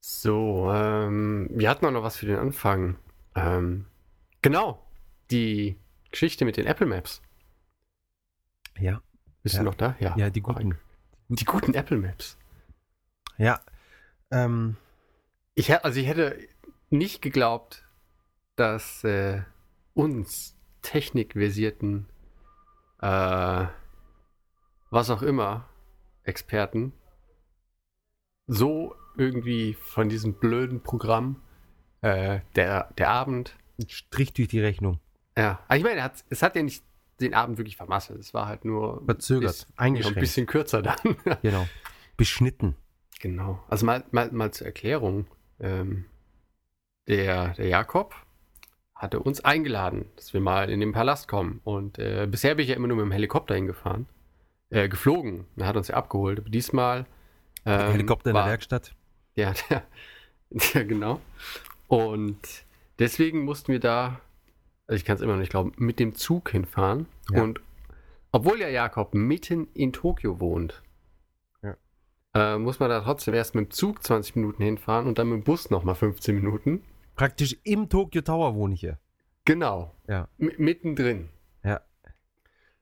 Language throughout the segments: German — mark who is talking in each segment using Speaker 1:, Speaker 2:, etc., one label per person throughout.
Speaker 1: So, ähm, wir hatten auch noch was für den Anfang. Ähm, genau, die Geschichte mit den Apple Maps.
Speaker 2: Ja.
Speaker 1: Bist
Speaker 2: Ja.
Speaker 1: du noch da?
Speaker 2: Ja, die guten.
Speaker 1: Die guten Apple Maps.
Speaker 2: Ja. Ähm,
Speaker 1: Ich, hä- also ich hätte nicht geglaubt, dass äh, uns technikversierten, äh, was auch immer, Experten so irgendwie von diesem blöden Programm äh, der, der Abend.
Speaker 2: ein Strich durch die Rechnung.
Speaker 1: Ja, aber ich meine, er hat, es hat ja nicht den Abend wirklich vermasselt. Es war halt nur
Speaker 2: Verzögert,
Speaker 1: ist, ja, ein
Speaker 2: eingeschränkt.
Speaker 1: bisschen kürzer dann.
Speaker 2: Genau. Beschnitten.
Speaker 1: Genau. Also mal, mal, mal zur Erklärung. Ähm, der, der Jakob hatte uns eingeladen, dass wir mal in den Palast kommen. Und äh, bisher bin ich ja immer nur mit dem Helikopter hingefahren. Äh, geflogen. Er hat uns ja abgeholt. Aber diesmal. ähm,
Speaker 2: Helikopter in der
Speaker 1: war-
Speaker 2: Werkstatt.
Speaker 1: Ja, der, ja, genau. Und deswegen mussten wir da, also ich kann es immer noch nicht glauben, mit dem Zug hinfahren.
Speaker 2: Ja.
Speaker 1: Und obwohl ja Jakob mitten in Tokio wohnt,
Speaker 2: Ja.
Speaker 1: äh, muss man da trotzdem erst mit dem Zug 20 Minuten hinfahren und dann mit dem Bus nochmal 15 Minuten.
Speaker 2: Praktisch im Tokyo Tower wohne ich hier.
Speaker 1: Genau.
Speaker 2: Ja.
Speaker 1: M mittendrin.
Speaker 2: Ja.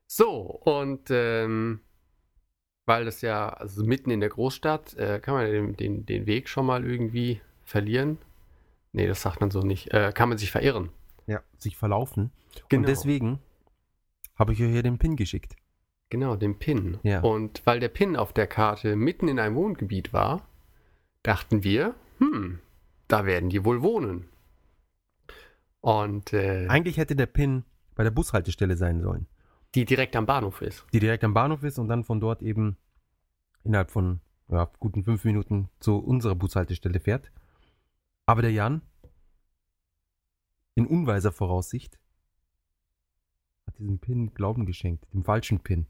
Speaker 1: So, und ähm, weil das ja, also mitten in der Großstadt, äh, kann man ja den, den, den Weg schon mal irgendwie verlieren. Nee, das sagt man so nicht. Äh, kann man sich verirren.
Speaker 2: Ja. Sich verlaufen.
Speaker 1: Genau.
Speaker 2: Und deswegen habe ich euch hier den Pin geschickt.
Speaker 1: Genau, den Pin.
Speaker 2: Ja.
Speaker 1: Und weil der Pin auf der Karte mitten in einem Wohngebiet war, dachten wir, hm, da werden die wohl wohnen. Und äh,
Speaker 2: Eigentlich hätte der Pin bei der Bushaltestelle sein sollen,
Speaker 1: die direkt am Bahnhof ist.
Speaker 2: die direkt am Bahnhof ist und dann von dort eben innerhalb von ja, guten fünf Minuten zu unserer Bushaltestelle fährt. Aber der Jan, in unweiser Voraussicht, hat diesem Pin Glauben geschenkt, dem falschen Pin.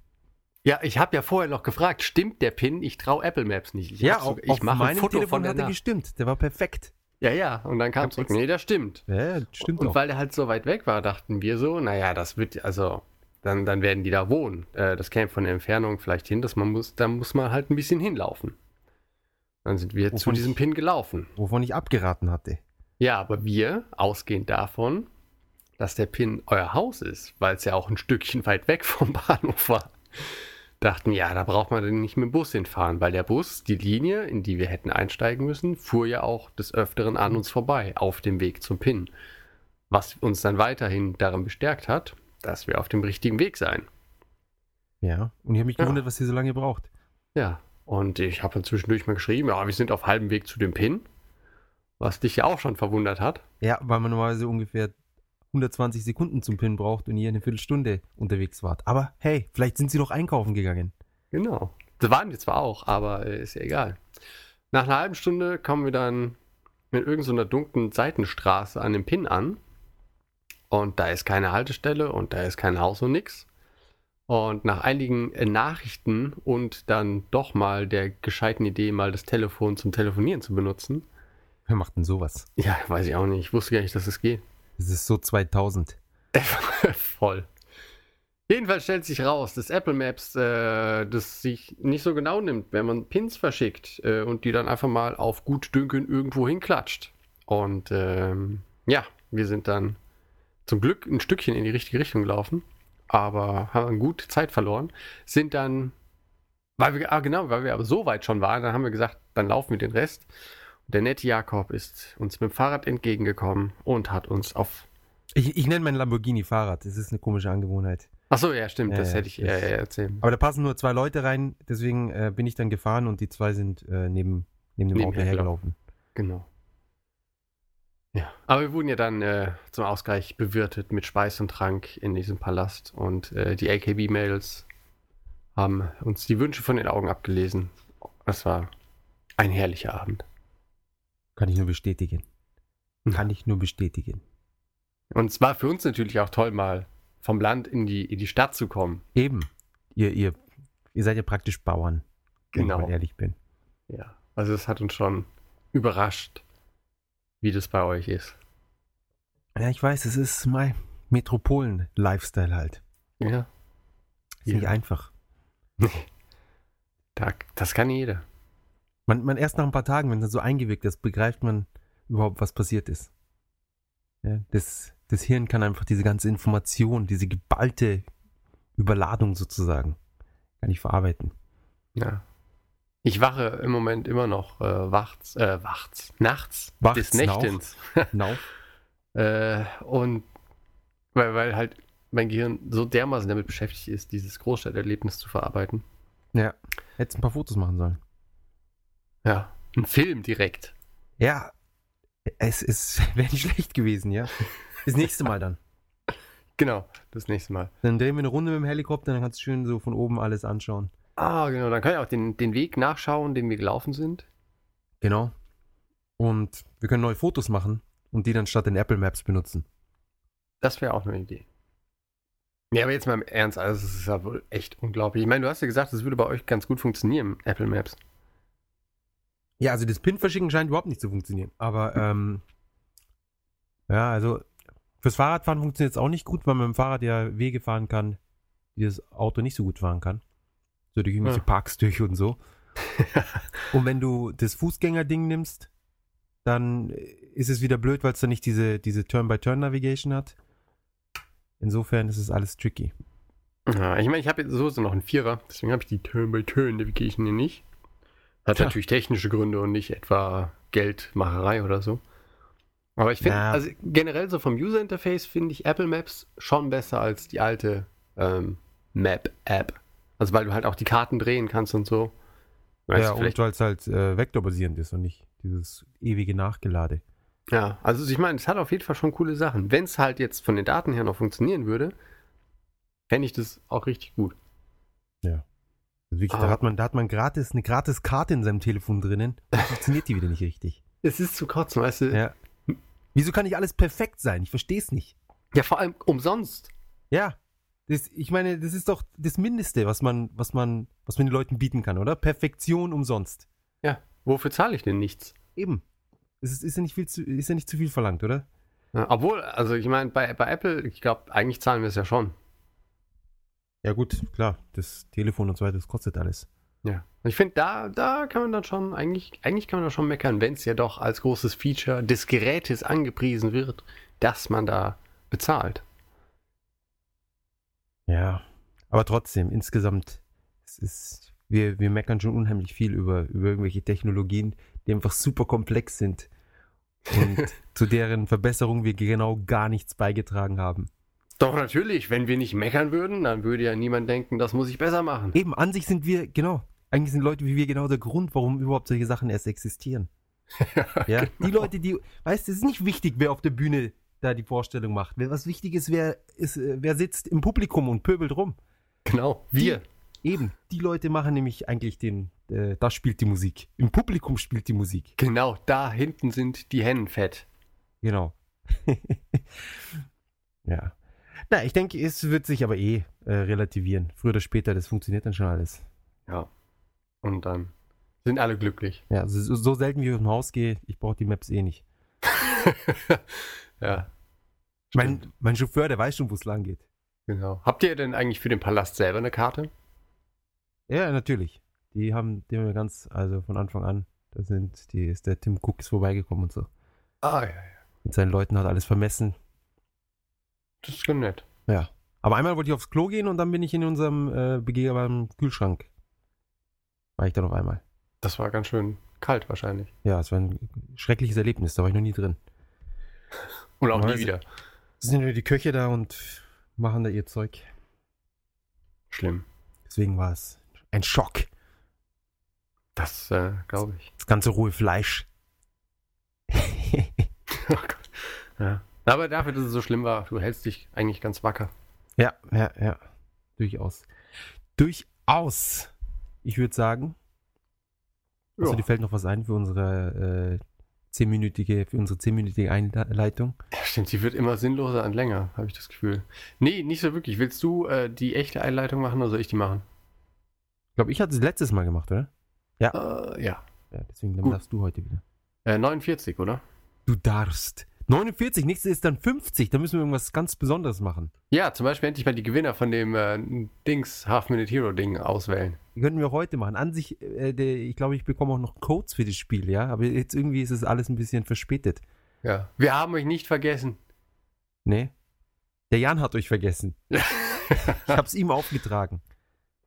Speaker 1: Ja, ich habe ja vorher noch gefragt, stimmt der Pin? Ich traue Apple Maps nicht. Ich hab's sogar- ich mache ein
Speaker 2: meinem
Speaker 1: Foto
Speaker 2: Telefon
Speaker 1: von der
Speaker 2: hat er
Speaker 1: Nacht.
Speaker 2: gestimmt, der war perfekt.
Speaker 1: Ja, ja, und dann kam
Speaker 2: Ja,
Speaker 1: zurück,
Speaker 2: kurz.
Speaker 1: nee, das stimmt.
Speaker 2: Ja, stimmt
Speaker 1: und
Speaker 2: auch.
Speaker 1: weil der halt so weit weg war, dachten wir so, naja, das wird, also, dann, dann werden die da wohnen. Äh, das käme von der Entfernung vielleicht hin, dass man muss, da muss man halt ein bisschen hinlaufen. Dann sind wir zu
Speaker 2: Wovon
Speaker 1: diesem
Speaker 2: ich-
Speaker 1: Pin gelaufen.
Speaker 2: Wovon ich abgeraten hatte.
Speaker 1: Ja, aber wir, ausgehend davon, dass der Pin euer Haus ist, weil es ja auch ein Stückchen weit weg vom Bahnhof war, dachten, ja, da braucht man denn nicht mit dem Bus hinfahren, weil der Bus, die Linie, in die wir hätten einsteigen müssen, fuhr ja auch des Öfteren an uns vorbei, auf dem Weg zum Pin. Was uns dann weiterhin darin bestärkt hat, dass wir auf dem richtigen Weg seien.
Speaker 2: Ja. Und ich habe mich
Speaker 1: Ja.
Speaker 2: gewundert, was ihr so lange braucht.
Speaker 1: Ja, und ich habe dann zwischendurch mal geschrieben, ja, wir sind auf halbem Weg zu dem Pin, was dich ja auch schon verwundert hat.
Speaker 2: Ja, weil man normalerweise ungefähr 120 Sekunden zum Pin braucht und ihr eine Viertelstunde unterwegs wart. Aber hey, vielleicht sind sie doch einkaufen gegangen.
Speaker 1: Genau. Das waren wir zwar auch, aber äh, ist ja egal. Nach einer halben Stunde kommen wir dann mit irgendeiner dunklen Seitenstraße an dem Pin an. Und da ist keine Haltestelle und da ist kein Haus und nix. Und nach einigen äh, Nachrichten und dann doch mal der gescheiten Idee, mal das Telefon zum Telefonieren zu benutzen.
Speaker 2: Wer macht denn sowas?
Speaker 1: Ja, weiß ich auch nicht. Ich wusste gar nicht, dass es geht.
Speaker 2: Das ist so 2000.
Speaker 1: Voll. Jedenfalls stellt sich raus, dass Apple Maps äh, das sich nicht so genau nimmt, wenn man Pins verschickt äh, und die dann einfach mal auf gut Dünken irgendwo hinklatscht. Und ähm, ja, wir sind dann zum Glück ein Stückchen in die richtige Richtung gelaufen, aber haben gut Zeit verloren. Sind dann, weil wir, ah, genau, weil wir aber so weit schon waren, dann haben wir gesagt, dann laufen wir den Rest. Und der nette Jakob ist uns mit dem Fahrrad entgegengekommen und hat uns auf
Speaker 2: Ich, ich nenne mein Lamborghini Fahrrad. Das ist eine komische Angewohnheit.
Speaker 1: Ach so, ja, stimmt,
Speaker 2: Ja,
Speaker 1: das
Speaker 2: ja,
Speaker 1: hätte ich
Speaker 2: das-
Speaker 1: äh, erzählen.
Speaker 2: Aber da passen nur zwei Leute rein. Deswegen äh, bin ich dann gefahren und die zwei sind äh, neben, neben dem
Speaker 1: Nebenher
Speaker 2: Auto hergelaufen.
Speaker 1: Genau. Ja, aber wir wurden ja dann äh, zum Ausgleich bewirtet mit Speis und Trank in diesem Palast und äh, die AKB-Mails haben uns die Wünsche von den Augen abgelesen. Das war ein herrlicher Abend.
Speaker 2: Kann ich nur bestätigen. Kann ich nur bestätigen.
Speaker 1: Und es war für uns natürlich auch toll, mal vom Land in die, in die Stadt zu kommen.
Speaker 2: Eben. Ihr, ihr, ihr seid ja praktisch Bauern, wenn ich mal ehrlich bin.
Speaker 1: Ja, also es hat uns schon überrascht, wie das bei euch ist.
Speaker 2: Ja, ich weiß, es ist mein Metropolen-Lifestyle halt.
Speaker 1: Ja.
Speaker 2: Ist nicht einfach.
Speaker 1: Da, das kann jeder.
Speaker 2: Man, man erst nach ein paar Tagen, wenn es dann so eingewirkt ist, begreift man überhaupt, was passiert ist. Ja, das, das Hirn kann einfach diese ganze Information, diese geballte Überladung sozusagen, gar nicht verarbeiten.
Speaker 1: Ja. Ich wache im Moment immer noch äh, wachts, äh, wachts, nachts,
Speaker 2: Wachts
Speaker 1: des Nächtens.
Speaker 2: Genau.
Speaker 1: Äh, und weil, weil halt mein Gehirn so dermaßen damit beschäftigt ist, dieses Großstadterlebnis zu verarbeiten.
Speaker 2: Ja. Hättest ein paar Fotos machen sollen.
Speaker 1: Ja. Ein Film direkt.
Speaker 2: Ja. Es, es wäre nicht schlecht gewesen, ja. Das nächste Mal dann.
Speaker 1: Genau, das nächste Mal.
Speaker 2: Dann drehen wir eine Runde mit dem Helikopter, dann kannst du schön so von oben alles anschauen.
Speaker 1: Ah, genau, dann kann ich auch den, den Weg nachschauen, den wir gelaufen sind.
Speaker 2: Genau. Und wir können neue Fotos machen und die dann statt den Apple Maps benutzen.
Speaker 1: Das wäre auch eine Idee. Ja, aber jetzt mal im Ernst, also es ist ja wohl echt unglaublich. Ich meine, du hast ja gesagt, es würde bei euch ganz gut funktionieren, Apple Maps.
Speaker 2: Ja, also das Pin-Verschicken scheint überhaupt nicht zu funktionieren. Aber ähm, ja, also fürs Fahrradfahren funktioniert es auch nicht gut, weil man mit dem Fahrrad ja Wege fahren kann, die das Auto nicht so gut fahren kann. So durch irgendwelche
Speaker 1: Ja.
Speaker 2: Parks durch und so. und wenn du das Fußgängerding nimmst, dann ist es wieder blöd, weil es dann nicht diese, diese Turn-by-Turn-Navigation hat. Insofern ist es alles tricky.
Speaker 1: Ja, ich meine, ich habe jetzt so noch einen Vierer, deswegen habe ich die Turn-by-Turn-Navigation hier nicht. Hat
Speaker 2: Tja.
Speaker 1: natürlich technische Gründe und nicht etwa Geldmacherei oder so. Aber ich finde,
Speaker 2: Ja.
Speaker 1: also generell so vom User-Interface finde ich Apple Maps schon besser als die alte ähm, Map-App. Also weil du halt auch die Karten drehen kannst und so. Weißt
Speaker 2: ja,
Speaker 1: du,
Speaker 2: und weil es halt äh, vektorbasierend ist und nicht dieses ewige Nachgelade.
Speaker 1: Ja, also ich meine, es hat auf jeden Fall schon coole Sachen. Wenn es halt jetzt von den Daten her noch funktionieren würde, fände ich das auch richtig gut.
Speaker 2: Also wirklich,
Speaker 1: Ah.
Speaker 2: da hat man, da hat man gratis, eine gratis Karte in seinem Telefon drinnen. Da funktioniert die wieder nicht richtig.
Speaker 1: Es ist zu kotzen, weißt du? Ja,
Speaker 2: Ja. Wieso kann nicht alles perfekt sein? Ich verstehe es nicht.
Speaker 1: vor allem umsonst.
Speaker 2: Ja. Das, ich meine, das ist doch das Mindeste, was man, was man, was man den Leuten bieten kann, oder? Perfektion umsonst.
Speaker 1: Ja. Wofür zahle ich denn nichts?
Speaker 2: Eben. Es ist, ist ja nicht viel zu, ist ja nicht zu viel verlangt, oder?
Speaker 1: Ja, obwohl, also ich meine, bei, bei Apple, ich glaube, eigentlich zahlen wir es ja schon.
Speaker 2: Ja gut, klar. Das Telefon und so weiter, das kostet alles.
Speaker 1: Ja. Und ich finde, da, da kann man dann schon, eigentlich, eigentlich kann man da schon meckern, wenn es ja doch als großes Feature des Gerätes angepriesen wird, dass man da bezahlt.
Speaker 2: Ja. Aber trotzdem, insgesamt, es ist, wir, wir meckern schon unheimlich viel über, über irgendwelche Technologien, die einfach super komplex sind und zu deren Verbesserung wir genau gar nichts beigetragen haben.
Speaker 1: Doch natürlich, wenn wir nicht meckern würden, dann würde ja niemand denken, das muss ich besser machen.
Speaker 2: Eben, an sich sind wir, genau, eigentlich sind Leute wie wir genau der Grund, warum überhaupt solche Sachen erst existieren. Ja, die Leute, die, weißt du, es ist nicht wichtig, wer auf der Bühne da die Vorstellung macht. Wer- Was wichtig ist, wer, ist, äh, wer sitzt im Publikum und pöbelt rum.
Speaker 1: Genau, wir.
Speaker 2: Eben, die Leute machen nämlich eigentlich den, äh, da spielt die Musik. Im Publikum spielt die Musik.
Speaker 1: Genau, da hinten sind die Hennen fett.
Speaker 2: Genau. ja. Na, ich denke, es wird sich aber eh äh, relativieren. Früher oder später, das funktioniert dann schon alles.
Speaker 1: Ja. Und dann sind alle glücklich.
Speaker 2: Ja, so, so selten wie ich aus dem Haus gehe, ich brauche die Maps eh nicht.
Speaker 1: ja,
Speaker 2: Mein, mein Chauffeur, der weiß schon, wo es lang geht.
Speaker 1: genau. Habt ihr denn eigentlich für den Palast selber eine Karte?
Speaker 2: Ja, natürlich. Die haben, die haben wir ganz, also von Anfang an, da sind, die ist der Tim Cook ist vorbeigekommen und so.
Speaker 1: Ah, ja, ja.
Speaker 2: Mit seinen Leuten hat alles vermessen.
Speaker 1: Das ist schon nett.
Speaker 2: Ja. Aber einmal wollte ich aufs Klo gehen und dann bin ich in unserem äh, begehbaren Kühlschrank. War ich dann auf einmal.
Speaker 1: Das war ganz schön kalt wahrscheinlich.
Speaker 2: Ja, es war ein schreckliches Erlebnis, da war ich noch nie drin.
Speaker 1: Und auch nie
Speaker 2: Weiß-
Speaker 1: wieder.
Speaker 2: Es sind nur die Köche da und machen da ihr Zeug.
Speaker 1: Schlimm.
Speaker 2: Deswegen war es ein Schock.
Speaker 1: Das äh, glaube ich.
Speaker 2: Das ganze rohe Fleisch.
Speaker 1: Oh Gott. ja. Aber dafür, dass es so schlimm war, du hältst dich eigentlich ganz wacker.
Speaker 2: ja, ja, ja. Durchaus. Durchaus. Ich würde sagen, also dir fällt noch was ein für unsere äh, zehnminütige, für unsere zehnminütige Einleitung.
Speaker 1: Ja, stimmt, sie wird immer sinnloser und länger, habe ich das Gefühl. Nee, nicht so wirklich. Willst du äh, die echte Einleitung machen oder soll ich die machen?
Speaker 2: Ich glaube, ich hatte es letztes Mal gemacht, oder?
Speaker 1: Äh, ja.
Speaker 2: Ja, deswegen dann
Speaker 1: Gut.
Speaker 2: darfst du heute wieder.
Speaker 1: Äh, 49, oder?
Speaker 2: Du darfst. 49, nächste ist dann 50. Da müssen wir irgendwas ganz Besonderes machen.
Speaker 1: Ja, zum Beispiel endlich mal die Gewinner von dem äh, Dings Half-Minute-Hero-Ding auswählen.
Speaker 2: Die könnten wir heute machen. An sich, äh, der, ich glaube, ich bekomme auch noch Codes für das Spiel, ja. Aber jetzt irgendwie ist es alles ein bisschen verspätet.
Speaker 1: Ja. Wir haben euch nicht vergessen.
Speaker 2: Nee. Ne? Der Jan hat euch vergessen. Ich hab's ihm aufgetragen.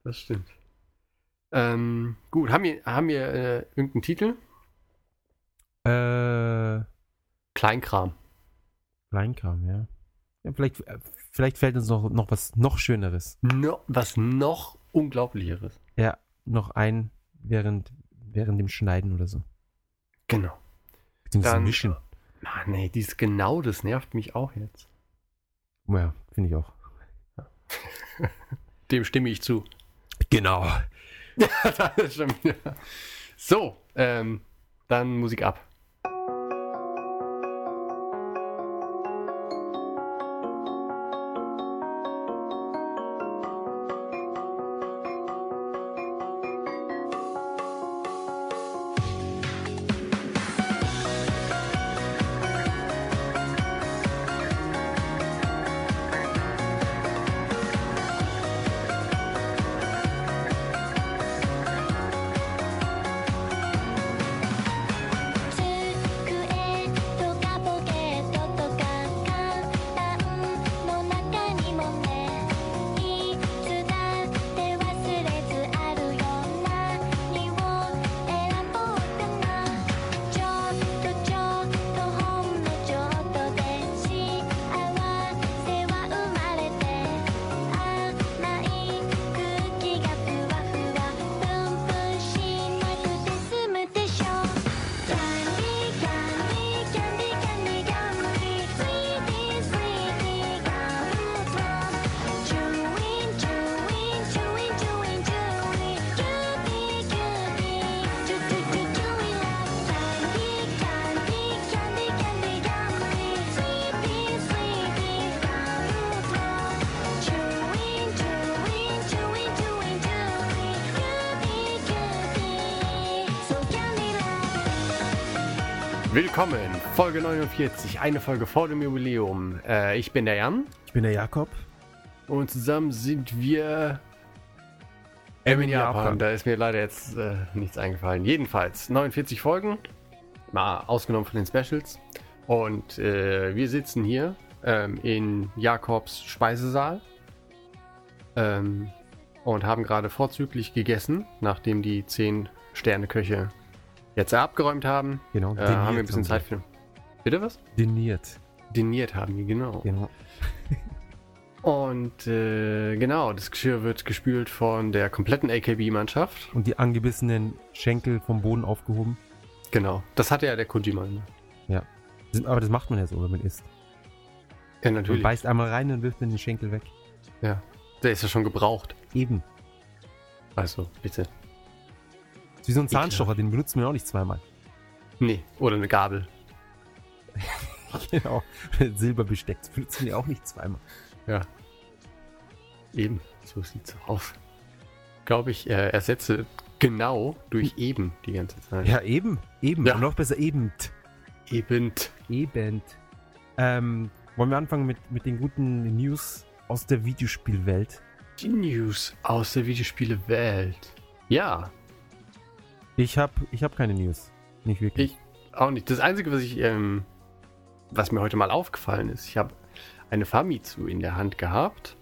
Speaker 1: Das stimmt. Ähm, gut, haben wir, haben wir äh, irgendeinen Titel?
Speaker 2: Äh,
Speaker 1: Kleinkram.
Speaker 2: Kleinkram, ja. ja vielleicht, äh, vielleicht fällt uns noch, noch was noch Schöneres.
Speaker 1: No, was noch Unglaublicheres.
Speaker 2: Ja, noch ein während, während dem Schneiden oder so.
Speaker 1: Genau.
Speaker 2: Beziehungsweise
Speaker 1: Dann-
Speaker 2: Mischen.
Speaker 1: Ah, nee, dies genau, das nervt mich auch jetzt.
Speaker 2: Ja, finde ich auch.
Speaker 1: Dem stimme ich zu.
Speaker 2: Genau.
Speaker 1: Das ist schon wieder- so, ähm, dann Musik ab.
Speaker 3: 「机とかポケットとかカの中にもね」「いつだって忘れずあるようなにを選ぼうかな」「ちょっとちょっとほんのちょっとで幸せは生まれて」「甘い空気がふわふわぷんぷんしなくて済むでしょ」「キャンディキャンディキャンディキャンディキャンディ」「スイーティースイーティーガムトラン」「チューインチューインチューインチューインチューイン」「キューティーキューティーチュチュチュチュイラ」「キャンディキャンディキャンディキャンディキャンディ」「スイーティースイーティーガムトラン」「チューインチューインチューインチューインチューイン」「キューティーキューティーそうキャンディラ」
Speaker 1: Willkommen, Folge 49, eine Folge vor dem Jubiläum. Äh, ich bin der Jan
Speaker 2: Ich bin der Jakob.
Speaker 1: und zusammen sind wir in Japan. Da ist mir leider jetzt äh, nichts eingefallen. Jedenfalls 49 Folgen, mal ausgenommen von den Specials. Und äh, wir sitzen hier ähm, in Jakobs Speisesaal ähm, und haben gerade vorzüglich gegessen, nachdem die 10-Sterne-Köche jetzt abgeräumt haben.
Speaker 2: Genau.
Speaker 1: Äh, haben wir ein bisschen
Speaker 2: haben
Speaker 1: Zeit für. Bitte was?
Speaker 2: wir. Diniert.
Speaker 1: Diniert haben wir, genau.
Speaker 2: Genau.
Speaker 1: Und äh, genau, das Geschirr wird gespült von der kompletten AKB-Mannschaft.
Speaker 2: Und die angebissenen Schenkel vom Boden aufgehoben.
Speaker 1: Genau. Das hatte ja der Kojima. Ne?
Speaker 2: Das- Aber das macht man ja so, wenn man isst.
Speaker 1: Ja,
Speaker 2: Man
Speaker 1: natürlich.
Speaker 2: beißt einmal rein und wirft dann den Schenkel weg.
Speaker 1: Ja. Der ist ja schon gebraucht.
Speaker 2: Eben.
Speaker 1: Also, bitte.
Speaker 2: Das ist wie so ein Zahnstocher, den benutzt man auch nicht zweimal.
Speaker 1: Nee, oder eine Gabel.
Speaker 2: Genau. Silberbesteck, das benutzt man ja auch nicht zweimal.
Speaker 1: Eben. So sieht's aus. Glaube ich, äh, ersetze genau durch eben die ganze Zeit.
Speaker 2: Ja, eben. Eben.
Speaker 1: Ja.
Speaker 2: Und noch besser eben.
Speaker 1: Eben.
Speaker 2: Eben. Ähm, wollen wir anfangen mit, mit den guten News aus der Videospielwelt?
Speaker 1: Die News aus der Videospielewelt. Ja,
Speaker 2: Ich habe ich hab keine News. Nicht wirklich.
Speaker 1: Ich auch nicht. Das Einzige, was ich, ähm, was mir heute mal aufgefallen ist, ich habe eine Famitsu in der Hand gehabt.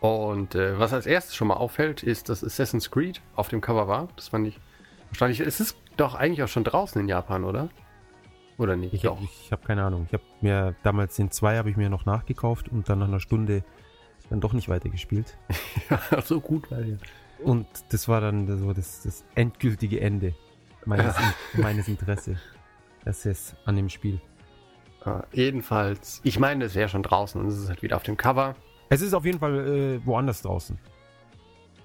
Speaker 1: Und äh, was als erstes schon mal auffällt, ist, dass Assassin's Creed auf dem Cover war. Das fand ich wahrscheinlich. Es ist doch eigentlich auch schon draußen in Japan, oder? Oder nicht?
Speaker 2: Ich,
Speaker 1: doch.
Speaker 2: hab- ich habe keine Ahnung. Ich habe mir damals den 2 habe ich mir noch nachgekauft und dann nach einer Stunde dann doch nicht weitergespielt.
Speaker 1: so gut war der.
Speaker 2: Und das war dann so das, das endgültige Ende meines, meines Interesse. Das ist an dem Spiel.
Speaker 1: Äh, jedenfalls, ich meine, es wäre schon draußen und es ist halt wieder auf dem Cover.
Speaker 2: Es ist auf jeden Fall äh, woanders draußen.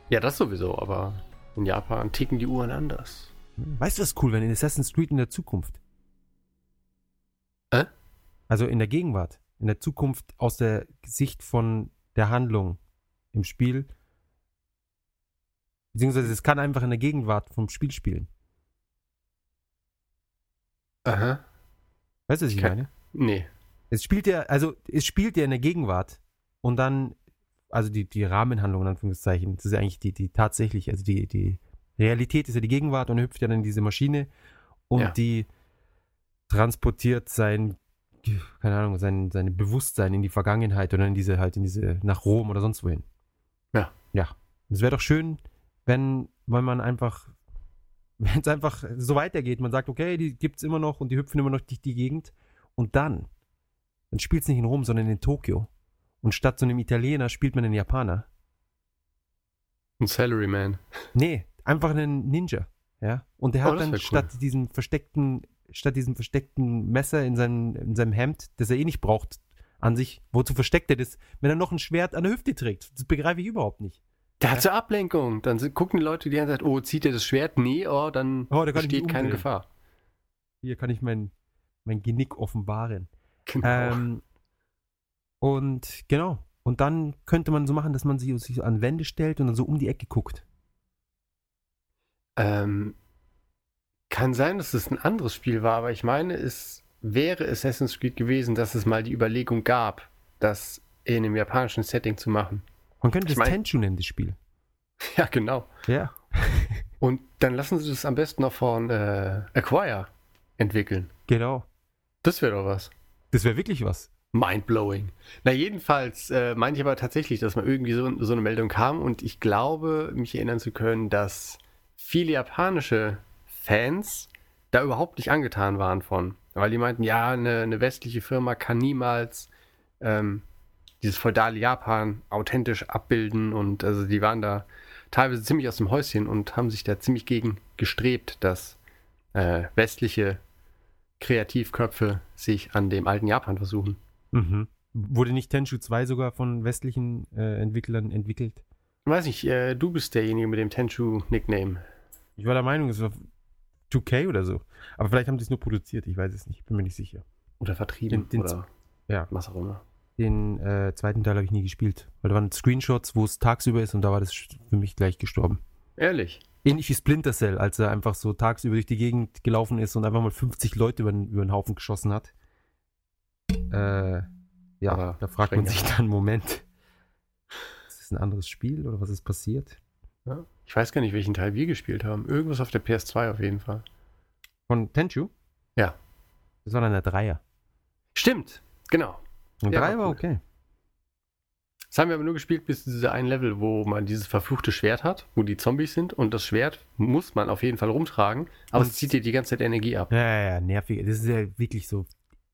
Speaker 1: Ja, das sowieso, aber in Japan ticken die Uhren anders.
Speaker 2: Weißt du, was cool wäre? In Assassin's Creed in der Zukunft.
Speaker 1: Hä?
Speaker 2: Also in der Gegenwart. In der Zukunft aus der Sicht von der Handlung im Spiel. Beziehungsweise es kann einfach in der Gegenwart vom Spiel spielen.
Speaker 1: Aha.
Speaker 2: Weißt du, was ich
Speaker 1: Okay.
Speaker 2: meine?
Speaker 1: Nee.
Speaker 2: Es spielt ja, also es spielt ja in der Gegenwart und dann, also die, die Rahmenhandlung in Anführungszeichen, das ist ja eigentlich die, die tatsächlich, also die, die Realität ist ja die Gegenwart und er hüpft ja dann in diese Maschine und
Speaker 1: Ja.
Speaker 2: die transportiert sein, keine Ahnung, sein, sein Bewusstsein in die Vergangenheit oder in diese, halt in diese, nach Rom oder sonst wohin.
Speaker 1: Ja.
Speaker 2: Ja. Es wäre doch schön, wenn, wenn man einfach, wenn es einfach so weitergeht, man sagt, okay, die gibt es immer noch und die hüpfen immer noch durch die Gegend und dann, dann spielt es nicht in Rom, sondern in Tokio. Und statt so einem Italiener spielt man einen Japaner.
Speaker 1: Ein Salaryman.
Speaker 2: Nee, einfach einen Ninja. Ja. Und der
Speaker 1: Oh,
Speaker 2: hat
Speaker 1: das
Speaker 2: dann
Speaker 1: wär cool.
Speaker 2: statt diesem versteckten, statt diesem versteckten Messer in seinem, in seinem Hemd, das er eh nicht braucht, an sich, wozu versteckt er das, wenn er noch ein Schwert an der Hüfte trägt? Das begreife ich überhaupt nicht.
Speaker 1: Der hat so Ablenkung. Dann sind, gucken die Leute die ganze Zeit, oh, zieht er das Schwert? Nee, oh, dann
Speaker 2: Oh, da kann ich mich
Speaker 1: besteht keine
Speaker 2: umdrehen.
Speaker 1: Gefahr.
Speaker 2: Hier kann ich mein, mein Genick offenbaren.
Speaker 1: Genau.
Speaker 2: Ähm, und genau. Und dann könnte man so machen, dass man sich, sich an Wände stellt und dann so um die Ecke guckt.
Speaker 1: Ähm, kann sein, dass es ein anderes Spiel war, aber ich meine, es wäre Assassin's Creed gewesen, dass es mal die Überlegung gab, das in einem japanischen Setting zu machen.
Speaker 2: Man könnte
Speaker 1: Ich
Speaker 2: das
Speaker 1: mein-
Speaker 2: Tenchu nennen, das Spiel.
Speaker 1: Ja, genau.
Speaker 2: Ja.
Speaker 1: Und dann lassen sie das am besten noch von äh, Acquire entwickeln.
Speaker 2: Genau.
Speaker 1: Das wäre doch was.
Speaker 2: Das wäre wirklich was.
Speaker 1: Mindblowing. Na, jedenfalls äh, meine ich aber tatsächlich, dass mal irgendwie so, so eine Meldung kam und ich glaube, mich erinnern zu können, dass viele japanische Fans da überhaupt nicht angetan waren von. Weil die meinten, ja, eine, eine westliche Firma kann niemals ähm, dieses feudale Japan authentisch abbilden und also die waren da teilweise ziemlich aus dem Häuschen und haben sich da ziemlich gegen gestrebt, dass äh, westliche Kreativköpfe sich an dem alten Japan versuchen.
Speaker 2: Mhm. Wurde nicht Tenchu 2 sogar von westlichen äh, Entwicklern entwickelt?
Speaker 1: Weiß nicht, äh, du bist derjenige mit dem Tenchu-Nickname.
Speaker 2: Ich war der Meinung, es war 2K oder so. Aber vielleicht haben sie es nur produziert, ich weiß es nicht, bin mir nicht sicher.
Speaker 1: Oder vertrieben.
Speaker 2: Den- den
Speaker 1: oder
Speaker 2: ja.
Speaker 1: was auch immer.
Speaker 2: Den äh, zweiten Teil habe ich nie gespielt, weil da waren Screenshots, wo es tagsüber ist und da war das für mich gleich gestorben.
Speaker 1: Ehrlich.
Speaker 2: Ähnlich wie Splinter Cell, als er einfach so tagsüber durch die Gegend gelaufen ist und einfach mal 50 Leute über den, über den Haufen geschossen hat. Äh, ja,
Speaker 1: Aber
Speaker 2: da fragt man
Speaker 1: streng,
Speaker 2: sich dann, Moment, ist das ein anderes Spiel oder was ist passiert?
Speaker 1: Ja. Ich weiß gar nicht, welchen Teil wir gespielt haben. Irgendwas auf der PS2 auf jeden Fall.
Speaker 2: Von Tenchu?
Speaker 1: Ja.
Speaker 2: Das war dann der Dreier.
Speaker 1: Stimmt, genau.
Speaker 2: Ein
Speaker 1: Ja,
Speaker 2: Dreier
Speaker 1: war
Speaker 2: war
Speaker 1: cool.
Speaker 2: okay.
Speaker 1: Das haben wir aber nur gespielt bis zu dieser einen Level, wo man dieses verfluchte Schwert hat, wo die Zombies sind. Und das Schwert muss man auf jeden Fall rumtragen, aber
Speaker 2: Und-
Speaker 1: es zieht dir die ganze Zeit Energie ab.
Speaker 2: Ja, ja, ja, nervig. Das ist ja wirklich so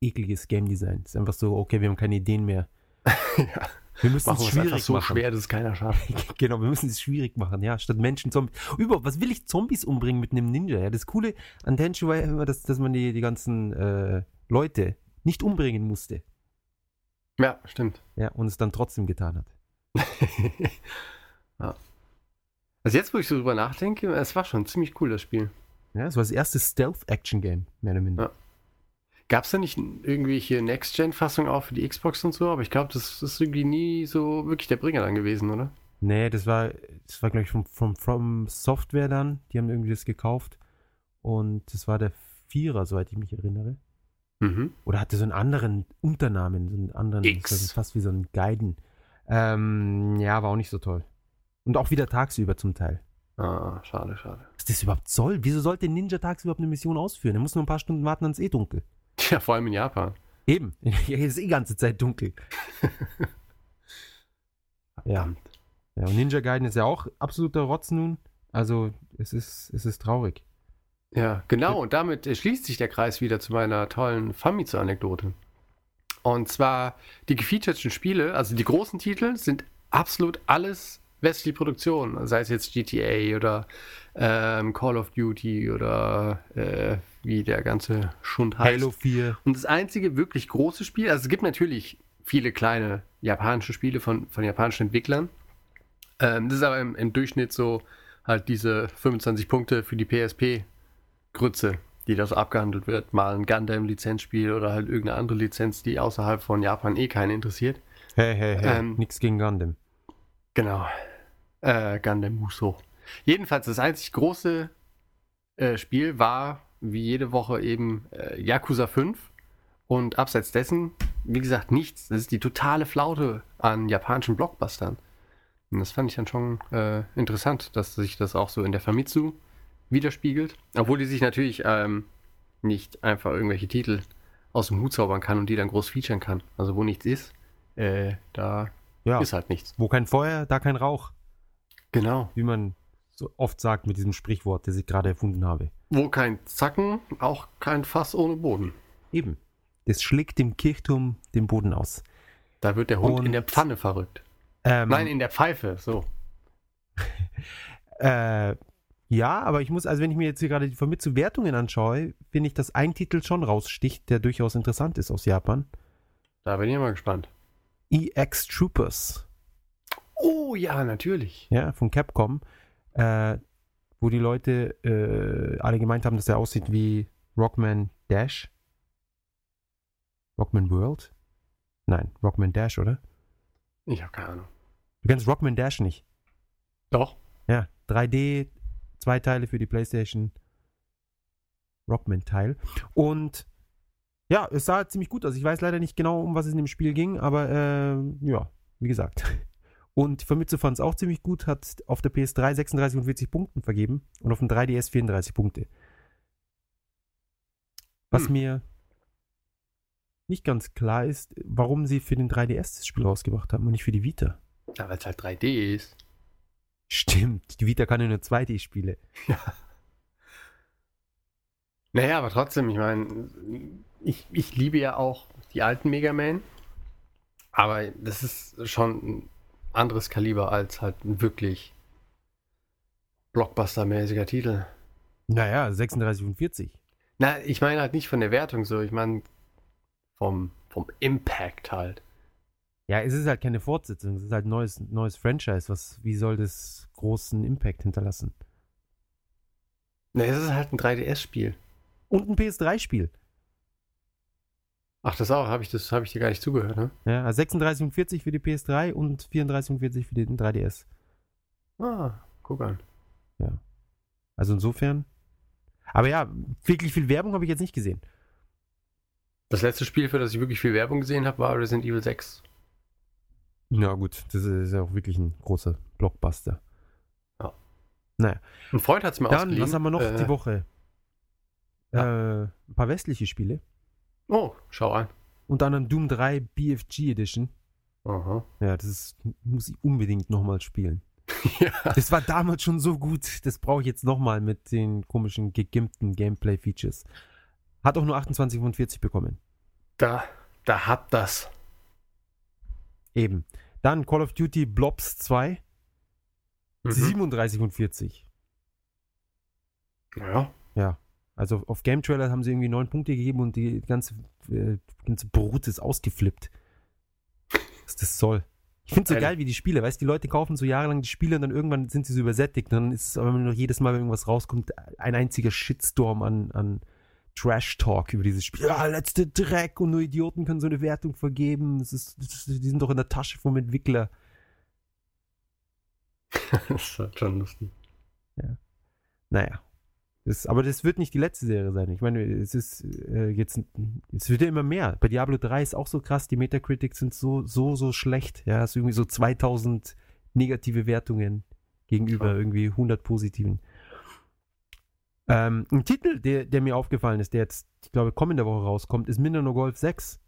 Speaker 2: ekliges Game Design. Das ist einfach so, okay, wir haben keine Ideen mehr.
Speaker 1: ja.
Speaker 2: Wir müssen
Speaker 1: Machen
Speaker 2: es
Speaker 1: wir es einfach
Speaker 2: schwierig
Speaker 1: so
Speaker 2: machen.
Speaker 1: schwer, dass es keiner schafft.
Speaker 2: Genau, wir müssen es schwierig machen, ja. Statt Menschen, Zombies. Überhaupt, was will ich Zombies umbringen mit einem Ninja? Ja, das Coole an Tenchu war ja immer, dass, dass man die, die ganzen äh, Leute nicht umbringen musste.
Speaker 1: Ja, stimmt.
Speaker 2: Ja, und es dann trotzdem getan hat.
Speaker 1: ja. Also jetzt, wo ich so drüber nachdenke, es war schon ziemlich cool, das Spiel.
Speaker 2: Ja, das war das erste Stealth-Action-Game, mehr oder minder.
Speaker 1: Ja. Gab es da nicht irgendwelche Next-Gen-Fassungen auch für die Xbox und so? Aber ich glaube, das ist irgendwie nie so wirklich der Bringer dann gewesen, oder?
Speaker 2: Nee, das war, das war glaube ich, von from, from Software dann. Die haben irgendwie das gekauft. Und das war der Vierer, soweit ich mich erinnere.
Speaker 1: Mhm.
Speaker 2: Oder hatte so einen anderen Unternamen, so einen anderen,
Speaker 1: X.
Speaker 2: Das war so fast wie so einen Guiden. Ähm, ja, war auch nicht so toll. Und auch wieder tagsüber zum Teil.
Speaker 1: Ah, schade, schade.
Speaker 2: Was das überhaupt soll? Wieso sollte ein Ninja tagsüber eine Mission ausführen? Er muss nur ein paar Stunden warten, dann ist eh dunkel.
Speaker 1: Ja, vor allem in Japan.
Speaker 2: Eben. Hier ist eh die ganze Zeit dunkel. ja.
Speaker 1: Verdammt.
Speaker 2: ja, und Ninja Guiden ist ja auch absoluter Rotz nun. Also, es ist, es ist traurig.
Speaker 1: Ja, genau. Und damit äh, schließt sich der Kreis wieder zu meiner tollen Famitsu-Anekdote. Und zwar die gefeaturten Spiele, also die großen Titel, sind absolut alles westliche Produktionen. Sei es jetzt GTA oder ähm, Call of Duty oder äh, wie der ganze Schund heißt.
Speaker 2: Halo 4.
Speaker 1: Und das einzige wirklich große Spiel, also es gibt natürlich viele kleine japanische Spiele von, von japanischen Entwicklern. Ähm, das ist aber im, im Durchschnitt so halt diese 25 Punkte für die PSP-Grütze, die da so abgehandelt wird. Mal ein Gundam-Lizenzspiel oder halt irgendeine andere Lizenz, die außerhalb von Japan eh keinen interessiert.
Speaker 2: Hey, hey, hey.
Speaker 1: Ähm.
Speaker 2: Nix gegen Gundam.
Speaker 1: Genau. Äh, Gundam Muso. Jedenfalls, das einzig große äh, Spiel war, wie jede Woche, eben äh, Yakuza 5. Und abseits dessen, wie gesagt, nichts. Das ist die totale Flaute an japanischen Blockbustern. Und das fand ich dann schon äh, interessant, dass sich das auch so in der Famitsu widerspiegelt. Obwohl die sich natürlich ähm, nicht einfach irgendwelche Titel aus dem Hut zaubern kann und die dann groß featuren kann. Also wo nichts ist, äh, da
Speaker 2: Ja.
Speaker 1: ist halt nichts.
Speaker 2: Wo kein Feuer, da kein Rauch,
Speaker 1: Genau.
Speaker 2: wie man so oft sagt mit diesem Sprichwort, das ich gerade erfunden habe.
Speaker 1: Wo kein Zacken, auch kein Fass ohne Boden.
Speaker 2: Eben. Das schlägt dem Kirchturm den Boden aus.
Speaker 1: Da wird der Hund
Speaker 2: Und-
Speaker 1: in der Pfanne verrückt.
Speaker 2: Ähm,
Speaker 1: Nein, in der Pfeife, so.
Speaker 2: Äh, ja, aber ich muss, also wenn ich mir jetzt hier gerade die vermittelten Wertungen anschaue, finde ich, dass ein Titel schon raussticht, der durchaus interessant ist aus Japan.
Speaker 1: Da bin ich mal gespannt.
Speaker 2: EX Troopers,
Speaker 1: Oh ja, natürlich.
Speaker 2: ja, von Capcom, äh, wo die Leute äh, alle gemeint haben, dass der aussieht wie Rockman Dash. Rockman World? Nein, Rockman Dash, oder?
Speaker 1: Ich habe keine Ahnung.
Speaker 2: Du kennst Rockman Dash nicht.
Speaker 1: Doch.
Speaker 2: Ja, 3D, zwei Teile für die PlayStation. Rockman-Teil. Und ja, es sah ziemlich gut aus. Ich weiß leider nicht genau, um was es in dem Spiel ging, aber äh, ja, wie gesagt. Und Vermitze fand es auch ziemlich gut, hat auf der PS3 36 und 40 Punkten vergeben und auf dem 3DS 34 Punkte. Was
Speaker 1: Hm.
Speaker 2: mir nicht ganz klar ist, warum sie für den 3DS das Spiel rausgebracht haben und nicht für die Vita.
Speaker 1: Ja, weil es halt 3D ist.
Speaker 2: Stimmt, die Vita kann ja nur 2D-Spiele.
Speaker 1: Naja, aber trotzdem, ich meine, ich, ich liebe ja auch die alten Mega Man. Aber das ist schon ein anderes Kaliber als halt ein wirklich Blockbuster-mäßiger Titel.
Speaker 2: Naja, 36 und 40.
Speaker 1: Na, ich meine halt nicht von der Wertung so, ich meine vom, vom Impact halt.
Speaker 2: Ja, es ist halt keine Fortsetzung, es ist halt ein neues, neues Franchise. Was, wie soll das großen Impact hinterlassen?
Speaker 1: Na, es ist halt ein 3DS-Spiel.
Speaker 2: Und ein PS3-Spiel.
Speaker 1: Ach, das auch, habe ich, das hab ich dir gar nicht zugehört, ne?
Speaker 2: Ja, also 36 und 40 für die PS3 und 34 und 40 für den 3DS.
Speaker 1: Ah, guck an.
Speaker 2: Also insofern. Aber ja, wirklich viel Werbung habe ich jetzt nicht gesehen.
Speaker 1: Das letzte Spiel, für das ich wirklich viel Werbung gesehen habe, war Resident Evil 6.
Speaker 2: Na gut, das ist ja auch wirklich ein großer Blockbuster.
Speaker 1: Ein Freund hat es mir
Speaker 2: Dann, was haben wir noch
Speaker 1: Äh,
Speaker 2: die Woche? Äh, ein paar westliche Spiele.
Speaker 1: Oh, schau an.
Speaker 2: Unter anderem Doom 3 BFG Edition.
Speaker 1: Aha.
Speaker 2: Ja, das ist, muss ich unbedingt nochmal spielen.
Speaker 1: Ja.
Speaker 2: Das war damals schon so gut. Das brauche ich jetzt nochmal mit den komischen gegimpten Gameplay-Features. Hat auch nur 28 von 40 bekommen.
Speaker 1: Da, da hat das.
Speaker 2: Eben. Dann Call of Duty Blobs 2,
Speaker 1: Mhm.
Speaker 2: 37 von 40.
Speaker 1: Ja.
Speaker 2: Also auf Game Trailer haben sie irgendwie 9 Punkte gegeben und die ganze, äh, die ganze Brut ist ausgeflippt. Was das soll. Ich finde es so
Speaker 1: Geil.
Speaker 2: geil wie die Spiele. Weißt du, die Leute kaufen so jahrelang die Spiele und dann irgendwann sind sie so übersättigt. Und dann ist es aber nur noch jedes Mal, wenn irgendwas rauskommt, ein einziger Shitstorm an, an Trash-Talk über dieses Spiel. Ja, letzte Dreck und nur Idioten können so eine Wertung vergeben. Das ist, das ist, die sind doch in der Tasche vom Entwickler.
Speaker 1: das ist halt schon lustig.
Speaker 2: Naja. Das, aber das wird nicht die letzte Serie sein. Ich meine, es ist äh, jetzt, es wird ja immer mehr. Bei Diablo 3 ist auch so krass, die Metacritics sind so, so, so schlecht. Ja, hast irgendwie so 2000 negative Wertungen gegenüber irgendwie 100 positiven. Ähm, ein Titel, der, der mir aufgefallen ist, der jetzt, ich glaube, kommende Woche rauskommt, ist Minder No Golf 6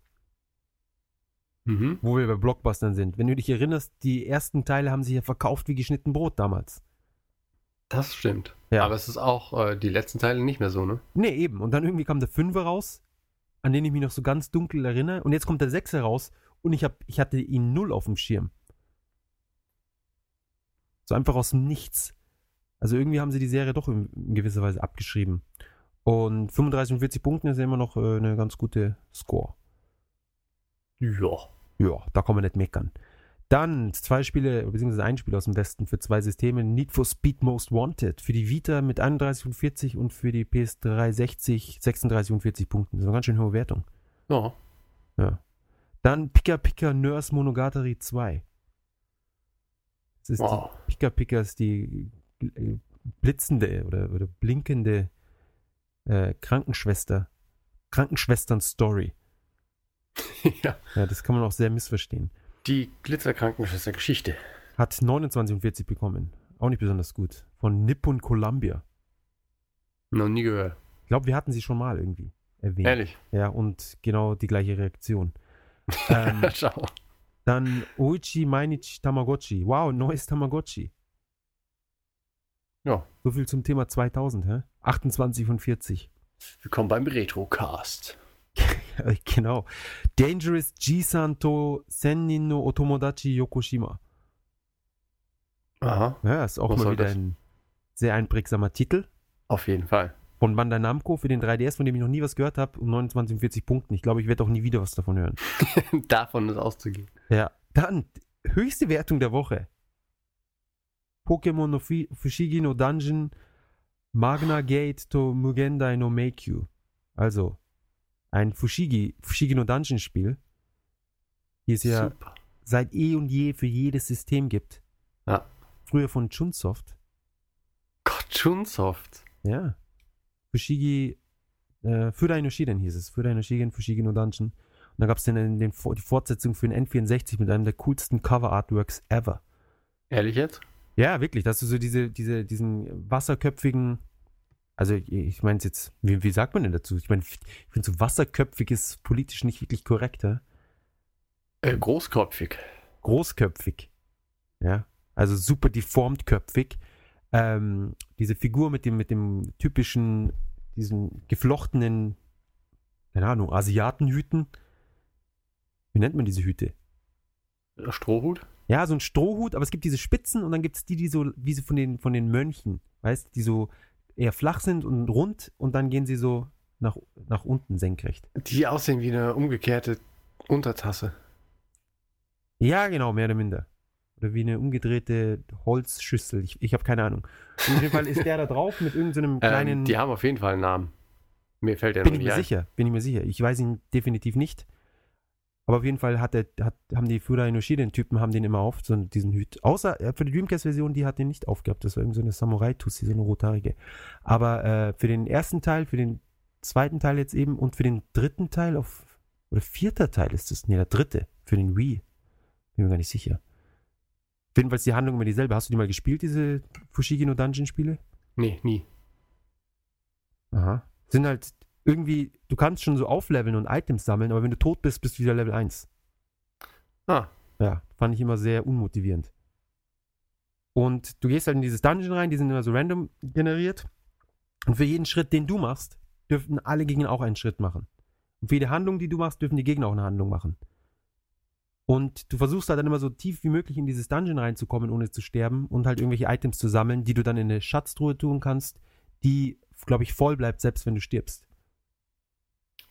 Speaker 1: Mhm.
Speaker 2: wo wir bei Blockbustern sind. Wenn du dich erinnerst, die ersten Teile haben sich ja verkauft wie geschnitten Brot damals.
Speaker 1: Das stimmt.
Speaker 2: Ja.
Speaker 1: Aber es ist auch äh, die letzten Teile nicht mehr so, ne?
Speaker 2: Nee, eben. Und dann irgendwie kam der Fünfer raus, an den ich mich noch so ganz dunkel erinnere. Und jetzt kommt der Sechser raus und ich, hab, ich hatte ihn null auf dem Schirm. So einfach aus dem Nichts. Also irgendwie haben sie die Serie doch in, in gewisser Weise abgeschrieben. Und 35 und 40 Punkten ist ja immer noch äh, eine ganz gute Score.
Speaker 1: Ja.
Speaker 2: Ja, da kann man nicht meckern. Dann zwei Spiele, beziehungsweise ein Spiel aus dem Westen für zwei Systeme. Need for Speed Most Wanted. Für die Vita mit 31 und 40 und für die PS3 60, 36 und 40 Punkten. Das ist eine ganz schön hohe Wertung.
Speaker 1: Ja.
Speaker 2: Dann Pika Pika Nurse Monogatari 2. Das ist die
Speaker 1: Wow.
Speaker 2: Pika Pika ist die äh, blitzende oder, oder blinkende äh, Krankenschwester. Krankenschwestern-Story.
Speaker 1: ja.
Speaker 2: Ja, das kann man auch sehr missverstehen.
Speaker 1: Die Glitzerkrankenschwester Geschichte.
Speaker 2: Hat 29,40 bekommen. Auch nicht besonders gut. Von Nippon Columbia.
Speaker 1: Noch nie gehört.
Speaker 2: Ich glaube, wir hatten sie schon mal irgendwie erwähnt.
Speaker 1: Ehrlich.
Speaker 2: Ja, und genau die gleiche Reaktion. ähm,
Speaker 1: Schau.
Speaker 2: dann Oichi Mainichi Tamagotchi. Wow, neues Tamagotchi.
Speaker 1: Ja.
Speaker 2: So viel zum Thema 2000, hä? 28 von 40.
Speaker 1: Willkommen beim Retrocast.
Speaker 2: Äh, Genau. Dangerous G-san to Sennin no Otomodachi Yokoshima.
Speaker 1: Aha.
Speaker 2: Ja, ist auch
Speaker 1: Was
Speaker 2: mal
Speaker 1: soll
Speaker 2: wieder
Speaker 1: das?
Speaker 2: ein sehr einprägsamer Titel.
Speaker 1: Auf jeden Fall.
Speaker 2: Von Bandai Namco für den 3DS, von dem ich noch nie was gehört habe, um 29 und 40 Punkten. Ich glaube, ich werde auch nie wieder was davon hören.
Speaker 1: Davon ist auszugehen.
Speaker 2: Ja. Dann, höchste Wertung der Woche. Pokémon no Fi- Fushigi no Dungeon Magna Gate to Mugendai no Meikyu. Also, ein Fushigi, Fushigi no Dungeon Spiel. Hier ist ja
Speaker 1: Super.
Speaker 2: seit eh und je für jedes System gibt.
Speaker 1: Ja.
Speaker 2: Früher von Chunsoft.
Speaker 1: Gott, Chunsoft.
Speaker 2: Ja. Fushigi, äh, Fudai no Shiden hieß es. Fudai no Shiden, Fushigi no Dungeon. Und dann gab es den, den, Vor- die Fortsetzung für den N64 mit einem der coolsten Cover-Artworks ever.
Speaker 1: Ehrlich jetzt?
Speaker 2: Ja, wirklich, dass du so diese, diese, diesen wasserköpfigen, also ich- ich meine jetzt, wie, wie sagt man denn dazu? Ich meine, ich finde so wasserköpfig ist politisch nicht wirklich korrekt, ja?
Speaker 1: Äh, großkopfig.
Speaker 2: großköpfig. Ja, also super deformt köpfig. Ähm, diese Figur mit dem, mit dem typischen, diesen geflochtenen, keine Ahnung, Asiatenhüten. Wie nennt man diese Hüte?
Speaker 1: Äh, Strohhut?
Speaker 2: Ja, so ein Strohhut, aber es gibt diese Spitzen und dann gibt es die, die so, wie so von den, von den Mönchen, weißt die so eher flach sind und rund und dann gehen sie so nach, nach unten senkrecht.
Speaker 1: Die aussehen wie eine umgekehrte Untertasse.
Speaker 2: Ja, genau, mehr oder minder. Oder wie eine umgedrehte Holzschüssel. Ich, ich habe keine Ahnung. Auf jeden Fall ist der da drauf mit irgendeinem
Speaker 1: Ähm,
Speaker 2: kleinen.
Speaker 1: die haben auf jeden Fall einen Namen. Mir fällt der
Speaker 2: bin
Speaker 1: noch
Speaker 2: ich
Speaker 1: nicht
Speaker 2: mir
Speaker 1: ein.
Speaker 2: sicher, bin ich mir sicher. Ich weiß ihn definitiv nicht. Aber auf jeden Fall hat der, hat, haben die Fuda Inoshi, den Typen, haben den immer auf, so diesen Hüt. Außer äh, für die Dreamcast-Version, die hat den nicht aufgehabt. Das war eben so eine Samurai-Tussi, so eine rothaarige. Aber äh, für den ersten Teil, für den zweiten Teil jetzt eben und für den dritten Teil auf, oder vierter Teil ist es, nee, der dritte, für den Wii. Bin mir gar nicht sicher. Jedenfalls die Handlung immer dieselbe. Hast du die mal gespielt, diese Fushigi no Dungeon-Spiele?
Speaker 1: Nee, nie.
Speaker 2: Aha. Sind halt irgendwie, du kannst schon so aufleveln und Items sammeln, aber wenn du tot bist, bist du wieder Level 1.
Speaker 1: Ah,
Speaker 2: Ja, fand ich immer sehr unmotivierend. Und du gehst halt in dieses Dungeon rein, die sind immer so random generiert. Und für jeden Schritt, den du machst, dürften alle Gegner auch einen Schritt machen. Und für jede Handlung, die du machst, dürfen die Gegner auch eine Handlung machen. Und du versuchst halt dann immer so tief wie möglich in dieses Dungeon reinzukommen, ohne zu sterben und halt irgendwelche Items zu sammeln, die du dann in eine Schatztruhe tun kannst, die, glaube ich, voll bleibt, selbst wenn du stirbst.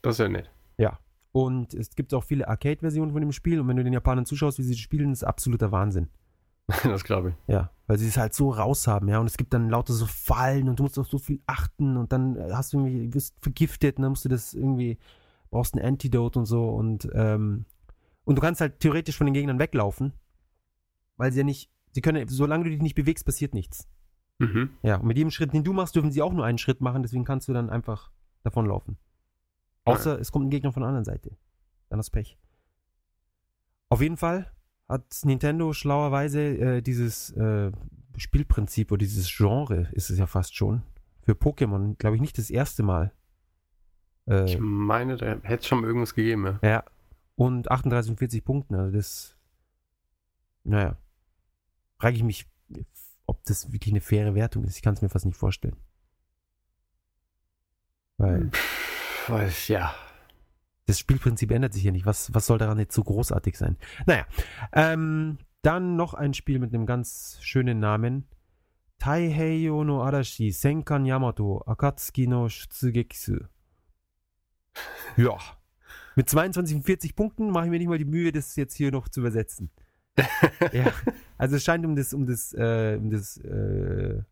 Speaker 1: das ist ja nett.
Speaker 2: Und es gibt auch viele Arcade-Versionen von dem Spiel. Und wenn du den Japanern zuschaust, wie sie spielen, ist absoluter Wahnsinn.
Speaker 1: Das glaube ich.
Speaker 2: Ja, weil sie es halt so raushaben, ja. Und es gibt dann lauter so Fallen und du musst auf so viel achten und dann hast du irgendwie, du wirst vergiftet und dann musst du das irgendwie, brauchst ein Antidote und so und, ähm, und du kannst halt theoretisch von den Gegnern weglaufen, weil sie ja nicht, sie können, solange du dich nicht bewegst, passiert nichts.
Speaker 1: Mhm.
Speaker 2: Ja, und mit jedem Schritt, den du machst, dürfen sie auch nur einen Schritt machen, deswegen kannst du dann einfach davonlaufen. Außer es kommt ein Gegner von der anderen Seite. Dann hast du Pech. Auf jeden Fall hat Nintendo schlauerweise äh, dieses äh, Spielprinzip oder dieses Genre, ist es ja fast schon, für Pokémon, glaube ich, nicht das erste Mal.
Speaker 1: Ich
Speaker 2: Äh,
Speaker 1: meine, da hätte es schon mal irgendwas gegeben. Ja.
Speaker 2: ja. Und 38 und 40 Punkten, also das. Naja. Frage ich mich, ob das wirklich eine faire Wertung ist. Ich kann es mir fast nicht vorstellen. Weil
Speaker 1: Hm. Pff, Weiß, ja.
Speaker 2: das Spielprinzip ändert sich ja nicht. Was, was soll daran jetzt so großartig sein? Naja. Ähm, dann noch ein Spiel mit einem ganz schönen Namen. Taiheyo no Arashi, Senkan Yamato, Akatsuki no Shutsugekisu. Ja. Mit 22 und 40 Punkten mache ich mir nicht mal die Mühe, das jetzt hier noch zu übersetzen. ja. Also es scheint um das, um das, äh, um das, äh,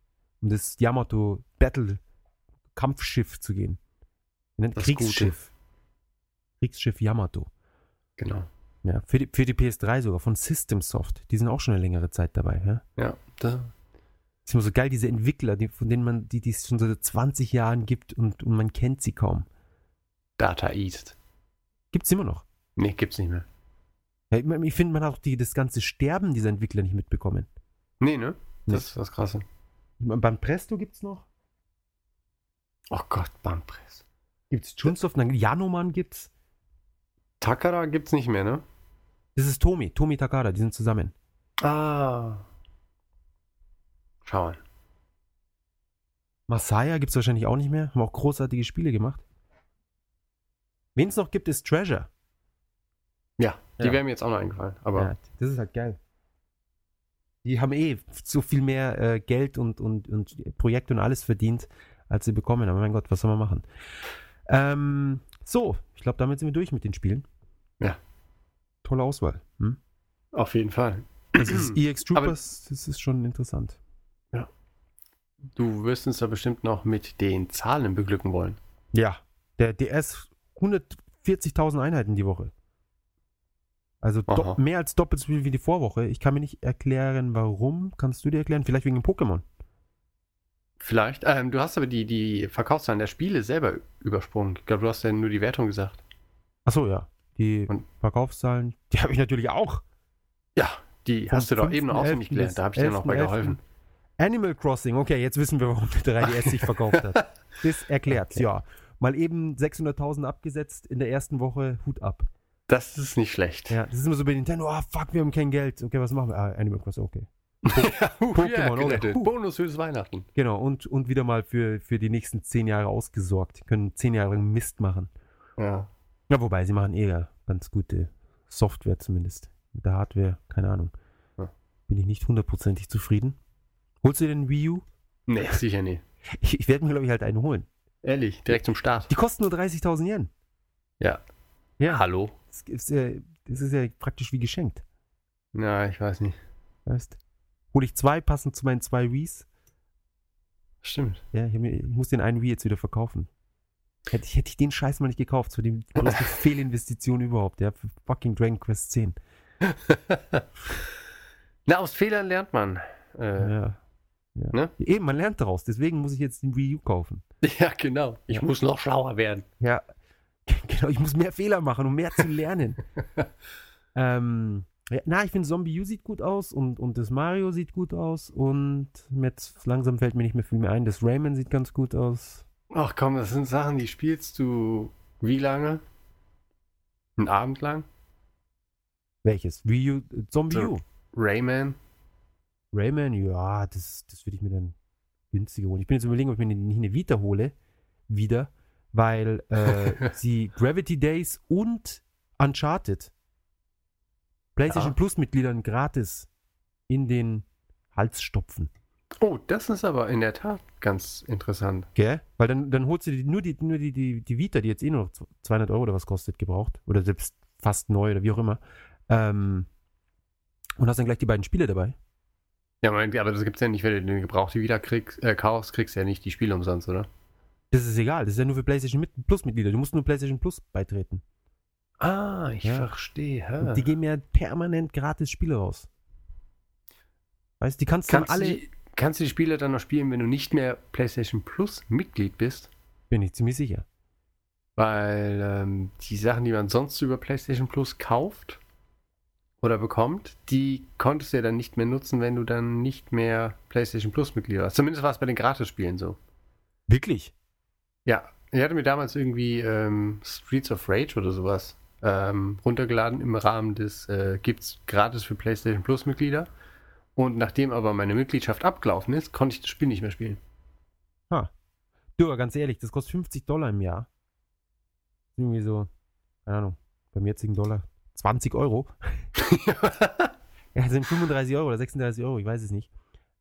Speaker 2: um das Yamato Battle Kampfschiff zu gehen. Wie nennt-
Speaker 1: Das
Speaker 2: Kriegsschiff. Kriegsschiff Yamato.
Speaker 1: Genau.
Speaker 2: Ja, für die, für die PS3 sogar, von Systemsoft. Die sind auch schon eine längere Zeit dabei. Ja?
Speaker 1: Ja, da,
Speaker 2: Ist immer so geil, diese Entwickler, die, von denen man, die die es schon seit 20 Jahren gibt und, und man kennt sie kaum.
Speaker 1: Data East.
Speaker 2: Gibt es immer noch.
Speaker 1: Nee, gibt's nicht mehr.
Speaker 2: Ja, ich mein, ich finde, man hat auch die, das ganze Sterben dieser Entwickler nicht mitbekommen.
Speaker 1: Nee, ne?
Speaker 2: Nee.
Speaker 1: Das ist das Krasse.
Speaker 2: Ich mein, Beim Presto gibt's noch.
Speaker 1: Oh Gott, Bandpress.
Speaker 2: Gibt's Chunsoft, dann Janoman gibt's.
Speaker 1: Takara gibt's nicht mehr, ne?
Speaker 2: Das ist Tomi, Tomi Takada, die sind zusammen.
Speaker 1: Ah. Schauen.
Speaker 2: Masaya gibt's wahrscheinlich auch nicht mehr. Haben auch großartige Spiele gemacht. Wen es noch gibt, ist Treasure.
Speaker 1: Ja, die
Speaker 2: Ja.
Speaker 1: wären mir jetzt auch noch eingefallen. Aber
Speaker 2: Ja, das ist halt geil. Die haben eh so viel mehr äh, Geld und, und, und Projekte und alles verdient, als sie bekommen. Aber mein Gott, was soll man machen? Ähm, so, ich glaube, damit sind wir durch mit den Spielen.
Speaker 1: Ja.
Speaker 2: Tolle Auswahl. Hm?
Speaker 1: auf jeden Fall.
Speaker 2: Das ist EX
Speaker 1: Aber-
Speaker 2: Troopers, das ist schon interessant.
Speaker 1: Du wirst uns da bestimmt noch mit den Zahlen beglücken wollen.
Speaker 2: Ja, der DS 140.000 Einheiten die Woche. Also do-
Speaker 1: Aha.
Speaker 2: mehr als doppelt so viel wie die Vorwoche. Ich kann mir nicht erklären, warum. Kannst du dir erklären? Vielleicht wegen dem Pokémon.
Speaker 1: Vielleicht. Ähm, du hast aber die, die Verkaufszahlen der Spiele selber übersprungen. Ich glaube, du hast ja nur die Wertung gesagt.
Speaker 2: Achso, ja. Die
Speaker 1: Und-
Speaker 2: Verkaufszahlen, die habe ich natürlich auch.
Speaker 1: Ja, die
Speaker 2: Vom
Speaker 1: hast du doch eben noch
Speaker 2: 5.11.
Speaker 1: auswendig gelernt. Da habe ich dir noch bei
Speaker 2: 11.11..
Speaker 1: geholfen.
Speaker 2: Animal Crossing, okay, jetzt wissen wir, warum der 3DS sich verkauft hat. Das erklärt,
Speaker 1: Okay.
Speaker 2: ja. Mal eben 600.000 abgesetzt in der ersten Woche, Hut ab.
Speaker 1: Das ist nicht schlecht.
Speaker 2: Ja, das ist immer so bei Nintendo, ah, fuck, wir haben kein Geld. Okay, was machen wir? Ah, Animal Crossing, okay.
Speaker 1: Pokémon,
Speaker 2: Pokémon, okay. Huh.
Speaker 1: genau. Bonus fürs Weihnachten.
Speaker 2: Genau, und, und wieder mal für, für die nächsten zehn Jahre ausgesorgt. Die können zehn Jahre lang Mist machen.
Speaker 1: Ja.
Speaker 2: Ja, wobei, sie machen eh ja ganz gute Software zumindest. Mit der Hardware, keine Ahnung.
Speaker 1: Ja.
Speaker 2: Bin ich nicht hundertprozentig zufrieden. Holst du den Wii U?
Speaker 1: Nee, sicher nicht.
Speaker 2: Ich, ich werde mir, glaube ich, halt einen holen.
Speaker 1: Ehrlich, direkt zum Start.
Speaker 2: Die kosten nur 30.000 Yen.
Speaker 1: Ja.
Speaker 2: Ja.
Speaker 1: Hallo?
Speaker 2: Das ist, ja, das ist ja praktisch wie geschenkt.
Speaker 1: Na, ich weiß nicht.
Speaker 2: Weißt? Hol ich zwei, passend zu meinen zwei Wii's.
Speaker 1: Stimmt.
Speaker 2: Ja, ich, hab mir- ich muss den einen Wii jetzt wieder verkaufen. Hätte ich, hätte ich den Scheiß mal nicht gekauft, zu dem größten Fehlinvestition überhaupt, ja, für fucking Dragon Quest 10.
Speaker 1: Na, aus Fehlern lernt man. Äh, ja.
Speaker 2: Ja. ja.
Speaker 1: Ne?
Speaker 2: Eben, man lernt daraus, deswegen muss ich jetzt den Wii U kaufen.
Speaker 1: genau. Ich muss noch schlauer werden.
Speaker 2: Ja. Genau, ich muss mehr Fehler machen, um mehr zu lernen. ähm, ja, na, ich finde Zombie U sieht gut aus und, und das Mario sieht gut aus und jetzt langsam fällt mir nicht mehr viel mehr ein. Das Rayman sieht ganz gut aus.
Speaker 1: Ach komm, das sind Sachen, die spielst du wie lange? Einen Abend lang?
Speaker 2: Welches? Wii U, äh, Zombie
Speaker 1: So.
Speaker 2: U.
Speaker 1: Rayman?
Speaker 2: Rayman, ja, das, das würde ich mir dann günstiger holen. Ich bin jetzt überlegen, ob ich mir nicht eine Vita hole, wieder, weil äh, sie Gravity Days und Uncharted PlayStation
Speaker 1: Ja.
Speaker 2: Plus Mitgliedern gratis in den Hals stopfen.
Speaker 1: Oh, das ist aber in der Tat ganz interessant.
Speaker 2: Gell? Weil dann, dann holst du die, nur, die, nur die, die, die Vita, die jetzt eh nur noch 200 Euro oder was kostet, gebraucht. Oder selbst fast neu oder wie auch immer. Ähm, und hast dann gleich die beiden Spiele dabei.
Speaker 1: Ja, Moment, aber das gibt's ja nicht, wenn du den Gebrauchte wieder kriegst, äh, kaufst, kriegst du ja nicht die Spiele umsonst, oder?
Speaker 2: Das ist egal, das ist ja nur für PlayStation mit Plus-Mitglieder. Du musst nur PlayStation Plus beitreten.
Speaker 1: Ah, ich
Speaker 2: Ja.
Speaker 1: verstehe.
Speaker 2: Und die geben ja permanent gratis Spiele raus. Weißt du, die kannst,
Speaker 1: kannst,
Speaker 2: du alle.
Speaker 1: du die, kannst du die Spiele dann noch spielen, wenn du nicht mehr PlayStation Plus Mitglied bist?
Speaker 2: Bin ich ziemlich sicher.
Speaker 1: Weil ähm, die Sachen, die man sonst über PlayStation Plus kauft oder bekommt, die konntest du ja dann nicht mehr nutzen, wenn du dann nicht mehr PlayStation Plus Mitglied warst. Zumindest war es bei den Gratis-Spielen so.
Speaker 2: Wirklich?
Speaker 1: Ja, ich hatte mir damals irgendwie ähm, Streets of Rage oder sowas ähm, runtergeladen im Rahmen des äh, gibt's gratis für PlayStation Plus Mitglieder. Und nachdem aber meine Mitgliedschaft abgelaufen ist, konnte ich das Spiel nicht mehr spielen.
Speaker 2: Du, aber ganz ehrlich, das kostet 50 Dollar im Jahr. Irgendwie so, keine Ahnung, beim jetzigen Dollar 20 Euro. Ja, sind 35 Euro oder 36 Euro, ich weiß es nicht.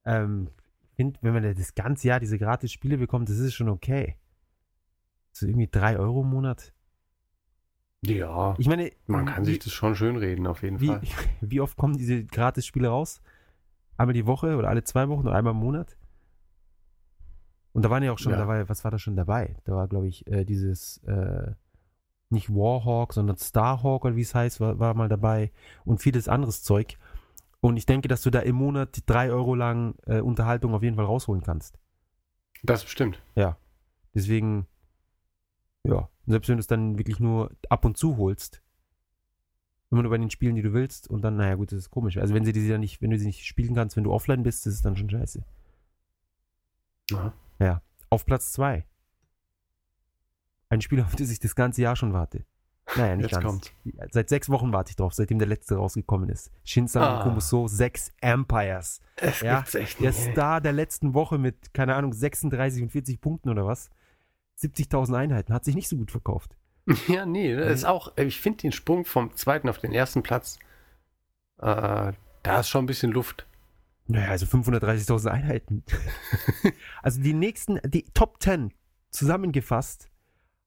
Speaker 2: Ähm, find, wenn man da das ganze Jahr diese gratis Spiele bekommt, das ist schon okay. So irgendwie 3 Euro im Monat.
Speaker 1: ja,
Speaker 2: Ich meine,
Speaker 1: man kann
Speaker 2: wie-
Speaker 1: sich das schon schönreden, auf jeden
Speaker 2: Wie,
Speaker 1: Fall.
Speaker 2: wie oft kommen diese Gratis-Spiele raus? Einmal die Woche oder alle zwei Wochen oder einmal im Monat? Und da waren ja auch schon
Speaker 1: Ja.
Speaker 2: dabei, was war da schon dabei? Da war, glaube ich, äh, dieses, äh, nicht Warhawk, sondern Starhawk oder wie es heißt, war, war mal dabei und vieles anderes Zeug. Und ich denke, dass du da im Monat drei Euro lang äh, Unterhaltung auf jeden Fall rausholen kannst.
Speaker 1: Das bestimmt.
Speaker 2: Deswegen, ja, selbst wenn du es dann wirklich nur ab und zu holst, Immer nur bei den Spielen, die du willst und dann, naja gut, das ist komisch. Also wenn sie diese dann nicht, wenn du sie nicht spielen kannst, wenn du offline bist, das ist dann schon scheiße.
Speaker 1: Aha.
Speaker 2: Ja. Auf Platz 2. Ein Spiel, auf das ich das ganze Jahr schon warte. Naja, nicht
Speaker 1: Jetzt
Speaker 2: ganz.
Speaker 1: kommt's.
Speaker 2: Seit sechs Wochen warte ich drauf, seitdem der letzte rausgekommen ist. Shinsan
Speaker 1: Ah.
Speaker 2: ah. Kumuso 6 Empires.
Speaker 1: Es
Speaker 2: Ja,
Speaker 1: gibt's echt
Speaker 2: Der
Speaker 1: nicht.
Speaker 2: Star der letzten Woche mit, keine Ahnung, 36 und 40 Punkten oder was. 70.000 Einheiten. Hat sich nicht so gut verkauft.
Speaker 1: Ja, nee, das ist auch, ich finde den Sprung vom zweiten auf den ersten Platz, äh, da ist schon ein bisschen Luft.
Speaker 2: Naja, also 530.000 Einheiten. also die nächsten, die Top 10 zusammengefasst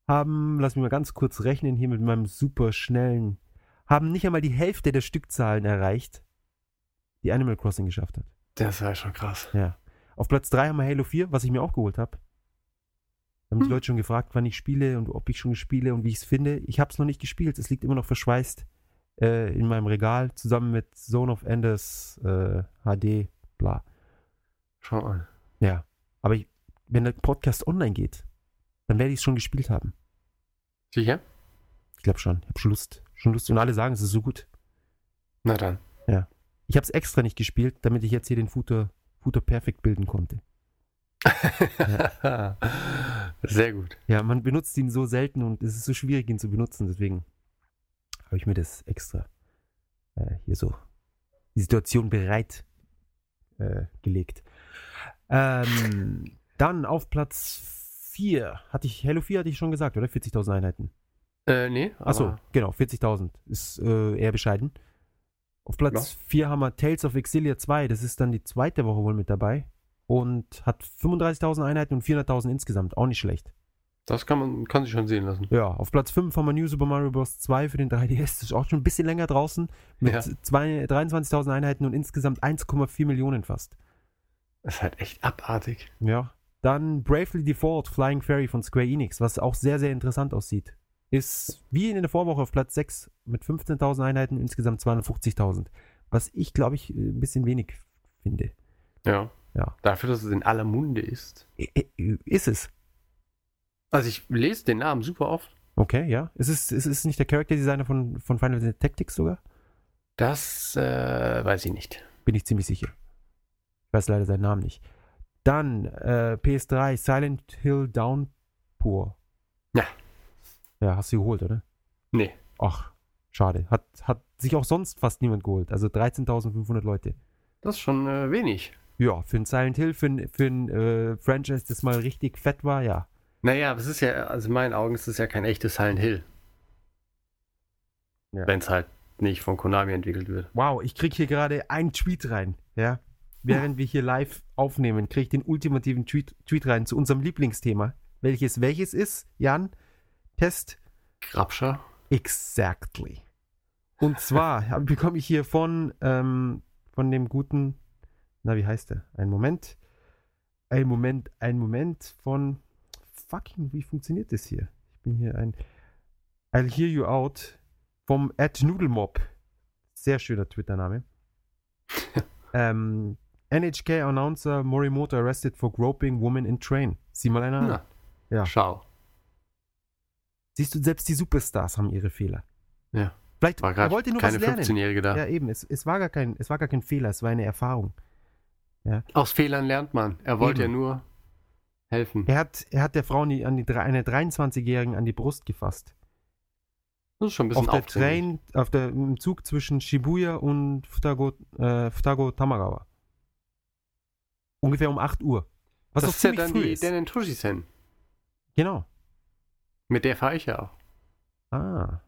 Speaker 2: haben, lass mich mal ganz kurz rechnen hier mit meinem super schnellen, haben nicht einmal die Hälfte der Stückzahlen erreicht, die Animal Crossing geschafft hat.
Speaker 1: Das war schon krass.
Speaker 2: Ja. Auf Platz 3 haben wir Halo 4, was ich mir auch geholt habe. Da haben die
Speaker 1: Hm.
Speaker 2: Leute schon gefragt, wann ich spiele und ob ich schon spiele und wie ich es finde. Ich habe es noch nicht gespielt. Es liegt immer noch verschweißt äh, in meinem Regal zusammen mit Zone of Enders äh, HD, bla.
Speaker 1: Schau mal.
Speaker 2: Ja. Aber ich, wenn der Podcast online geht, dann werde ich es schon gespielt haben.
Speaker 1: Sicher?
Speaker 2: Ich glaube schon. Ich habe schon Lust. Schon Lust. Und alle sagen, es ist so gut.
Speaker 1: Na dann.
Speaker 2: Ich habe es extra nicht gespielt, damit ich jetzt hier den Footer, Footer perfekt bilden konnte.
Speaker 1: Sehr gut.
Speaker 2: Ja, man benutzt ihn so selten und es ist so schwierig, ihn zu benutzen. Deswegen habe ich mir das extra äh, hier so die Situation bereit äh, gelegt. Ähm, dann auf Platz 4 hatte ich, Hello 4 hatte ich schon gesagt, oder? 40.000 Einheiten.
Speaker 1: Äh, nee,
Speaker 2: Achso,
Speaker 1: aber-
Speaker 2: genau, 40.000. Ist äh, eher bescheiden. Auf Platz 4 haben wir Tales of Exilia 2. Das ist dann die zweite Woche wohl mit dabei. Und hat 35.000 Einheiten und 400.000 insgesamt. Auch nicht schlecht.
Speaker 1: das kann man kann sich schon sehen lassen.
Speaker 2: Ja, auf Platz 5 haben wir New Super Mario Bros. 2 für den 3DS. Das ist auch schon ein bisschen länger draußen. Mit
Speaker 1: Ja.
Speaker 2: zwei- 23.000 Einheiten und insgesamt 1,4 Millionen fast.
Speaker 1: Das ist halt echt abartig.
Speaker 2: Ja. Dann Bravely Default Flying Fairy von Square Enix, was auch sehr, sehr interessant aussieht. Ist wie in der Vorwoche auf Platz 6 mit 15.000 Einheiten, insgesamt 250.000. Was ich, glaube ich, äh, ein bisschen wenig finde.
Speaker 1: Ja.
Speaker 2: Ja.
Speaker 1: Dafür, dass es in aller Munde ist.
Speaker 2: Ä- ä- Ist es.
Speaker 1: Also ich lese den Namen super oft.
Speaker 2: Okay, ja. Ist es, ist es nicht der Character Designer von, von Final Fantasy Tactics sogar?
Speaker 1: Das äh, weiß ich nicht.
Speaker 2: Bin ich ziemlich sicher. Ich weiß leider seinen Namen nicht. Dann äh, PS3 Silent Hill Downpour.
Speaker 1: Ja.
Speaker 2: Ja, hast du geholt, oder?
Speaker 1: Nee.
Speaker 2: Ach, schade. Hat, hat sich auch sonst fast niemand geholt. Also 13.500 Leute.
Speaker 1: Das ist schon äh, wenig.
Speaker 2: Ja, für ein Silent Hill, für ein, für ein äh, Franchise, das mal richtig fett war, ja.
Speaker 1: Naja, aber es ist ja, also in meinen Augen ist es ja kein echtes Silent Hill.
Speaker 2: Ja.
Speaker 1: Wenn es halt nicht von Konami entwickelt wird.
Speaker 2: Wow, ich krieg hier gerade einen Tweet rein, ja. Während wir hier live aufnehmen, krieg ich den ultimativen Tweet, Tweet rein zu unserem Lieblingsthema. Welches welches ist, Jan? Test
Speaker 1: Grabscher?
Speaker 2: Exactly. Und zwar hab- bekomme ich hier von, ähm, von dem guten, na, wie heißt der? Ein Moment. Ein Moment, ein Moment von fucking, wie funktioniert das hier? Ich bin hier ein I'll hear you out vom Ad Noodlemob. Sehr schöner Twitter-Name. ähm, NHK Announcer Morimoto arrested for groping woman in train. Sieh mal einer an.
Speaker 1: Na,
Speaker 2: Ja.
Speaker 1: Schau.
Speaker 2: Siehst du, selbst die Superstars haben ihre Fehler.
Speaker 1: Ja.
Speaker 2: Vielleicht
Speaker 1: War
Speaker 2: er wollte
Speaker 1: gerade
Speaker 2: nur
Speaker 1: keine
Speaker 2: was lernen.
Speaker 1: 15-Jährige da.
Speaker 2: Ja, eben. Es, es, war gar kein, es war gar kein Fehler, es war eine Erfahrung.
Speaker 1: Aus Fehlern lernt man. Er wollte
Speaker 2: Eben.
Speaker 1: ja nur helfen.
Speaker 2: Er hat, er hat der Frau an die, an die, drei- einer 23-Jährigen an die Brust gefasst.
Speaker 1: Das ist schon ein bisschen
Speaker 2: Auf der
Speaker 1: aufdringlich.
Speaker 2: Train, auf der, im Zug zwischen Shibuya und Futago, äh, Futago Tamagawa. Ungefähr um 8 Uhr. Was
Speaker 1: das
Speaker 2: auch
Speaker 1: ist ja
Speaker 2: ziemlich
Speaker 1: dann
Speaker 2: früh
Speaker 1: die
Speaker 2: ist.
Speaker 1: Denen Tushisen.
Speaker 2: Genau.
Speaker 1: Mit der fahre ich ja auch.
Speaker 2: Ah.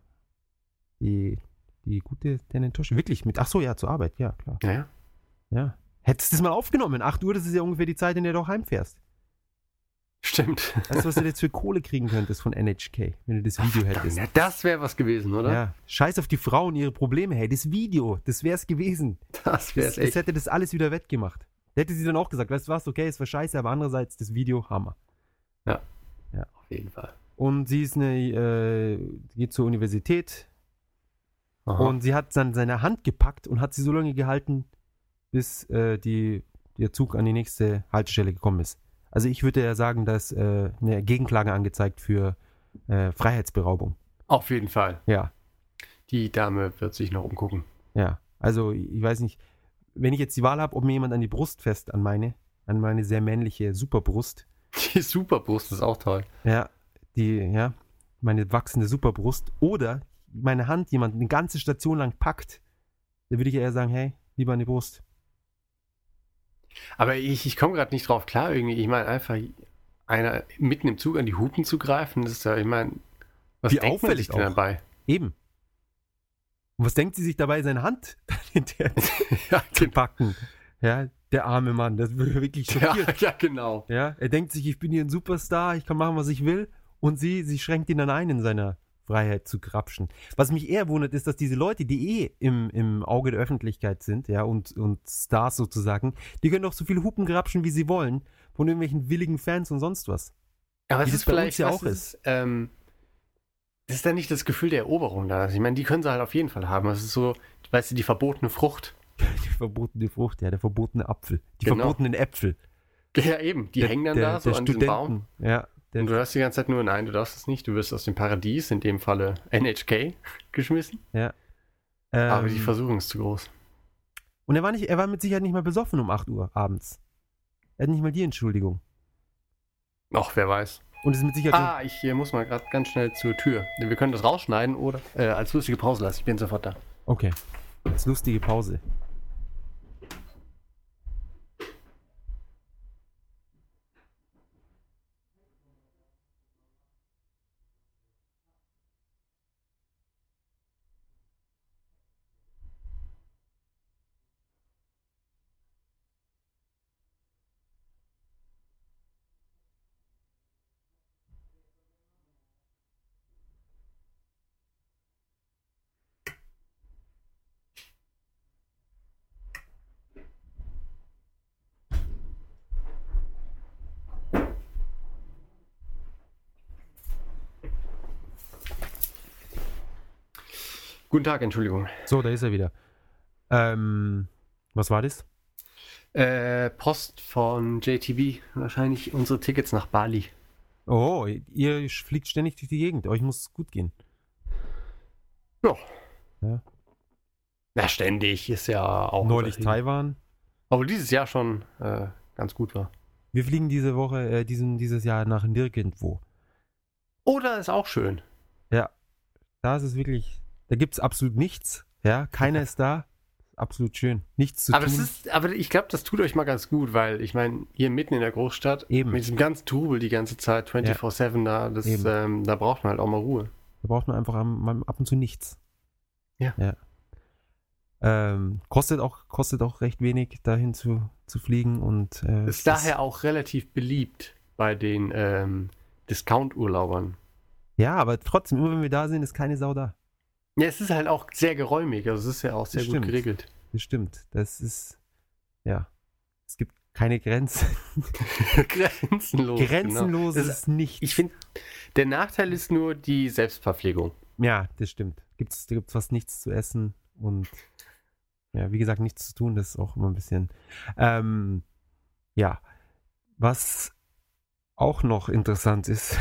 Speaker 2: Die, die gute Denentoshi. Wirklich mit. Ach so, ja, zur Arbeit. Ja, klar.
Speaker 1: Ja.
Speaker 2: Ja. Hättest du das mal aufgenommen. 8 Uhr, das ist ja ungefähr die Zeit, in der du auch heimfährst.
Speaker 1: Stimmt.
Speaker 2: Weißt du, was du jetzt für Kohle kriegen könntest von NHK, wenn du das Video hättest?
Speaker 1: Ja, das wäre was gewesen, oder?
Speaker 2: Ja, scheiß auf die Frauen, ihre Probleme, hey, das Video, das wär's gewesen.
Speaker 1: Das wäre
Speaker 2: Das,
Speaker 1: es
Speaker 2: das
Speaker 1: echt.
Speaker 2: hätte das alles wieder wettgemacht. Da hätte sie dann auch gesagt, weißt du was, okay, es war scheiße, aber andererseits das Video, Hammer.
Speaker 1: Auf jeden Fall.
Speaker 2: Und sie ist eine, äh, geht zur Universität
Speaker 1: Aha.
Speaker 2: und sie hat dann seine Hand gepackt und hat sie so lange gehalten, bis äh, die, der Zug an die nächste Haltestelle gekommen ist. Also ich würde ja sagen, dass äh, eine Gegenklage angezeigt für äh, Freiheitsberaubung.
Speaker 1: Auf jeden Fall.
Speaker 2: Ja,
Speaker 1: Die Dame wird sich noch umgucken.
Speaker 2: Ja, also ich weiß nicht, wenn ich jetzt die Wahl habe, ob mir jemand an die Brust fest, an meine, an meine sehr männliche Superbrust,
Speaker 1: Die Superbrust ist auch toll.
Speaker 2: ja, die, ja, meine wachsende Superbrust oder meine Hand jemanden eine ganze Station lang packt, dann würde ich eher sagen, hey, lieber an die Brust.
Speaker 1: Aber ich, ich komme gerade nicht drauf klar irgendwie. Ich meine, einfach einer mitten im Zug an die Hupen zu greifen, das ist ja, ich meine, was
Speaker 2: Wie
Speaker 1: denkt man sich
Speaker 2: auffällig
Speaker 1: denn
Speaker 2: auch.
Speaker 1: dabei?
Speaker 2: Eben. Und was denkt sie sich dabei, seine Hand in der
Speaker 1: ja,
Speaker 2: zu packen? Ja, der arme Mann, das würde wirklich
Speaker 1: ja,
Speaker 2: schockiert.
Speaker 1: ja, genau.
Speaker 2: Ja, er denkt sich, ich bin hier ein Superstar, ich kann machen, was ich will. Und sie, sie schränkt ihn dann ein, in seiner Freiheit zu grapschen. Was mich eher wundert, ist, dass diese Leute, die eh im, im Auge der Öffentlichkeit sind, ja, und, und Stars sozusagen, die können doch so viel Hupen grapschen, wie sie wollen, von irgendwelchen willigen Fans und sonst was.
Speaker 1: Aber
Speaker 2: Wie
Speaker 1: es
Speaker 2: das
Speaker 1: ist
Speaker 2: bei uns
Speaker 1: vielleicht
Speaker 2: ja
Speaker 1: was,
Speaker 2: auch
Speaker 1: es Ähm, das ist dann nicht das Gefühl der Eroberung da. Ich meine, die können sie halt auf jeden Fall haben. Es ist so, weißt du, die verbotene Frucht.
Speaker 2: Die verbotene Frucht, ja, der verbotene Apfel. Die
Speaker 1: Genau.
Speaker 2: verbotenen Äpfel.
Speaker 1: Ja, eben. Die
Speaker 2: der,
Speaker 1: hängen dann
Speaker 2: der,
Speaker 1: da so
Speaker 2: der
Speaker 1: an diesem
Speaker 2: Studenten.
Speaker 1: Baum.
Speaker 2: Ja, der,
Speaker 1: Und du hörst die ganze Zeit nur, nein, du darfst es nicht, du wirst aus dem Paradies, in dem Falle NHK, geschmissen. Aber ah, die
Speaker 2: ähm,
Speaker 1: Versuchung ist zu groß.
Speaker 2: Und er war, nicht, er war mit Sicherheit nicht mal besoffen um 8 Uhr abends. Er hat nicht mal die Entschuldigung.
Speaker 1: Ach, wer weiß.
Speaker 2: Und ist mit Sicherheit
Speaker 1: Ah, ich äh, muss mal gerade ganz schnell zur Tür. Wir können das rausschneiden oder äh, als lustige Pause lassen. Ich bin sofort da.
Speaker 2: Okay. Jetzt lustige Pause.
Speaker 1: Guten Tag, Entschuldigung.
Speaker 2: So, da ist er wieder. Ähm, was war das?
Speaker 1: Äh, Post von JTB. Wahrscheinlich unsere Tickets nach Bali.
Speaker 2: Oh, ihr fliegt ständig durch die Gegend. Euch muss es gut gehen.
Speaker 1: Ja.
Speaker 2: Ja.
Speaker 1: Na, ständig ist ja auch.
Speaker 2: Neulich
Speaker 1: unser Ding.
Speaker 2: Taiwan.
Speaker 1: Obwohl dieses Jahr schon äh, ganz gut war.
Speaker 2: Wir fliegen diese Woche, äh, diesen, dieses Jahr nach nirgendwo.
Speaker 1: Oder ist auch schön.
Speaker 2: Da ist es wirklich, da gibt es absolut nichts. Ja, keiner ist da. Absolut schön. Nichts zu
Speaker 1: Aber,
Speaker 2: tun.
Speaker 1: es ist, aber ich glaube, das tut euch mal ganz gut, weil ich meine, hier mitten in der Großstadt,
Speaker 2: Eben.
Speaker 1: mit diesem ganzen Trubel die ganze Zeit, 24-7 da, das,
Speaker 2: Hm. Eben.
Speaker 1: ähm, da braucht man halt auch mal Ruhe.
Speaker 2: da braucht man einfach am, am, ab und zu nichts.
Speaker 1: Ja.
Speaker 2: ja. Ähm, kostet, auch, kostet auch recht wenig, dahin zu, zu fliegen. Und, äh,
Speaker 1: Ist daher auch relativ beliebt bei den ähm, Discount-Urlaubern.
Speaker 2: Ja, aber trotzdem, immer wenn wir da sind, ist keine Sau da.
Speaker 1: Ja, es ist halt auch sehr geräumig, also es ist ja auch sehr
Speaker 2: Das
Speaker 1: gut
Speaker 2: stimmt.
Speaker 1: geregelt.
Speaker 2: Das stimmt. Das ist, ja, es gibt keine Grenzen.
Speaker 1: Grenzenlos. genau.
Speaker 2: Grenzenlos
Speaker 1: Es-
Speaker 2: ist nicht.
Speaker 1: Ich finde, der Nachteil ist nur die Selbstverpflegung.
Speaker 2: Ja, das stimmt. Gibt's, da gibt es fast nichts zu essen und ja, wie gesagt, nichts zu tun, das ist auch immer ein bisschen. Ähm, ja, was auch noch interessant ist,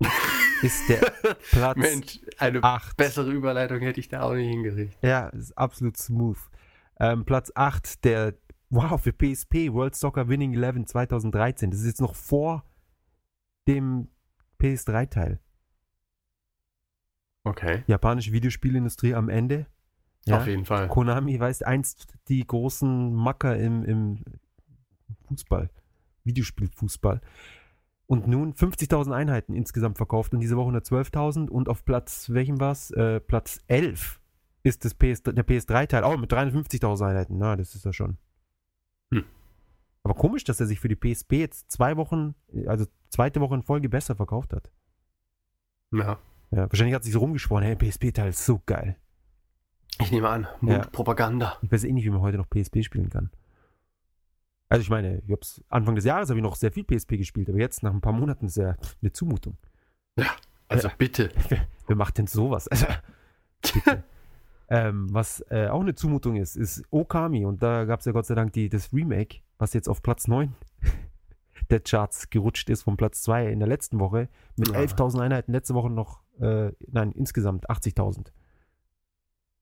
Speaker 2: ist der Platz
Speaker 1: Mensch, eine
Speaker 2: 8.
Speaker 1: bessere Überleitung hätte ich da auch nicht hingerichtet.
Speaker 2: Ja, ist absolut smooth. Ähm, Platz 8 der, wow, für PSP World Soccer Winning 11 2013. Das ist jetzt noch vor dem PS3-Teil.
Speaker 1: Okay,
Speaker 2: Japanische Videospielindustrie am Ende.
Speaker 1: auf jeden Fall.
Speaker 2: Konami weist einst die großen Macker im, im Fußball, Videospielfußball. Und nun 50.000 Einheiten insgesamt verkauft und diese Woche 112.000 und auf Platz, welchem war es? Äh, Platz 11 ist das PS, der PS3-Teil, auch Oh, mit 53.000 Einheiten. Na, das ist ja schon.
Speaker 1: Hm.
Speaker 2: Aber komisch, dass er sich für die PSP jetzt zwei Wochen, also zweite Woche in Folge besser verkauft hat.
Speaker 1: Ja.
Speaker 2: Ja, wahrscheinlich hat sich so rumgeschworen, hey, PSP-Teil ist so geil.
Speaker 1: Ich nehme an, Mundpropaganda.
Speaker 2: Ich weiß eh nicht, wie man heute noch PSP spielen kann. Also ich meine, ich hab's, Anfang des Jahres habe ich noch sehr viel PSP gespielt, aber jetzt nach ein paar Monaten ist ja pff, eine Zumutung.
Speaker 1: Also bitte.
Speaker 2: Wer macht denn sowas? Also, bitte. ähm, was äh, auch eine Zumutung ist, ist Okami und da gab es ja Gott sei Dank die, das Remake, was jetzt auf Platz 9 der Charts gerutscht ist, von Platz 2 in der letzten Woche mit
Speaker 1: Ja.
Speaker 2: 11.000 Einheiten, letzte Woche noch, äh, nein, insgesamt 80.000.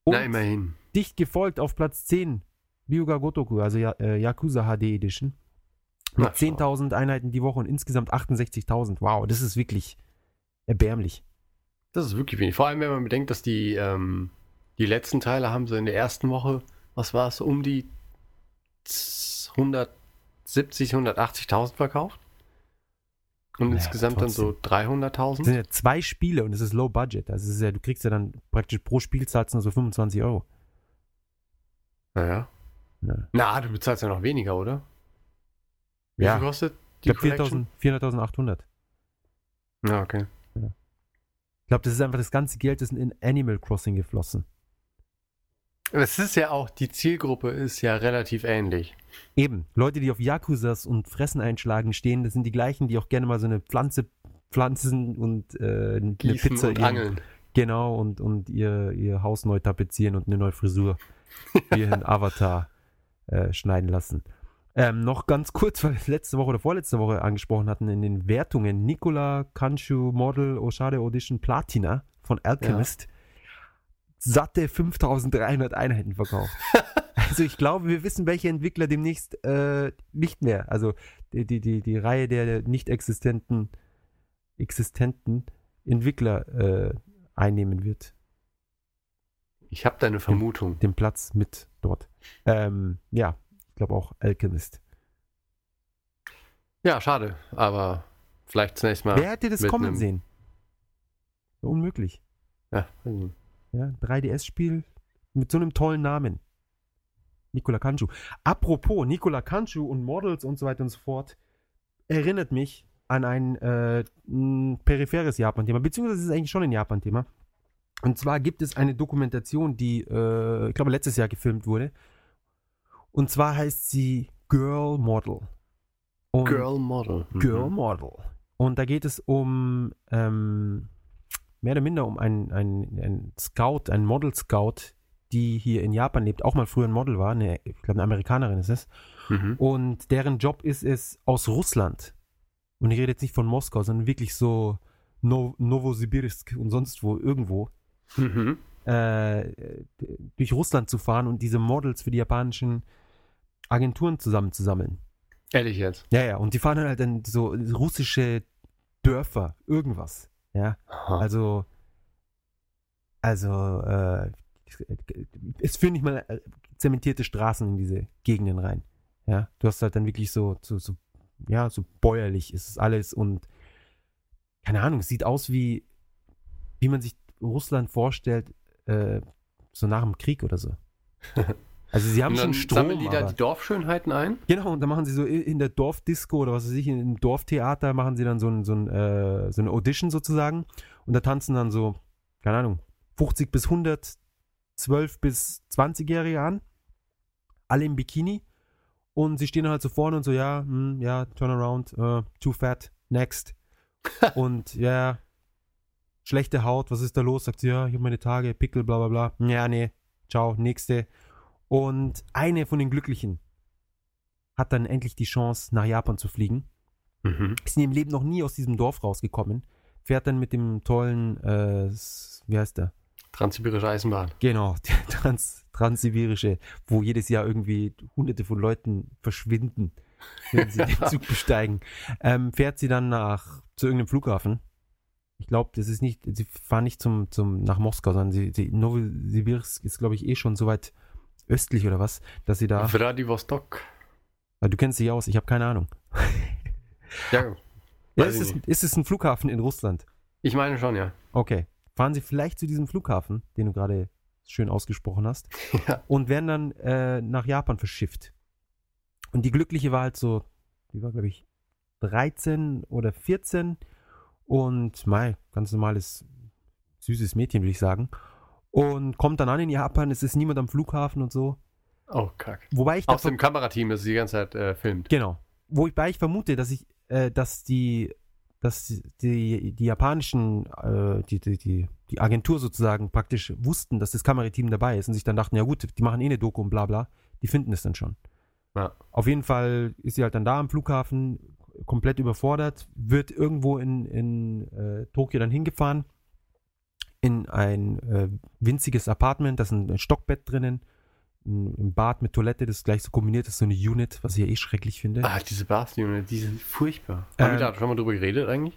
Speaker 1: Na, immerhin.
Speaker 2: dicht gefolgt auf Platz 10 Ryuga Gotoku, also ja, äh, Yakuza HD Edition. Mit
Speaker 1: Na, schau.
Speaker 2: 10.000 Einheiten die Woche und insgesamt 68.000. Wow, das ist wirklich erbärmlich.
Speaker 1: Das ist wirklich wenig. Vor allem, wenn man bedenkt, dass die, ähm, die letzten Teile haben sie in der ersten Woche, was war es, um die 170, 180.000 verkauft. Und
Speaker 2: Naja,
Speaker 1: insgesamt dann so
Speaker 2: Das sind
Speaker 1: 300.000.
Speaker 2: ja zwei Spiele und es ist Low Budget. Also es ist ja, du kriegst ja dann praktisch pro Spiel zahlst du nur so 25 Euro.
Speaker 1: Naja.
Speaker 2: Ja.
Speaker 1: Na, du bezahlst ja noch weniger, oder? Wie
Speaker 2: Ja.
Speaker 1: viel kostet
Speaker 2: Ich glaube 4.800.
Speaker 1: Ja, okay.
Speaker 2: Ich glaube, das ist einfach das ganze Geld, das in Animal Crossing geflossen.
Speaker 1: Aber Es ist ja auch, die Zielgruppe ist ja relativ ähnlich.
Speaker 2: Eben, Leute, die auf Yakuzas und Fressen einschlagen stehen, das sind die gleichen, die auch gerne mal so eine Pflanze pflanzen und äh, eine
Speaker 1: Gießen
Speaker 2: Pizza
Speaker 1: und
Speaker 2: ihren-
Speaker 1: Angeln.
Speaker 2: Genau, und, und ihr, ihr Haus neu tapezieren und eine neue Frisur hier in Avatar äh, schneiden lassen. Ähm, noch ganz kurz, weil wir es letzte Woche oder vorletzte Woche angesprochen hatten, in den Wertungen Nicola Kanshu Model Oshade Audition Platina von Alchemist satte 5300 Einheiten verkauft. also ich glaube, wir wissen, welche Entwickler demnächst äh, nicht mehr, also die, die, die, die Reihe der nicht existenten, existenten Entwickler äh, einnehmen wird.
Speaker 1: Ich habe da eine Vermutung.
Speaker 2: Den Platz mit dort. Ähm, ja, ich glaube auch Alchemist.
Speaker 1: Ja, schade, aber vielleicht zunächst mal.
Speaker 2: Wer hätte das
Speaker 1: Ah, mit
Speaker 2: kommen
Speaker 1: einem-
Speaker 2: sehen? Unmöglich.
Speaker 1: Ja, hm.
Speaker 2: Ja, 3DS-Spiel mit so einem tollen Namen. Nikola Kanchu. Apropos Nikola Kanchu und Models und so weiter und so fort, erinnert mich an ein äh, ein peripheres Japan-Thema, beziehungsweise es ist eigentlich schon ein Japan-Thema. Und zwar gibt es eine Dokumentation, die, äh, ich glaube, letztes Jahr gefilmt wurde. Und zwar heißt sie Girl Model. Und
Speaker 1: Girl Model. Mhm.
Speaker 2: Girl Model. Und da geht es um ähm, mehr oder minder um einen, einen, einen Scout, einen Model Scout, die hier in Japan lebt, auch mal früher ein Model war, eine, ich glaube eine Amerikanerin ist es.
Speaker 1: Mhm.
Speaker 2: Und deren Job ist es aus Russland. Und ich rede jetzt nicht von Moskau, sondern wirklich so no Novosibirsk und sonst wo, irgendwo,
Speaker 1: Mhm.
Speaker 2: äh, durch Russland zu fahren und diese Models für die japanischen Agenturen zusammenzusammeln.
Speaker 1: Ehrlich jetzt.
Speaker 2: Ja, ja, und die fahren dann halt in so russische Dörfer, irgendwas. Ja,
Speaker 1: Aha.
Speaker 2: also, also, äh, es führen nicht mal äh, zementierte Straßen in diese Gegenden rein. Ja, du hast halt dann wirklich so, so, so ja, so bäuerlich ist es alles und keine Ahnung, es sieht aus wie, wie man sich Russland vorstellt, äh, so nach dem Krieg oder so. Also sie haben
Speaker 1: Und
Speaker 2: schon
Speaker 1: dann
Speaker 2: Strom,
Speaker 1: sammeln die da
Speaker 2: aber-
Speaker 1: die Dorfschönheiten ein?
Speaker 2: Genau, und dann machen sie so in in der Dorfdisco oder was weiß ich, in- im Dorftheater machen sie dann so, ein, so, ein, äh, so eine Audition sozusagen. Und da tanzen dann so, keine Ahnung, 50 bis 100, 12 bis 20-Jährige an, alle im Bikini. Und sie stehen halt so vorne und so, ja, hm, ja, turn around, äh, too fat, next. und ja, schlechte Haut, was ist da los? Sagt sie, ja, ich habe meine Tage, Pickel, bla bla bla. Ja, nee, ciao, nächste. Und eine von den Glücklichen hat dann endlich die Chance, nach Japan zu fliegen.
Speaker 1: Mhm.
Speaker 2: Ist in ihrem Leben noch nie aus diesem Dorf rausgekommen. Fährt dann mit dem tollen, äh, s- wie heißt der?
Speaker 1: Transsibirische Eisenbahn.
Speaker 2: Genau, der Trans transsibirische, wo jedes Jahr irgendwie hunderte von Leuten verschwinden, wenn sie den Zug besteigen. Ähm, fährt sie dann nach, zu irgendeinem Flughafen. Ich glaube, das ist nicht, sie fahren nicht zum, zum, nach Moskau, sondern sie, sie, Novosibirsk ist, glaube ich, eh schon so weit östlich oder was, dass sie da, Ah,
Speaker 1: Vladivostok.
Speaker 2: du kennst dich aus, ich habe keine Ahnung.
Speaker 1: Ja,
Speaker 2: Ja,
Speaker 1: Weiß
Speaker 2: ist,
Speaker 1: ich
Speaker 2: es, ist es ein Flughafen in Russland?
Speaker 1: ich meine schon, ja.
Speaker 2: Okay. Fahren Sie vielleicht zu diesem Flughafen, den du gerade schön ausgesprochen hast,
Speaker 1: Ja.
Speaker 2: und werden dann äh, nach Japan verschifft. Und die Glückliche war halt so, die war, glaube ich, 13 oder 14 und mei, ganz normales, süßes Mädchen, würde ich sagen. Und kommt dann an in Japan, es ist niemand am Flughafen und so.
Speaker 1: Oh, kack.
Speaker 2: Wobei ich
Speaker 1: Aus
Speaker 2: davon-
Speaker 1: dem Kamerateam, das sie die ganze Zeit äh, filmt.
Speaker 2: Genau. Wobei ich vermute, dass ich, äh, dass die, dass die, die japanischen, äh, die, die, die, die Agentur sozusagen praktisch wussten, dass das Kamerateam dabei ist und sich dann dachten, ja gut, die machen eh eine Doku und bla bla, die finden es dann schon.
Speaker 1: Ja.
Speaker 2: Auf jeden Fall ist sie halt dann da am Flughafen, komplett überfordert, wird irgendwo in, in äh, Tokio dann hingefahren, in ein äh, winziges Apartment, da ist ein, ein Stockbett drinnen, ein, ein Bad mit Toilette, das gleich so kombiniert ist, so eine Unit, was ich ja eh schrecklich finde.
Speaker 1: Ah, diese Barstunionen, die sind furchtbar.
Speaker 2: Ähm,
Speaker 1: Haben wir da schon mal drüber geredet eigentlich?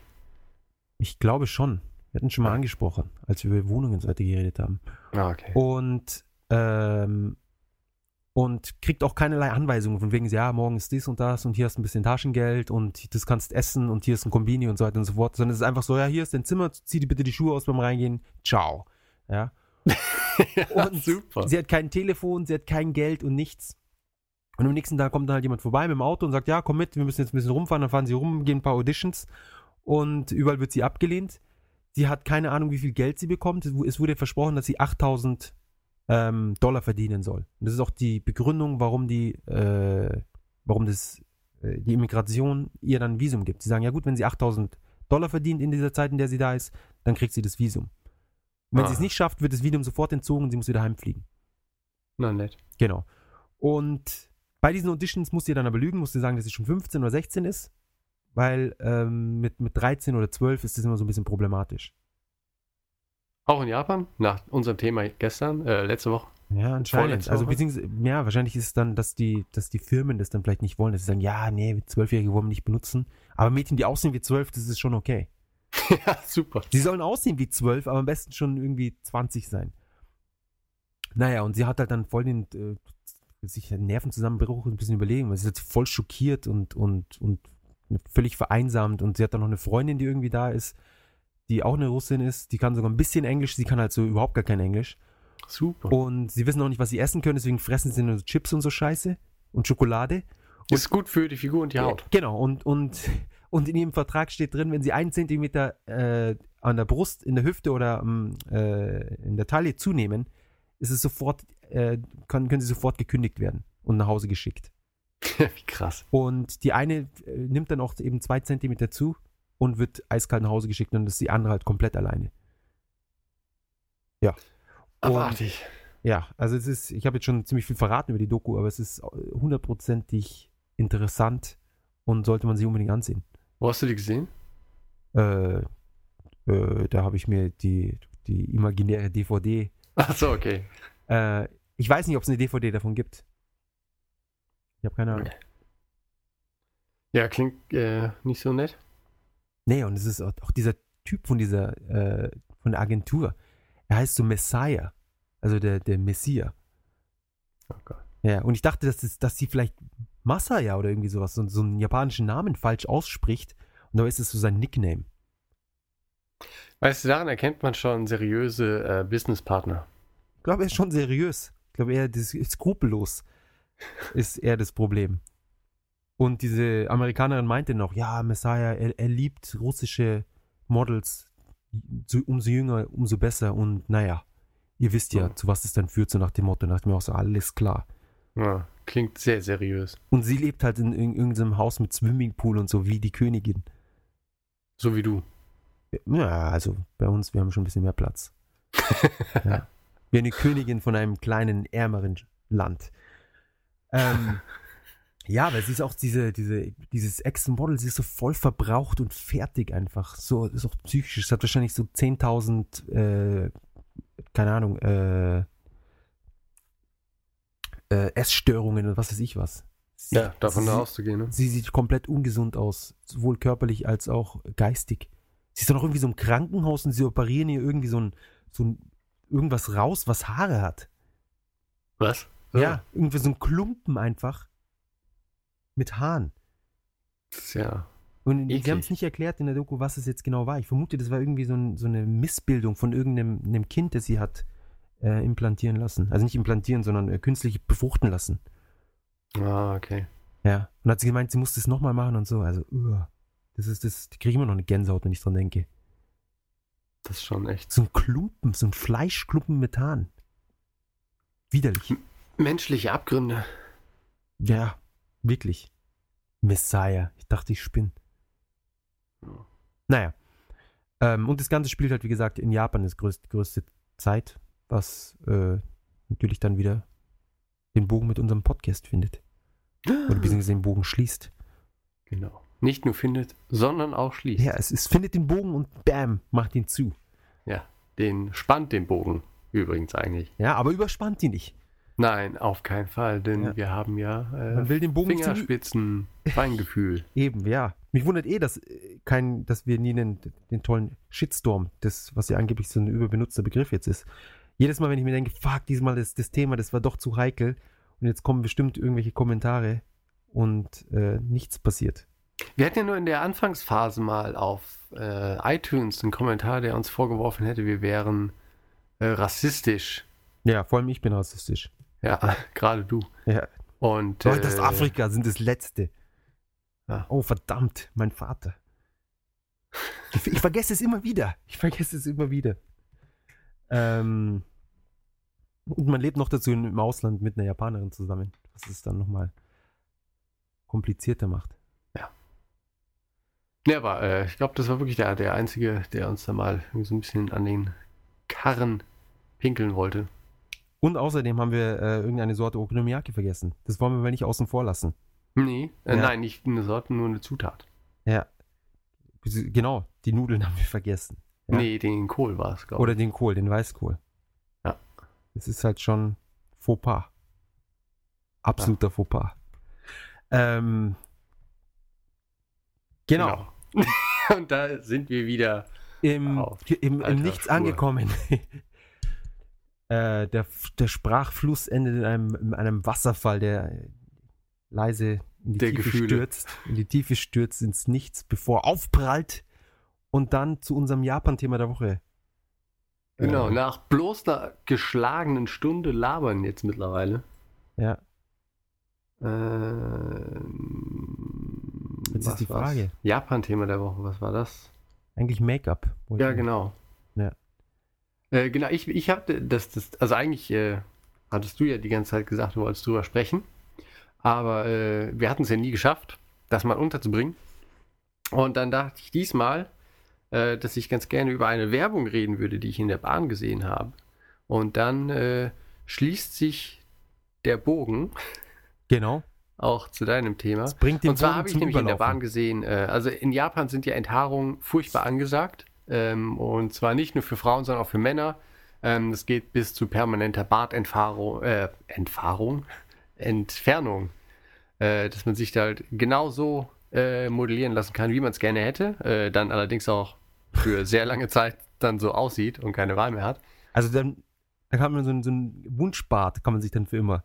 Speaker 2: Ich glaube schon. Wir hatten schon mal angesprochen, als wir über Wohnungen heute geredet haben.
Speaker 1: Ah, okay.
Speaker 2: Und, ähm, und kriegt auch keinerlei Anweisungen von wegen, ja, morgen ist dies und das und hier hast du ein bisschen Taschengeld und das kannst essen und hier ist ein Kombini und so weiter und so fort, sondern es ist einfach so, ja, hier ist dein Zimmer, zieh dir bitte die Schuhe aus beim Reingehen, ciao. Ja. und
Speaker 1: super.
Speaker 2: sie hat kein Telefon, sie hat kein Geld und nichts. Und am nächsten Tag kommt dann halt jemand vorbei mit dem Auto und sagt, ja, komm mit, wir müssen jetzt ein bisschen rumfahren, dann fahren sie rum, gehen ein paar Auditions und überall wird sie abgelehnt. Sie hat keine Ahnung, wie viel Geld sie bekommt. Es wu- Es wurde ihr versprochen, dass sie 8000 ähm, Dollar verdienen soll. Und das ist auch die Begründung, warum die, äh, warum das, äh, die Immigration ihr dann ein Visum gibt. Sie sagen, ja gut, wenn sie 8000 Dollar verdient in dieser Zeit, in der sie da ist, dann kriegt sie das Visum. Und wenn sie es
Speaker 1: Ah.
Speaker 2: nicht schafft, wird das Visum sofort entzogen und sie muss wieder heimfliegen.
Speaker 1: Na nett.
Speaker 2: Genau. Und bei diesen Auditions musst du ihr dann aber lügen, musst du sagen, dass sie schon 15 oder 16 ist, weil ähm, mit, mit 13 oder 12 ist das immer so ein bisschen problematisch.
Speaker 1: Auch in Japan, nach unserem Thema gestern, äh, letzte Woche.
Speaker 2: Ja, anscheinend.
Speaker 1: Vorletzte
Speaker 2: Also
Speaker 1: Woche?
Speaker 2: beziehungsweise, ja, wahrscheinlich ist es dann, dass die, dass die Firmen das dann vielleicht nicht wollen, dass sie sagen, ja, nee, Zwölfjährige wollen wir nicht benutzen. Aber Mädchen, die aussehen wie zwölf, das ist schon okay.
Speaker 1: ja, super.
Speaker 2: Sie sollen aussehen wie zwölf, aber am besten schon irgendwie 20 sein. Naja, und sie hat halt dann voll den äh, sich einen Nervenzusammenbruch und ein bisschen überlegen, weil sie ist jetzt voll schockiert und, und, und völlig vereinsamt und sie hat dann noch eine Freundin, die irgendwie da ist, die auch eine Russin ist, die kann sogar ein bisschen Englisch, sie kann halt so überhaupt gar kein Englisch.
Speaker 1: Super.
Speaker 2: Und sie wissen auch nicht, was sie essen können, deswegen fressen sie nur so Chips und so Scheiße und Schokolade.
Speaker 1: Ist gut für die Figur und die Haut.
Speaker 2: Genau, und, und, und in ihrem Vertrag steht drin, wenn sie einen Zentimeter äh, an der Brust, in der Hüfte oder ähm, äh, in der Taille zunehmen, ist es sofort, äh, können, können sie sofort gekündigt werden und nach Hause geschickt.
Speaker 1: Wie krass.
Speaker 2: Und die eine äh, nimmt dann auch eben zwei Zentimeter zu und wird eiskalt nach Hause geschickt und ist die andere halt komplett alleine. Und-
Speaker 1: Abartig.
Speaker 2: Ja, also es ist, ich habe jetzt schon ziemlich viel verraten über die Doku, aber es ist äh, hundertprozentig interessant und sollte man sich unbedingt ansehen.
Speaker 1: Wo hast du die gesehen?
Speaker 2: Äh, äh, da habe ich mir die, die imaginäre DVD.
Speaker 1: Achso, okay.
Speaker 2: Äh, ich weiß nicht, ob es eine DVD davon gibt. Ich habe keine Ahnung.
Speaker 1: Ja, klingt äh, nicht so nett.
Speaker 2: Nee, und es ist auch, auch dieser Typ von dieser äh, von der Agentur. Er heißt so Messiah, also der, der Messia.
Speaker 1: Oh Gott.
Speaker 2: Ja, und ich dachte, dass, das, dass sie vielleicht Masaya oder irgendwie sowas, so, so einen japanischen Namen falsch ausspricht. Und dabei ist es so sein Nickname.
Speaker 1: Weißt du, daran erkennt man schon seriöse äh, Businesspartner.
Speaker 2: Ich glaube, er ist schon seriös. Ich glaube, er ist skrupellos. Ist eher das Problem. Und diese Amerikanerin meinte noch, ja, Messiah, er, er liebt russische Models. So, umso jünger, umso besser. Und naja, ihr wisst ja,
Speaker 1: Mhm.
Speaker 2: zu was das dann führt, so nach dem Motto. Nach mir auch so, alles klar.
Speaker 1: Ja, klingt sehr seriös.
Speaker 2: Und sie lebt halt in, in irgendeinem Haus mit Swimmingpool und so, wie die Königin.
Speaker 1: So wie du.
Speaker 2: Ja, also bei uns, wir haben schon ein bisschen mehr Platz. ja. Wie eine Königin von einem kleinen, ärmeren Land. Ähm, ja, aber sie ist auch diese, diese, dieses Ex-Model, sie ist so voll verbraucht und fertig einfach. So, ist auch psychisch. Sie hat wahrscheinlich so 10.000, äh, keine Ahnung, äh, äh, Essstörungen und was weiß ich was. Sie-
Speaker 1: Ja, davon
Speaker 2: sie-
Speaker 1: auszugehen, ne?
Speaker 2: Sie sieht komplett ungesund aus, sowohl körperlich als auch geistig. Sie ist dann auch irgendwie so im Krankenhaus und sie operieren ihr irgendwie so ein, so ein irgendwas raus, was Haare hat.
Speaker 1: Was?
Speaker 2: Ja, irgendwie so ein Klumpen einfach mit Haaren.
Speaker 1: Das ist ja.
Speaker 2: Und
Speaker 1: Eklig.
Speaker 2: sie haben es nicht erklärt in der Doku, was es jetzt genau war. Ich vermute, das war irgendwie so, ein, so eine Missbildung von irgendeinem einem Kind, das sie hat äh, implantieren lassen. Also nicht implantieren, sondern äh, künstlich befruchten lassen.
Speaker 1: Ah, okay.
Speaker 2: Ja. Und hat sie gemeint, sie muss das nochmal machen und so. Also, uah. das ist das, kriege ich immer noch eine Gänsehaut, wenn ich dran denke.
Speaker 1: Das ist schon echt.
Speaker 2: So ein Klumpen, so ein Fleischklumpen Methan. Widerlich.
Speaker 1: Menschliche Abgründe.
Speaker 2: Ja, wirklich. Messiah. Ich dachte, ich spinne.
Speaker 1: Ja.
Speaker 2: Naja. Ähm, und das Ganze spielt halt, wie gesagt, in Japan das größte, größte Zeit, was äh, natürlich dann wieder den Bogen mit unserem Podcast findet. Oder beziehungsweise den Bogen schließt.
Speaker 1: Genau. Nicht nur findet, sondern auch schließt.
Speaker 2: Ja, es, es findet den Bogen und bam, macht ihn zu.
Speaker 1: Ja. Den spannt den Bogen übrigens eigentlich.
Speaker 2: Ja, aber überspannt die nicht.
Speaker 1: Nein, auf keinen Fall, denn
Speaker 2: Ja.
Speaker 1: wir haben ja
Speaker 2: Man
Speaker 1: äh,
Speaker 2: will den Bogen nicht zum-
Speaker 1: Fingerspitzen, Feingefühl.
Speaker 2: Eben, ja. Mich wundert eh, dass, äh, kein, dass wir nie den, den tollen Shitstorm, das, was ja angeblich so ein überbenutzter Begriff jetzt ist. Jedes Mal, wenn ich mir denke, fuck, diesmal das, das Thema, das war doch zu heikel und jetzt kommen bestimmt irgendwelche Kommentare und äh, nichts passiert.
Speaker 1: Wir hatten ja nur in der Anfangsphase mal auf äh, iTunes einen Kommentar, der uns vorgeworfen hätte, wir wären äh, rassistisch.
Speaker 2: Ja, vor allem ich bin rassistisch.
Speaker 1: Ja, gerade du.
Speaker 2: Ja.
Speaker 1: Und äh,
Speaker 2: Leute aus Afrika sind das Letzte.
Speaker 1: Ja.
Speaker 2: Oh, verdammt, mein Vater. Ich, ich vergesse es immer wieder. Ich vergesse es immer wieder. Ähm, und man lebt noch dazu in- im Ausland mit einer Japanerin zusammen, was es dann nochmal komplizierter macht.
Speaker 1: Ja, aber äh, ich glaube, das war wirklich der, der Einzige, der uns da mal irgendwie so ein bisschen an den Karren pinkeln wollte.
Speaker 2: Und außerdem haben wir äh, irgendeine Sorte Okonomiyaki vergessen. Das wollen wir mal nicht außen vor lassen.
Speaker 1: Nee, äh,
Speaker 2: Ja.
Speaker 1: nein, nicht eine Sorte, nur eine Zutat.
Speaker 2: Ja. Genau, die Nudeln haben wir vergessen. Ja.
Speaker 1: Nee, den Kohl war es, glaube ich.
Speaker 2: Oder den Kohl, den Weißkohl.
Speaker 1: Ja.
Speaker 2: Das ist halt schon Fauxpas. Absoluter Fauxpas. Ähm, genau.
Speaker 1: Und da sind wir wieder.
Speaker 2: Im,
Speaker 1: Auf
Speaker 2: im,
Speaker 1: alter
Speaker 2: im Nichts
Speaker 1: Spur.
Speaker 2: angekommen. äh, der, der Sprachfluss endet in einem, in einem Wasserfall, der leise in die
Speaker 1: Der
Speaker 2: Tiefe
Speaker 1: Gefühle.
Speaker 2: stürzt. In die Tiefe stürzt ins Nichts, bevor er aufprallt und dann zu unserem Japan-Thema der Woche.
Speaker 1: Genau,
Speaker 2: äh,
Speaker 1: nach bloß einer geschlagenen Stunde labern jetzt mittlerweile.
Speaker 2: Ja.
Speaker 1: Ähm,
Speaker 2: Jetzt ist
Speaker 1: was
Speaker 2: die
Speaker 1: war's?
Speaker 2: Frage.
Speaker 1: Japan-Thema der Woche, was war das?
Speaker 2: Eigentlich Make-up. wollte
Speaker 1: Ja,
Speaker 2: ich-
Speaker 1: genau.
Speaker 2: Ja.
Speaker 1: Äh, genau, ich, ich habe das, das, also eigentlich äh, hattest du ja die ganze Zeit gesagt, du wolltest drüber sprechen. Aber äh, wir hatten es ja nie geschafft, das mal unterzubringen. Und dann dachte ich diesmal, äh, dass ich ganz gerne über eine Werbung reden würde, die ich in der Bahn gesehen habe. Und dann äh, schließt sich der Bogen
Speaker 2: Genau.
Speaker 1: auch zu deinem Thema.
Speaker 2: Das bringt den
Speaker 1: Und zwar
Speaker 2: Bogen
Speaker 1: habe ich
Speaker 2: zum
Speaker 1: nämlich in der Bahn
Speaker 2: Überlaufen.
Speaker 1: gesehen, äh, also in Japan sind ja Enthaarungen furchtbar angesagt. Ähm, und zwar nicht nur für Frauen, sondern auch für Männer. Ähm, das geht bis zu permanenter Bartentfahrung, äh, Entfahrung? Entfernung. Äh, dass man sich da halt genauso äh, modellieren lassen kann, wie man es gerne hätte. Äh, dann allerdings auch für sehr lange Zeit dann so aussieht und keine Wahl mehr hat.
Speaker 2: Also dann, da kann man so, einen- so einen Wunschbart, kann man sich dann für immer.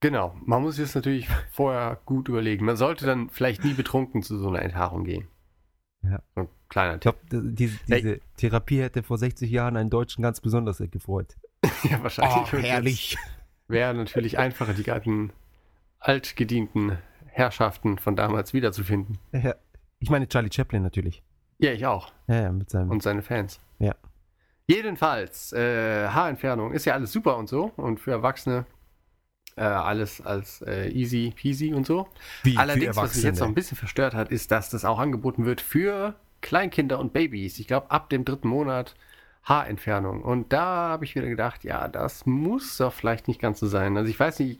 Speaker 1: Genau, man muss jetzt natürlich vorher gut überlegen. Man sollte dann vielleicht nie betrunken zu so einer Enthaarung gehen.
Speaker 2: Ja.
Speaker 1: So ein kleiner
Speaker 2: Ich
Speaker 1: Tipp.
Speaker 2: glaube, diese, diese Therapie hätte vor 60 Jahren einen Deutschen ganz besonders gefreut.
Speaker 1: Ja, wahrscheinlich. Und jetzt Wäre natürlich einfacher, die ganzen altgedienten Herrschaften von damals wiederzufinden.
Speaker 2: Ja. Ich meine Charlie Chaplin natürlich.
Speaker 1: Ja, ich auch.
Speaker 2: Ja, ja, mit seinem.
Speaker 1: Und seine Fans.
Speaker 2: Mhm. Ja.
Speaker 1: Jedenfalls, äh, Haarentfernung ist ja alles super und so. Und für Erwachsene äh, alles als äh, easy peasy und so.
Speaker 2: wie,
Speaker 1: Allerdings, was mich jetzt noch ein bisschen verstört hat, ist, dass das auch angeboten wird für Kleinkinder und Babys. Ich glaube, ab dem dritten Monat Haarentfernung. Und da habe ich wieder gedacht, ja, das muss doch vielleicht nicht ganz so sein. Also ich weiß nicht,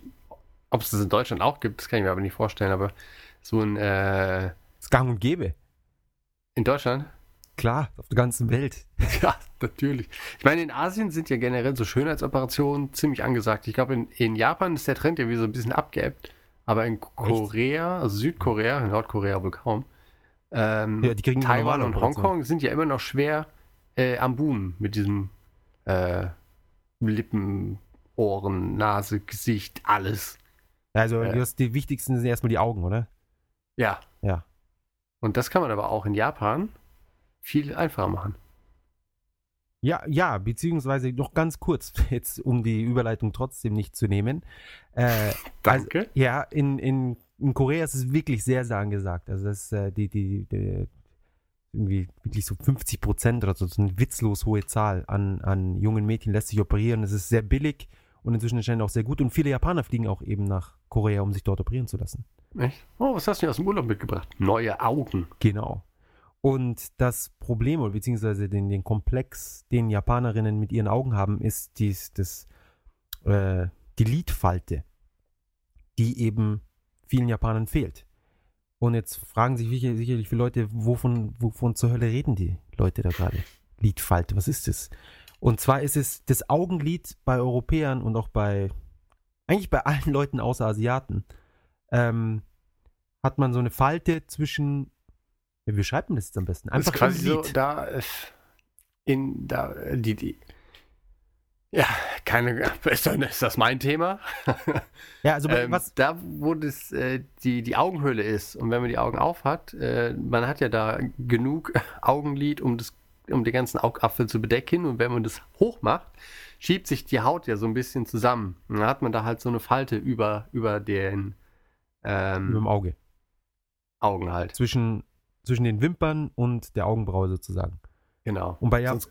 Speaker 1: ob es das in Deutschland auch gibt, das kann ich mir aber nicht vorstellen, aber so ein äh,
Speaker 2: Es gang und gäbe.
Speaker 1: in Deutschland.
Speaker 2: Klar, auf der ganzen Welt.
Speaker 1: Ja, natürlich. Ich meine, in Asien sind ja generell so Schönheitsoperationen ziemlich angesagt. Ich glaube, in, in Japan ist der Trend ja wie so ein bisschen abgeebbt. Aber in Korea, also Südkorea, in Nordkorea wohl kaum. Ähm,
Speaker 2: Ja, die kriegen eine
Speaker 1: Taiwan
Speaker 2: normale
Speaker 1: und
Speaker 2: Operation.
Speaker 1: Hongkong sind ja immer noch schwer äh, am Boom mit diesem äh, Lippen, Ohren, Nase, Gesicht, alles.
Speaker 2: Also,
Speaker 1: Ja.
Speaker 2: du hast die wichtigsten sind erstmal die Augen, oder?
Speaker 1: Ja.
Speaker 2: Ja.
Speaker 1: Und das kann man aber auch in Japan viel einfacher machen.
Speaker 2: Ja, ja, beziehungsweise noch ganz kurz, jetzt um die Überleitung trotzdem nicht zu nehmen. Äh, also-
Speaker 1: Danke.
Speaker 2: Ja, in, in, in Korea ist es wirklich sehr, sehr angesagt. Also das, äh, die, die, die, irgendwie wirklich so 50 Prozent oder so, so eine witzlos hohe Zahl an, an jungen Mädchen lässt sich operieren. Es ist sehr billig und inzwischen anscheinend auch sehr gut. Und viele Japaner fliegen auch eben nach Korea, um sich dort operieren zu lassen.
Speaker 1: Echt? Oh, was hast du denn aus dem Urlaub mitgebracht? Neue Augen.
Speaker 2: Genau. Und das Problem, oder beziehungsweise den, den Komplex, den Japanerinnen mit ihren Augen haben, ist dies, das, äh, die Lidfalte, die eben vielen Japanern fehlt. Und jetzt fragen sich sicher- sicherlich viele Leute, wovon, wovon zur Hölle reden die Leute da gerade? Lidfalte, was ist das? Und zwar ist es das Augenlid bei Europäern und auch bei, eigentlich bei allen Leuten außer Asiaten, ähm, hat man so eine Falte zwischen, ja, wie schreibt man das jetzt am besten?
Speaker 1: Einfach
Speaker 2: Einfach
Speaker 1: ist quasi
Speaker 2: im
Speaker 1: so,
Speaker 2: Lid.
Speaker 1: da ist in da äh, die die ja keine ist, dann- ist das mein Thema.
Speaker 2: ja, also bei-
Speaker 1: ähm,
Speaker 2: was,
Speaker 1: Da wo das äh, die die Augenhöhle ist und wenn man die Augen auf hat, äh, man hat ja da genug Augenlid, um das um den ganzen Augapfel zu bedecken und wenn man das hoch macht, schiebt sich die Haut ja so ein bisschen zusammen. Und dann hat man da halt so eine Falte über über den
Speaker 2: mit dem
Speaker 1: ähm,
Speaker 2: Auge.
Speaker 1: Augen halt.
Speaker 2: zwischen, zwischen den Wimpern und der Augenbraue sozusagen.
Speaker 1: Genau.
Speaker 2: Und bei ja,
Speaker 1: Sonst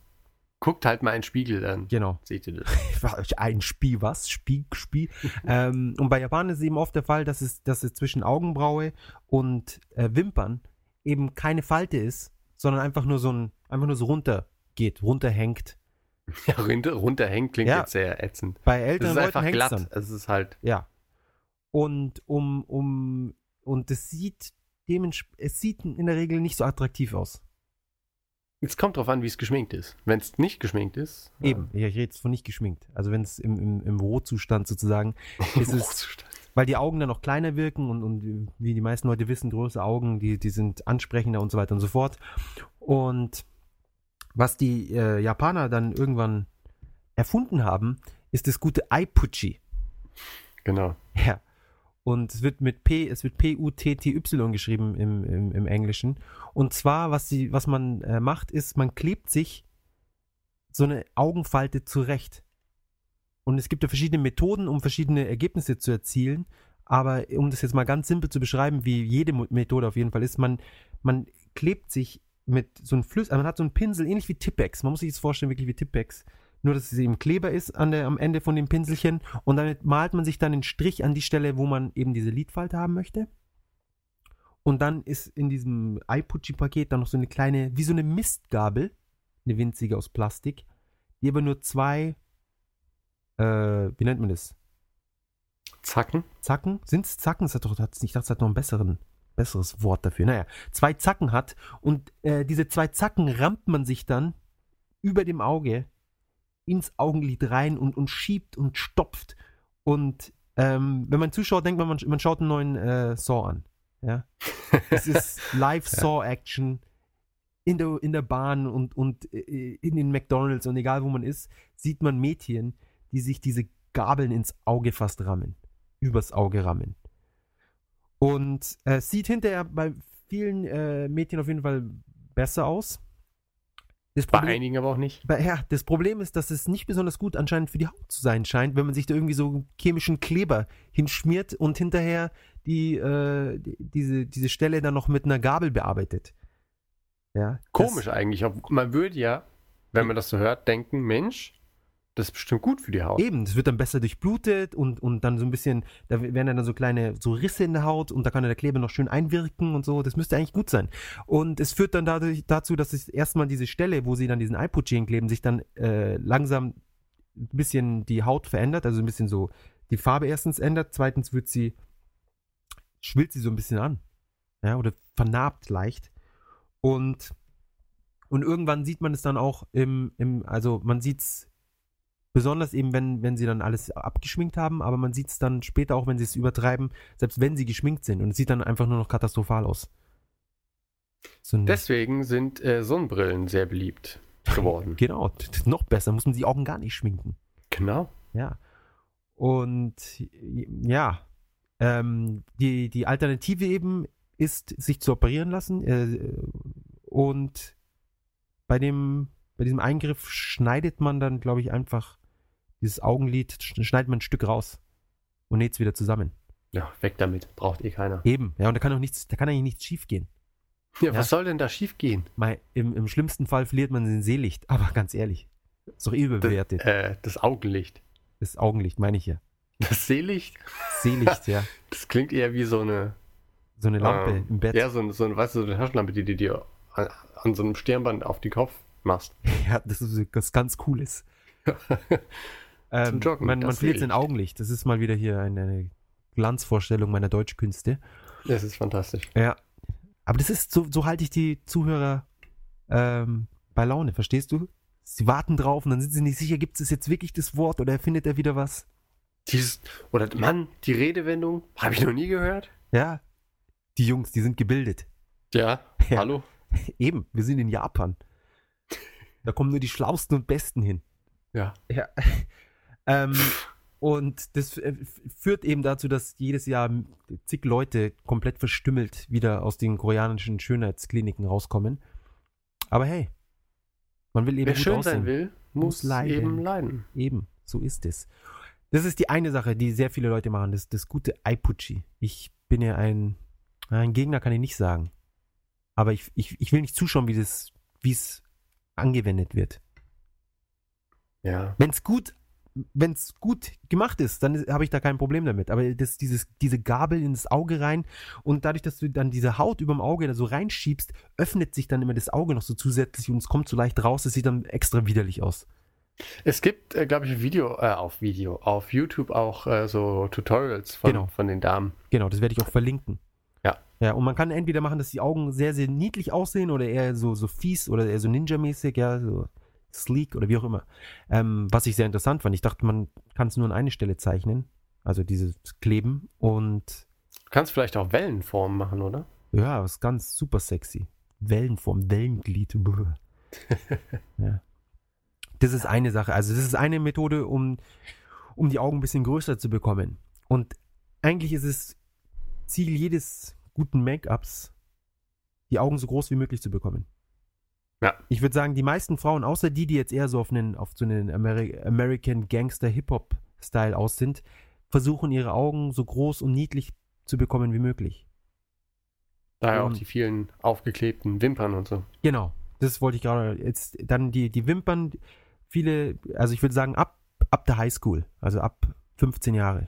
Speaker 1: guckt halt mal in den Spiegel dann.
Speaker 2: genau.
Speaker 1: Seht ihr das?
Speaker 2: Ein Spiel, was? Spiel, Spiel. ähm, und bei Japan ist eben oft der Fall, dass es, dass es zwischen Augenbraue und äh, Wimpern eben keine Falte ist, sondern einfach nur so ein, einfach nur so runter geht, runterhängt.
Speaker 1: Ja, runter, runterhängt klingt
Speaker 2: Ja.
Speaker 1: jetzt sehr ätzend.
Speaker 2: Bei
Speaker 1: Es
Speaker 2: älteren
Speaker 1: ist
Speaker 2: Leuten
Speaker 1: einfach
Speaker 2: hängt es
Speaker 1: glatt.
Speaker 2: dann.
Speaker 1: Es ist halt.
Speaker 2: Ja. Und um, um, und es sieht dementsprechend, es sieht in der Regel nicht so attraktiv aus.
Speaker 1: Es kommt drauf an, wie es geschminkt ist. Wenn es nicht geschminkt ist. äh,
Speaker 2: Eben, ja, ich rede jetzt von nicht geschminkt. Also wenn es im, im, im Rohzustand sozusagen
Speaker 1: Ja.
Speaker 2: ist es, weil die Augen dann auch kleiner wirken und, und wie die meisten Leute wissen, große Augen, die, die sind ansprechender und so weiter und so fort. Und was die äh, Japaner dann irgendwann erfunden haben, ist das gute Aipuchi.
Speaker 1: Genau.
Speaker 2: Ja. Und es wird mit P, es wird P-U-T-T-Y geschrieben im, im, im Englischen. Und zwar, was, sie, was man äh, macht, ist, man klebt sich so eine Augenfalte zurecht. Und es gibt ja verschiedene Methoden, um verschiedene Ergebnisse zu erzielen. Aber um das jetzt mal ganz simpel zu beschreiben, wie jede Mo- Methode auf jeden Fall ist, man, man klebt sich mit so einem Flüss, also man hat so einen Pinsel, ähnlich wie Tippex. Man muss sich das vorstellen, wirklich wie Tippex. Nur, dass es eben Kleber ist an der, am Ende von dem Pinselchen. Und damit malt man sich dann einen Strich an die Stelle, wo man eben diese Lidfalte haben möchte. Und dann ist in diesem Aipuchi-Paket dann noch so eine kleine, wie so eine Mistgabel, eine winzige aus Plastik, die aber nur zwei, äh, wie nennt man das?
Speaker 1: Zacken.
Speaker 2: Zacken? Sind es Zacken? Das hat doch, hat's, ich dachte, es hat noch ein besseren, besseres Wort dafür. Naja, zwei Zacken hat und äh, diese zwei Zacken rammt man sich dann über dem Auge ins Augenlid rein und, und schiebt und stopft. Und ähm, wenn man zuschaut, denkt man, man, sch- man schaut einen neuen äh, Saw an. Ja? Es ist Live-Saw-Action in der, in der Bahn und, und äh, in den McDonalds und egal wo man ist, sieht man Mädchen, die sich diese Gabeln ins Auge fast rammen übers Auge rammen. Und äh, sieht hinterher bei vielen äh, Mädchen auf jeden Fall besser aus. Das
Speaker 1: Bei
Speaker 2: Problem,
Speaker 1: einigen aber auch nicht.
Speaker 2: bei, ja, das Problem ist, dass es nicht besonders gut anscheinend für die Haut zu sein scheint, wenn man sich da irgendwie so chemischen Kleber hinschmiert und hinterher die, äh, die, diese, diese Stelle dann noch mit einer Gabel bearbeitet. Ja,
Speaker 1: Komisch eigentlich. ob- Man würde ja, wenn man das so hört, denken: Mensch, das ist bestimmt gut für die Haut.
Speaker 2: Eben, es wird dann besser durchblutet und, und dann so ein bisschen, da werden dann so kleine so Risse in der Haut und da kann der Kleber noch schön einwirken und so. Das müsste eigentlich gut sein. Und es führt dann dadurch dazu, dass es erstmal diese Stelle, wo sie dann diesen Alpucci hinkleben, sich dann äh, langsam ein bisschen die Haut verändert, also ein bisschen so die Farbe erstens ändert, zweitens wird sie, schwillt sie so ein bisschen an. Ja, oder vernarbt leicht. Und, und irgendwann sieht man es dann auch im, im also man sieht es Besonders eben, wenn, wenn sie dann alles abgeschminkt haben, aber man sieht es dann später auch, wenn sie es übertreiben, selbst wenn sie geschminkt sind. Und es sieht dann einfach nur noch katastrophal aus. So ein,
Speaker 1: Deswegen sind äh, Sonnenbrillen sehr beliebt geworden.
Speaker 2: genau, t- t- noch besser, muss man die Augen gar nicht schminken.
Speaker 1: genau.
Speaker 2: Ja. Und j- ja, ähm, die, die Alternative eben ist, sich zu operieren lassen. Äh, und bei, dem, bei diesem Eingriff schneidet man dann, glaube ich, einfach dieses Augenlid, schn- schneidet man ein Stück raus und näht es wieder zusammen.
Speaker 1: Ja, weg damit. Braucht eh keiner.
Speaker 2: Eben, ja, und da kann auch nichts, da kann eigentlich nichts schief gehen.
Speaker 1: Ja,
Speaker 2: Ja.
Speaker 1: was soll denn da schief gehen?
Speaker 2: Mal, im, Im schlimmsten Fall verliert man den Seelicht, aber ganz ehrlich, ist doch eh überbewertet.
Speaker 1: Äh, das Augenlicht.
Speaker 2: Das Augenlicht, meine ich ja.
Speaker 1: Das Seelicht,
Speaker 2: Seelicht, ja.
Speaker 1: das klingt eher wie so eine
Speaker 2: So eine Lampe
Speaker 1: Ähm,
Speaker 2: im Bett.
Speaker 1: Ja, so, ein- so, ein- weißt du, so eine Taschenlampe, die du dir an, an so einem Stirnband auf den Kopf machst.
Speaker 2: Ja, das ist was ganz Cooles. ähm,
Speaker 1: Zum Joggen,
Speaker 2: man man
Speaker 1: das
Speaker 2: verliert
Speaker 1: sehe
Speaker 2: sein
Speaker 1: ich.
Speaker 2: Augenlicht. Das ist mal wieder hier eine, eine Glanzvorstellung meiner Deutschkünste.
Speaker 1: Das ist fantastisch.
Speaker 2: Ja. Aber das ist, so, so halte ich die Zuhörer ähm, bei Laune, verstehst du? Sie warten drauf und dann sind sie nicht sicher, gibt es jetzt wirklich das Wort oder erfindet er wieder was?
Speaker 1: Dieses, oder Mann, die Redewendung habe ich noch nie gehört.
Speaker 2: Ja. Die Jungs, die sind gebildet.
Speaker 1: Ja,
Speaker 2: Ja.
Speaker 1: hallo.
Speaker 2: Eben, wir sind in Japan. Da kommen nur die Schlausten und Besten hin.
Speaker 1: Ja.
Speaker 2: Ja. ähm, und das äh, f- führt eben dazu, dass jedes Jahr zig Leute komplett verstümmelt wieder aus den koreanischen Schönheitskliniken rauskommen. Aber hey, man will eben
Speaker 1: Wer
Speaker 2: gut
Speaker 1: schön
Speaker 2: aussehen.
Speaker 1: sein will, muss,
Speaker 2: Muss leiden.
Speaker 1: eben leiden.
Speaker 2: Eben, so ist es. Das ist die eine Sache, die sehr viele Leute machen, das, das gute Aipuchi. Ich bin ja ein, ein Gegner, kann ich nicht sagen. Aber ich, ich, ich will nicht zuschauen, wie das, wie es angewendet wird.
Speaker 1: Ja.
Speaker 2: Wenn es gut, wenn's gut gemacht ist, dann habe ich da kein Problem damit. Aber das, dieses, diese Gabel ins Auge rein und dadurch, dass du dann diese Haut über dem Auge da so reinschiebst, öffnet sich dann immer das Auge noch so zusätzlich und es kommt so leicht raus. Es sieht dann extra widerlich aus.
Speaker 1: Es gibt, äh, glaube ich, ein Video, äh, auf Video, auf YouTube auch äh, so Tutorials von,
Speaker 2: Genau.
Speaker 1: von den Damen.
Speaker 2: Genau, das werde ich auch verlinken.
Speaker 1: Ja.
Speaker 2: Ja, und man kann entweder machen, dass die Augen sehr, sehr niedlich aussehen oder eher so, so fies oder eher so ninja-mäßig, ja, so sleek oder wie auch immer. Ähm, was ich sehr interessant fand. Ich dachte, man kann es nur an eine Stelle zeichnen, also dieses Kleben und
Speaker 1: Du kannst vielleicht auch Wellenformen machen, oder?
Speaker 2: ja, das ist ganz super sexy. Wellenform, Wellenglied. buh. ja. Das ist eine Sache. Also, das ist eine Methode, um, um die Augen ein bisschen größer zu bekommen. Und eigentlich ist es Ziel jedes guten Make-ups, die Augen so groß wie möglich zu bekommen.
Speaker 1: Ja.
Speaker 2: Ich würde sagen, die meisten Frauen, außer die, die jetzt eher so auf, einen, auf so einen Ameri American Gangster Hip-Hop-Style aus sind, versuchen ihre Augen so groß und niedlich zu bekommen wie möglich.
Speaker 1: Daher auch
Speaker 2: Mhm.
Speaker 1: die vielen aufgeklebten Wimpern und so.
Speaker 2: Genau, das wollte ich gerade. Jetzt dann die, die Wimpern, viele, also ich würde sagen, ab, ab der Highschool, also ab 15 Jahre.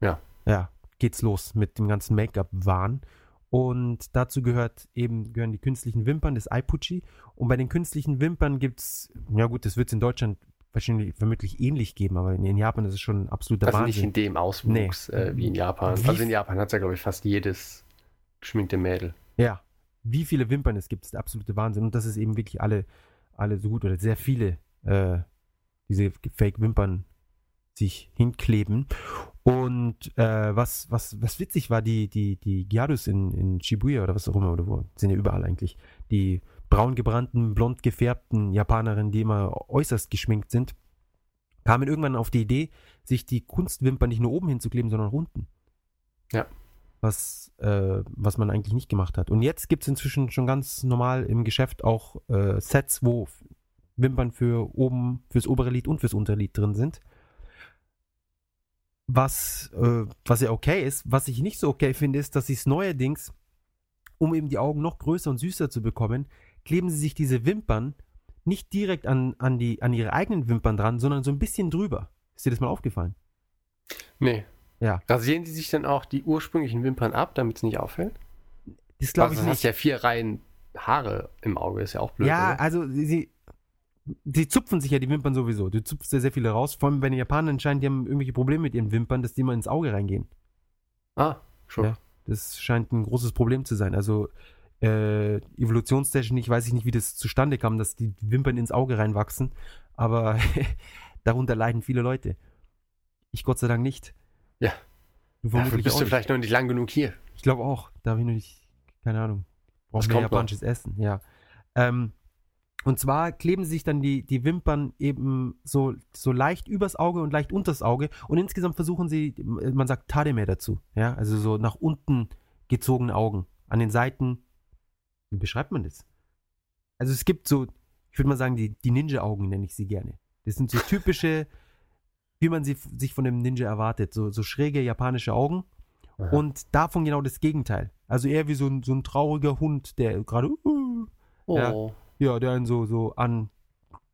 Speaker 1: Ja.
Speaker 2: Ja, geht's los mit dem ganzen Make-up-Wahn. Und dazu gehört eben, gehören die künstlichen Wimpern des Aipuchi. Und bei den künstlichen Wimpern gibt's, ja gut, das wird's in Deutschland wahrscheinlich vermutlich ähnlich geben, aber in, in Japan ist es schon absoluter
Speaker 1: Also nicht
Speaker 2: Wahnsinn.
Speaker 1: in dem Auswuchs äh, wie in Japan.
Speaker 2: Wie-
Speaker 1: Also in Japan hat ja, glaube ich, fast jedes geschminkte Mädel.
Speaker 2: Ja, wie viele Wimpern es gibt, ist der absolute Wahnsinn. Und dass es eben wirklich alle, alle so gut oder sehr viele äh, diese Fake-Wimpern sich hinkleben. Und äh, was, was, was witzig war, die, die, die Gyarus in, in Shibuya oder was auch immer, oder wo, sind ja überall eigentlich, die braun gebrannten, blond gefärbten Japanerinnen, die immer äußerst geschminkt sind, kamen irgendwann auf die Idee, sich die Kunstwimpern nicht nur oben hinzukleben, sondern auch unten was, äh, was man eigentlich nicht gemacht hat. Und jetzt gibt es inzwischen schon ganz normal im Geschäft auch äh, Sets, wo F- Wimpern für oben, fürs obere Lied und fürs untere Lied drin sind. Was, äh, was ja okay ist. Was ich nicht so okay finde, ist, dass sie es neuerdings, um eben die Augen noch größer und süßer zu bekommen, kleben sie sich diese Wimpern nicht direkt an, an, die, an ihre eigenen Wimpern dran, sondern so ein bisschen drüber. Ist dir das mal aufgefallen?
Speaker 1: Nee.
Speaker 2: Ja.
Speaker 1: Rasieren sie sich dann auch die ursprünglichen Wimpern ab, damit es nicht auffällt?
Speaker 2: Das glaube
Speaker 1: also,
Speaker 2: ich
Speaker 1: du
Speaker 2: nicht.
Speaker 1: hast ja vier Reihen Haare im Auge, ist ja auch blöd.
Speaker 2: Ja,
Speaker 1: oder?
Speaker 2: also sie, sie zupfen sich ja die Wimpern sowieso. Du zupfst ja sehr viele raus. Vor allem bei den Japanern scheint, die haben irgendwelche Probleme mit ihren Wimpern, dass die mal ins Auge reingehen.
Speaker 1: Ah, schon.
Speaker 2: Ja. Das scheint ein großes Problem zu sein. Also äh, evolutionstechnisch weiß ich nicht, wie das zustande kam, dass die Wimpern ins Auge reinwachsen. Aber darunter leiden viele Leute. Ich Gott sei Dank nicht.
Speaker 1: Ja.
Speaker 2: Du
Speaker 1: Dafür
Speaker 2: vermutlich
Speaker 1: bist
Speaker 2: auch
Speaker 1: du
Speaker 2: nicht.
Speaker 1: vielleicht noch nicht lang genug hier.
Speaker 2: Ich glaube auch. Da habe ich noch nicht, keine Ahnung.
Speaker 1: Das
Speaker 2: Brauchen
Speaker 1: kommt
Speaker 2: mehr
Speaker 1: noch.
Speaker 2: japanisches Essen, ja. Ähm, und zwar kleben sich dann die, die Wimpern eben so, so leicht übers Auge und leicht unters Auge. Und insgesamt versuchen sie, man sagt Tademe dazu, ja. Also so nach unten gezogene Augen. An den Seiten. Wie beschreibt man das? Also es gibt so, ich würde mal sagen, die, die Ninja-Augen nenne ich sie gerne. Das sind so typische, wie man sie f- sich von einem Ninja erwartet. So, so schräge japanische Augen.
Speaker 1: Aha.
Speaker 2: Und davon genau das Gegenteil. Also eher wie so ein, so ein trauriger Hund, der gerade, uh,
Speaker 1: Oh.
Speaker 2: ja, der einen so, so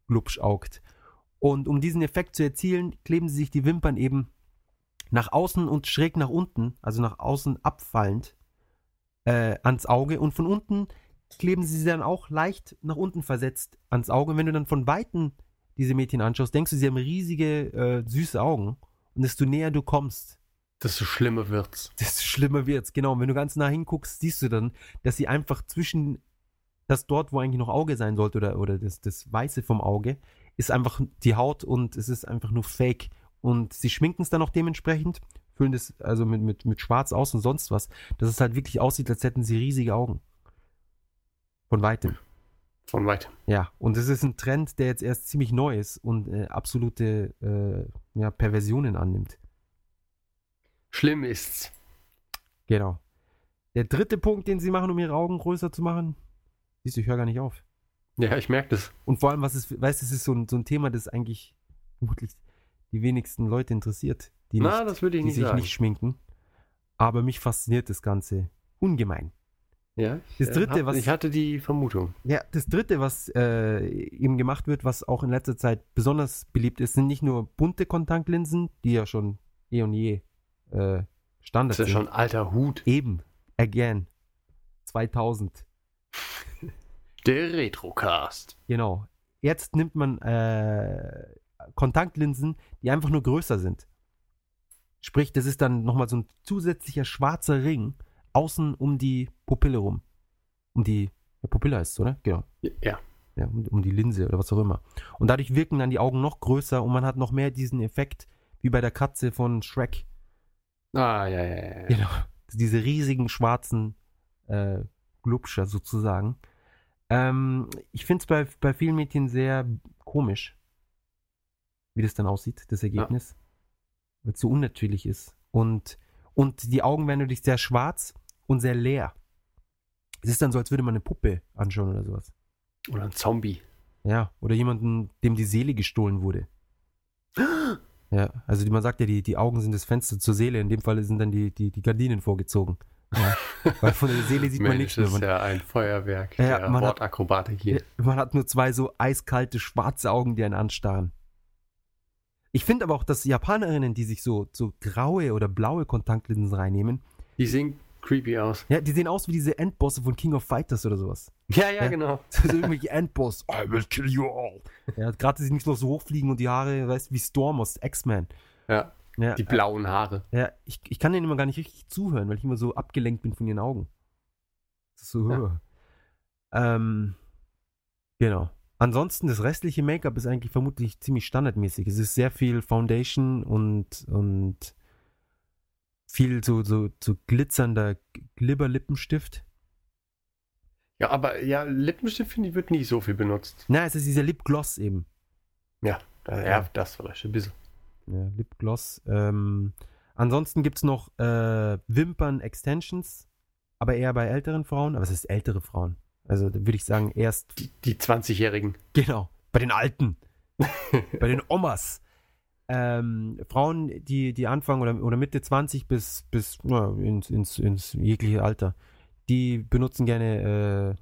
Speaker 2: anglubschaugt. Und um diesen Effekt zu erzielen, kleben sie sich die Wimpern eben nach außen und schräg nach unten, also nach außen abfallend, äh, ans Auge. Und von unten kleben sie sie dann auch leicht nach unten versetzt ans Auge. Und wenn du dann von Weitem diese Mädchen anschaust, denkst du, sie haben riesige, äh, süße Augen. Und desto näher du kommst,
Speaker 1: Desto schlimmer wird's.
Speaker 2: desto schlimmer wird's. Genau, und wenn du ganz nah hinguckst, siehst du dann, dass sie einfach zwischen dass dort, wo eigentlich noch Auge sein sollte oder, oder das, das Weiße vom Auge, ist einfach die Haut und es ist einfach nur Fake. Und sie schminken es dann auch dementsprechend, füllen das also mit, mit, mit Schwarz aus und sonst was, dass es halt wirklich aussieht, als hätten sie riesige Augen. Von weitem.
Speaker 1: Von weitem.
Speaker 2: Ja, und es ist ein Trend, der jetzt erst ziemlich neu ist und äh, absolute äh, ja, Perversionen annimmt.
Speaker 1: Schlimm ist's.
Speaker 2: Genau. Der dritte Punkt, den sie machen, um ihre Augen größer zu machen, siehst du, ich höre gar nicht auf.
Speaker 1: Ja, ich merke das.
Speaker 2: Und vor allem, was ist, weißt du, es ist so ein, so ein Thema, das eigentlich vermutlich die wenigsten Leute interessiert, die,
Speaker 1: Na,
Speaker 2: nicht,
Speaker 1: das würde ich
Speaker 2: die
Speaker 1: nicht
Speaker 2: sich
Speaker 1: sagen.
Speaker 2: nicht schminken. Aber mich fasziniert das Ganze ungemein.
Speaker 1: ja, ich,
Speaker 2: Das
Speaker 1: äh,
Speaker 2: Dritte,
Speaker 1: hab,
Speaker 2: was-
Speaker 1: Ich hatte die Vermutung.
Speaker 2: Ja, das dritte, was äh, eben gemacht wird, was auch in letzter Zeit besonders beliebt ist, sind nicht nur bunte Kontaktlinsen, die ja schon eh und je äh, Standard
Speaker 1: Das ist ja
Speaker 2: sind.
Speaker 1: schon ein alter Hut.
Speaker 2: Eben, again, 2000,
Speaker 1: Der Retrocast.
Speaker 2: genau. Jetzt nimmt man äh, Kontaktlinsen, die einfach nur größer sind. Sprich, das ist dann nochmal so ein zusätzlicher schwarzer Ring außen um die Pupille rum. Um die, ja, Pupille heißt es, oder? Genau.
Speaker 1: Ja.
Speaker 2: ja, um, um die Linse oder was auch immer. Und dadurch wirken dann die Augen noch größer und man hat noch mehr diesen Effekt wie bei der Katze von Shrek.
Speaker 1: Ah, ja, ja, ja. ja.
Speaker 2: Genau. Diese riesigen schwarzen äh, Glubscher sozusagen. Ähm, ich finde es bei, bei vielen Mädchen sehr komisch, wie das dann aussieht, das Ergebnis. Weil es so unnatürlich ist. Und, und die Augen werden natürlich sehr schwarz und sehr leer. Es ist dann so, als würde man eine Puppe anschauen oder sowas.
Speaker 1: Oder ein Zombie.
Speaker 2: Ja, oder jemanden, dem die Seele gestohlen wurde. Ja, also die- man sagt ja, die, die Augen sind das Fenster zur Seele. In dem Fall sind dann die, die, die Gardinen vorgezogen. Ja, weil von der Seele sieht man
Speaker 1: Mensch,
Speaker 2: nichts mehr.
Speaker 1: das ist
Speaker 2: Man,
Speaker 1: ja ein Feuerwerk.
Speaker 2: Ja,
Speaker 1: der
Speaker 2: man hat-
Speaker 1: Wortakrobatik hier.
Speaker 2: man hat nur zwei so eiskalte, schwarze Augen, die einen anstarren. Ich finde aber auch, dass Japanerinnen, die sich so, so graue oder blaue Kontaktlinsen reinnehmen,
Speaker 1: Die sehen creepy aus.
Speaker 2: ja, die sehen aus wie diese Endbosse von King of Fighters oder sowas.
Speaker 1: Ja, ja,
Speaker 2: Ja.
Speaker 1: genau.
Speaker 2: Das ist irgendwelche Endboss. I will kill you all. Ja, gerade, dass sie nicht noch so hochfliegen und die Haare, weißt du, wie Storm aus X-Men.
Speaker 1: Ja,
Speaker 2: Ja,
Speaker 1: die blauen Haare.
Speaker 2: Ja, ich, ich kann denen immer gar nicht richtig zuhören, weil ich immer so abgelenkt bin von ihren Augen. Das ist so.
Speaker 1: Ja.
Speaker 2: Ähm, genau. Ansonsten, das restliche Make-up ist eigentlich vermutlich ziemlich standardmäßig. Es ist sehr viel Foundation und, und viel so, so, so glitzernder Glibber-Lippenstift.
Speaker 1: Ja, aber ja, Lippenstift finde ich wird nie so viel benutzt.
Speaker 2: Na, es ist dieser Lipgloss eben.
Speaker 1: Ja, da, ja, das vielleicht ein bisschen.
Speaker 2: Ja, Lipgloss. Ähm, ansonsten gibt es noch äh, Wimpern-Extensions, aber eher bei älteren Frauen. Aber es ist ältere Frauen. Also da würde ich sagen, erst.
Speaker 1: Die, die 20-Jährigen.
Speaker 2: Genau, bei den Alten. bei den Omas. Ähm, Frauen, die, die anfangen oder, oder Mitte 20 bis, bis na, ins, ins, ins jegliche Alter, die benutzen gerne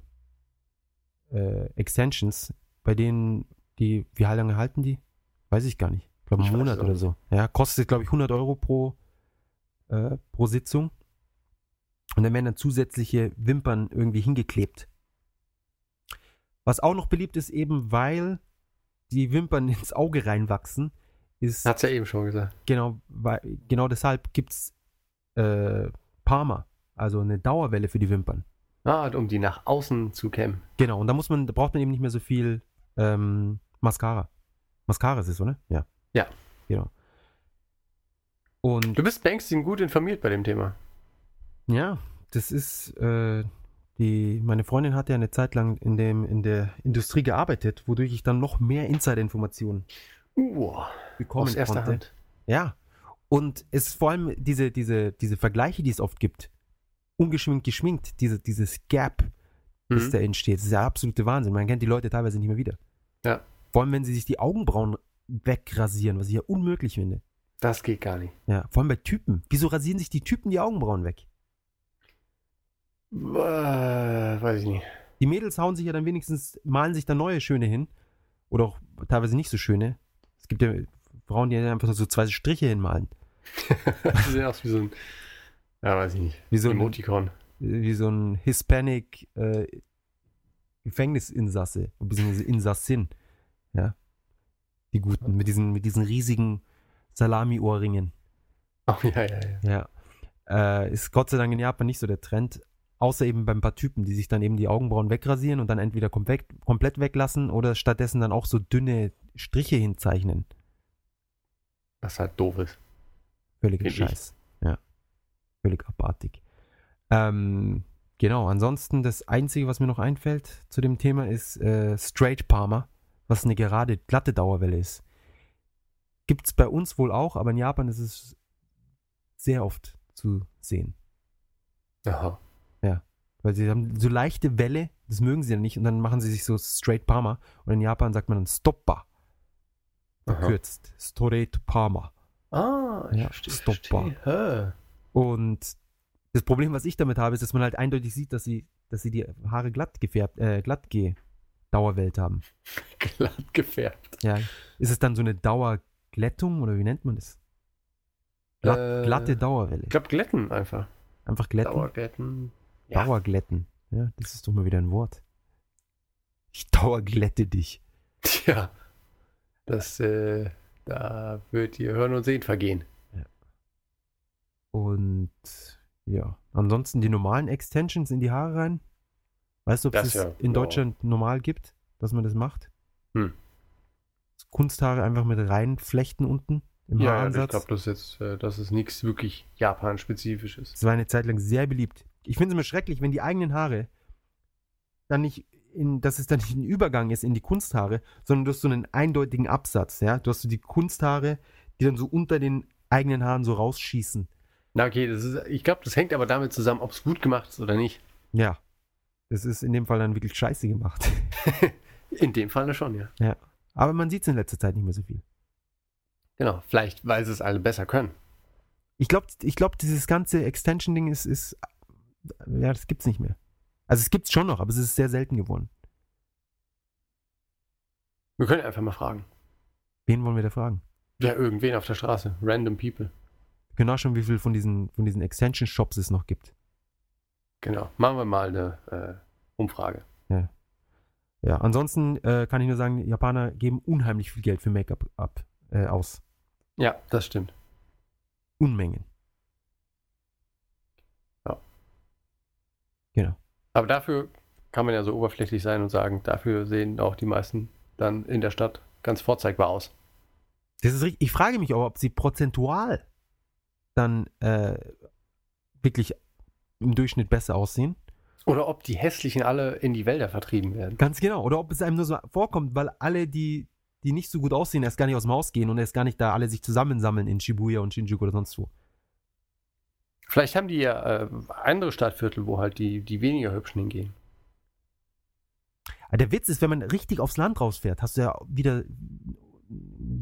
Speaker 2: äh, äh, Extensions, bei denen die, wie lange halten die? Weiß ich gar nicht. Ich glaube,
Speaker 1: Ich
Speaker 2: einen
Speaker 1: weiß
Speaker 2: Monat
Speaker 1: auch
Speaker 2: oder
Speaker 1: nicht.
Speaker 2: so. Ja, kostet, glaube ich, 100 Euro pro, äh, pro Sitzung. Und dann werden dann zusätzliche Wimpern irgendwie hingeklebt. Was auch noch beliebt ist, eben weil die Wimpern ins Auge reinwachsen, ist
Speaker 1: Hat's ja eben schon gesagt.
Speaker 2: genau, weil, genau deshalb gibt es äh, Parma, also eine Dauerwelle für die Wimpern.
Speaker 1: Ah, um die nach außen zu kämmen.
Speaker 2: Genau, und da muss man, da braucht man eben nicht mehr so viel ähm, Mascara. Mascara ist es, oder? Ja.
Speaker 1: Ja.
Speaker 2: Genau. Und
Speaker 1: Du bist Banksting gut informiert bei dem Thema.
Speaker 2: ja, das ist, äh, die, meine Freundin hat ja eine Zeit lang in, dem, in der Industrie gearbeitet, wodurch ich dann noch mehr Insider-Informationen
Speaker 1: Uah,
Speaker 2: bekommen
Speaker 1: Uh, aus erster
Speaker 2: konnte.
Speaker 1: Hand.
Speaker 2: Ja. Und es ist vor allem diese, diese, diese Vergleiche, die es oft gibt. Ungeschminkt, geschminkt, diese, dieses Gap, das
Speaker 1: Mhm.
Speaker 2: da entsteht. Das ist der absolute Wahnsinn. Man kennt die Leute teilweise nicht mehr wieder.
Speaker 1: Ja.
Speaker 2: Vor allem, wenn sie sich die Augenbrauen wegrasieren, was ich ja unmöglich finde.
Speaker 1: Das geht gar nicht.
Speaker 2: Ja, vor allem bei Typen. Wieso rasieren sich die Typen die Augenbrauen weg?
Speaker 1: Äh, weiß ich nicht.
Speaker 2: Die Mädels hauen sich ja dann wenigstens, malen sich dann neue schöne hin. Oder auch teilweise nicht so schöne. Es gibt ja Frauen, die einfach nur so zwei Striche hinmalen.
Speaker 1: Sie sehen aus wie so ein. Ja, weiß ich nicht.
Speaker 2: Wie so ein
Speaker 1: Emoticon.
Speaker 2: wie so ein Hispanic äh, Gefängnisinsasse, beziehungsweise Insassin, ja. Die guten, mit diesen, mit diesen riesigen Salami-Ohrringen.
Speaker 1: Oh, ja, ja, ja.
Speaker 2: Ja. Äh, ist Gott sei Dank in Japan nicht so der Trend. Außer eben bei ein paar Typen, die sich dann eben die Augenbrauen wegrasieren und dann entweder komplett, komplett weglassen oder stattdessen dann auch so dünne Striche hinzeichnen.
Speaker 1: Was halt doof ist.
Speaker 2: Völliger
Speaker 1: Find ich.
Speaker 2: Scheiß. Ja. Völlig abartig. Ähm, genau, ansonsten das Einzige, was mir noch einfällt zu dem Thema, ist äh, Straight Palmer, was eine gerade glatte Dauerwelle ist. Gibt es bei uns wohl auch, aber in Japan ist es sehr oft zu sehen.
Speaker 1: Aha.
Speaker 2: Weil sie haben so leichte Welle, das mögen sie ja nicht, und dann machen sie sich so Straight Palmer. Und in Japan sagt man dann Stoppa. Verkürzt. Straight Palmer.
Speaker 1: Ah,
Speaker 2: Ja, stoppbar.
Speaker 1: verstehe.
Speaker 2: Und das Problem, was ich damit habe, ist, dass man halt eindeutig sieht, dass sie, dass sie die Haare glatt gefärbt, äh, glatt ge Dauerwelt haben.
Speaker 1: Glatt gefärbt.
Speaker 2: Ja. Ist es dann so eine Dauerglättung oder wie nennt man das? Glatt,
Speaker 1: Äh,
Speaker 2: glatte Dauerwelle.
Speaker 1: Ich glaube, glätten einfach.
Speaker 2: Einfach glätten.
Speaker 1: Dauerglätten. Ja.
Speaker 2: Dauerglätten. Ja, das ist doch mal wieder ein Wort. Ich dauerglätte dich.
Speaker 1: Tja, das, äh, da wird ihr Hören und Sehen vergehen.
Speaker 2: Und ja, ansonsten die normalen Extensions in die Haare rein. Weißt du, ob
Speaker 1: Das
Speaker 2: es das
Speaker 1: ja,
Speaker 2: in
Speaker 1: ja.
Speaker 2: Deutschland normal gibt, dass man das macht?
Speaker 1: Hm.
Speaker 2: Kunsthaare einfach mit reinflechten unten im
Speaker 1: ich
Speaker 2: Haaransatz.
Speaker 1: glaube, das ist jetzt, äh, das ist nichts wirklich Japan-spezifisches.
Speaker 2: das war eine Zeit lang sehr beliebt. Ich finde es immer schrecklich, wenn die eigenen Haare dann nicht in, dass es dann nicht ein Übergang ist in die Kunsthaare, sondern du hast so einen eindeutigen Absatz, ja. Du hast so die Kunsthaare, die dann so unter den eigenen Haaren so rausschießen.
Speaker 1: Na okay, das ist, ich glaube, das hängt aber damit zusammen, ob es gut gemacht ist oder nicht.
Speaker 2: Ja. Das ist in dem Fall dann wirklich scheiße gemacht.
Speaker 1: In dem Fall schon, ja.
Speaker 2: Aber man sieht es in letzter Zeit nicht mehr so viel.
Speaker 1: Genau, vielleicht, weil sie es alle besser können.
Speaker 2: Ich glaube, ich glaub, dieses ganze Extension-Ding ist, ist. Ja, das gibt's nicht mehr. Also es gibt's schon noch, aber es ist sehr selten geworden.
Speaker 1: Wir können einfach mal fragen.
Speaker 2: Wen wollen wir da fragen?
Speaker 1: Ja, irgendwen auf der Straße. Random People.
Speaker 2: Wir können auch schon, wie viel von diesen, von diesen Extension-Shops es noch gibt.
Speaker 1: Genau. Machen wir mal eine äh, Umfrage.
Speaker 2: Ja, ansonsten äh, kann ich nur sagen, Japaner geben unheimlich viel Geld für Make-up ab, äh, aus.
Speaker 1: Ja, das stimmt.
Speaker 2: Unmengen.
Speaker 1: Aber dafür kann man ja so oberflächlich sein und sagen, dafür sehen auch die meisten dann in der Stadt ganz vorzeigbar aus.
Speaker 2: Das ist richtig. Ich frage mich auch, ob sie prozentual dann äh, wirklich im Durchschnitt besser aussehen.
Speaker 1: Oder ob die Hässlichen alle in die Wälder vertrieben werden.
Speaker 2: Ganz genau. Oder ob es einem nur so vorkommt, weil alle, die, die nicht so gut aussehen, erst gar nicht aus dem Haus gehen und erst gar nicht da alle sich zusammensammeln in Shibuya und Shinjuku oder sonst wo.
Speaker 1: Vielleicht haben die ja äh, andere Stadtviertel, wo halt die, die weniger Hübschen hingehen.
Speaker 2: Aber der Witz ist, wenn man richtig aufs Land rausfährt, hast du ja wieder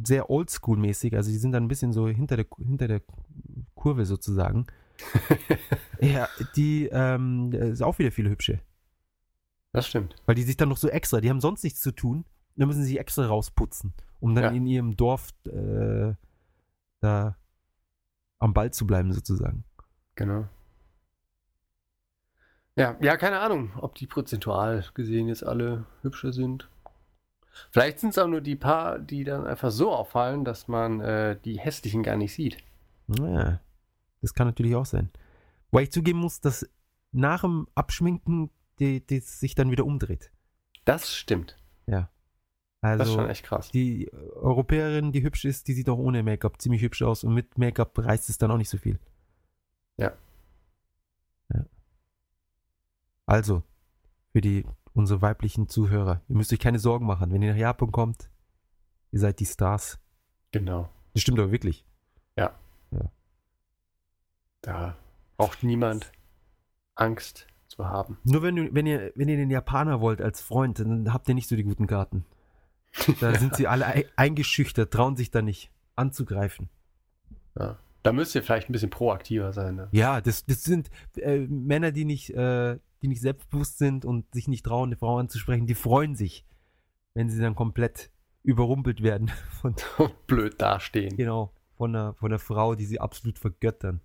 Speaker 2: sehr oldschool-mäßig. Also die sind dann ein bisschen so hinter der, hinter der Kurve sozusagen. ja, die ähm, sind auch wieder viele hübsche.
Speaker 1: Das stimmt.
Speaker 2: Weil die sich dann noch so extra, die haben sonst nichts zu tun, dann müssen sie sich extra rausputzen, um dann
Speaker 1: Ja.
Speaker 2: in ihrem Dorf äh, da am Ball zu bleiben, sozusagen.
Speaker 1: Genau. Ja, ja, keine Ahnung, ob die prozentual gesehen jetzt alle hübscher sind. Vielleicht sind es auch nur die paar, die dann einfach so auffallen, dass man äh, die hässlichen gar nicht sieht.
Speaker 2: Ja, das kann natürlich auch sein. Weil ich zugeben muss, dass nach dem Abschminken die, die sich dann wieder umdreht.
Speaker 1: Das stimmt. Das ist
Speaker 2: Also
Speaker 1: schon echt krass.
Speaker 2: die Europäerin, die hübsch ist, die sieht auch ohne Make-up ziemlich hübsch aus und mit Make-up reißt es dann auch nicht so viel.
Speaker 1: Ja.
Speaker 2: Ja. Also, für die unsere weiblichen Zuhörer, ihr müsst euch keine Sorgen machen. Wenn ihr nach Japan kommt, ihr seid die Stars.
Speaker 1: Genau.
Speaker 2: Das stimmt aber wirklich.
Speaker 1: Da braucht niemand Angst zu haben.
Speaker 2: Nur wenn, du, wenn, ihr, wenn ihr den Japaner wollt als Freund, dann habt ihr nicht so die guten Karten. Da sind sie alle ei- eingeschüchtert, trauen sich da nicht anzugreifen.
Speaker 1: Ja. Da müsst ihr vielleicht ein bisschen proaktiver sein. Ne?
Speaker 2: Ja, das, das sind äh, Männer, die nicht, äh, die nicht selbstbewusst sind und sich nicht trauen, eine Frau anzusprechen, die freuen sich, wenn sie dann komplett überrumpelt werden von,
Speaker 1: Und blöd dastehen.
Speaker 2: genau, von, einer, von einer Frau, die sie absolut vergöttern.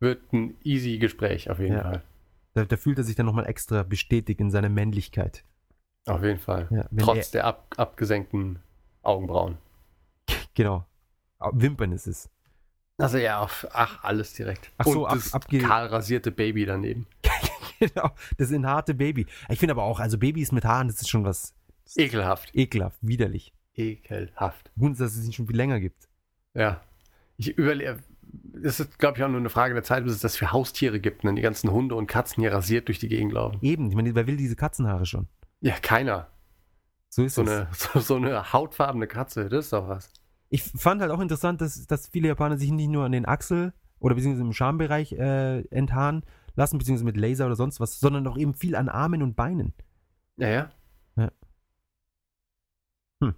Speaker 1: Wird ein easy Gespräch auf jeden
Speaker 2: Ja.
Speaker 1: Fall.
Speaker 2: Da, da fühlt er sich dann nochmal extra bestätigt in seiner Männlichkeit.
Speaker 1: Auf jeden Fall.
Speaker 2: Ja, wenn
Speaker 1: Trotz der ab, abgesenkten Augenbrauen.
Speaker 2: Er, genau. Wimpern ist es.
Speaker 1: Also ja, auf, ach, alles direkt.
Speaker 2: Ach so, ab-
Speaker 1: das
Speaker 2: abge-
Speaker 1: kahl rasierte Baby daneben.
Speaker 2: genau, das ist ein harte Baby. Ich finde aber auch, also Babys mit Haaren, das ist schon was
Speaker 1: Ekelhaft.
Speaker 2: ekelhaft, widerlich.
Speaker 1: Ekelhaft.
Speaker 2: Gut, dass es ihn schon viel länger gibt.
Speaker 1: Ja. Ich überlege, es ist, glaube ich, auch nur eine Frage der Zeit, bis es das für Haustiere gibt. Und dann die ganzen Hunde und Katzen hier rasiert durch die Gegend laufen.
Speaker 2: Eben, ich meine, wer will diese Katzenhaare schon?
Speaker 1: Ja, keiner.
Speaker 2: So ist
Speaker 1: So
Speaker 2: es.
Speaker 1: eine, so, so eine hautfarbene Katze, das ist doch was.
Speaker 2: Ich fand halt auch interessant, dass, dass viele Japaner sich nicht nur an den Achsel oder beziehungsweise im Schambereich äh, enthaaren lassen, beziehungsweise mit Laser oder sonst was, sondern auch eben viel an Armen und Beinen.
Speaker 1: Ja, ja.
Speaker 2: Ja. Hm.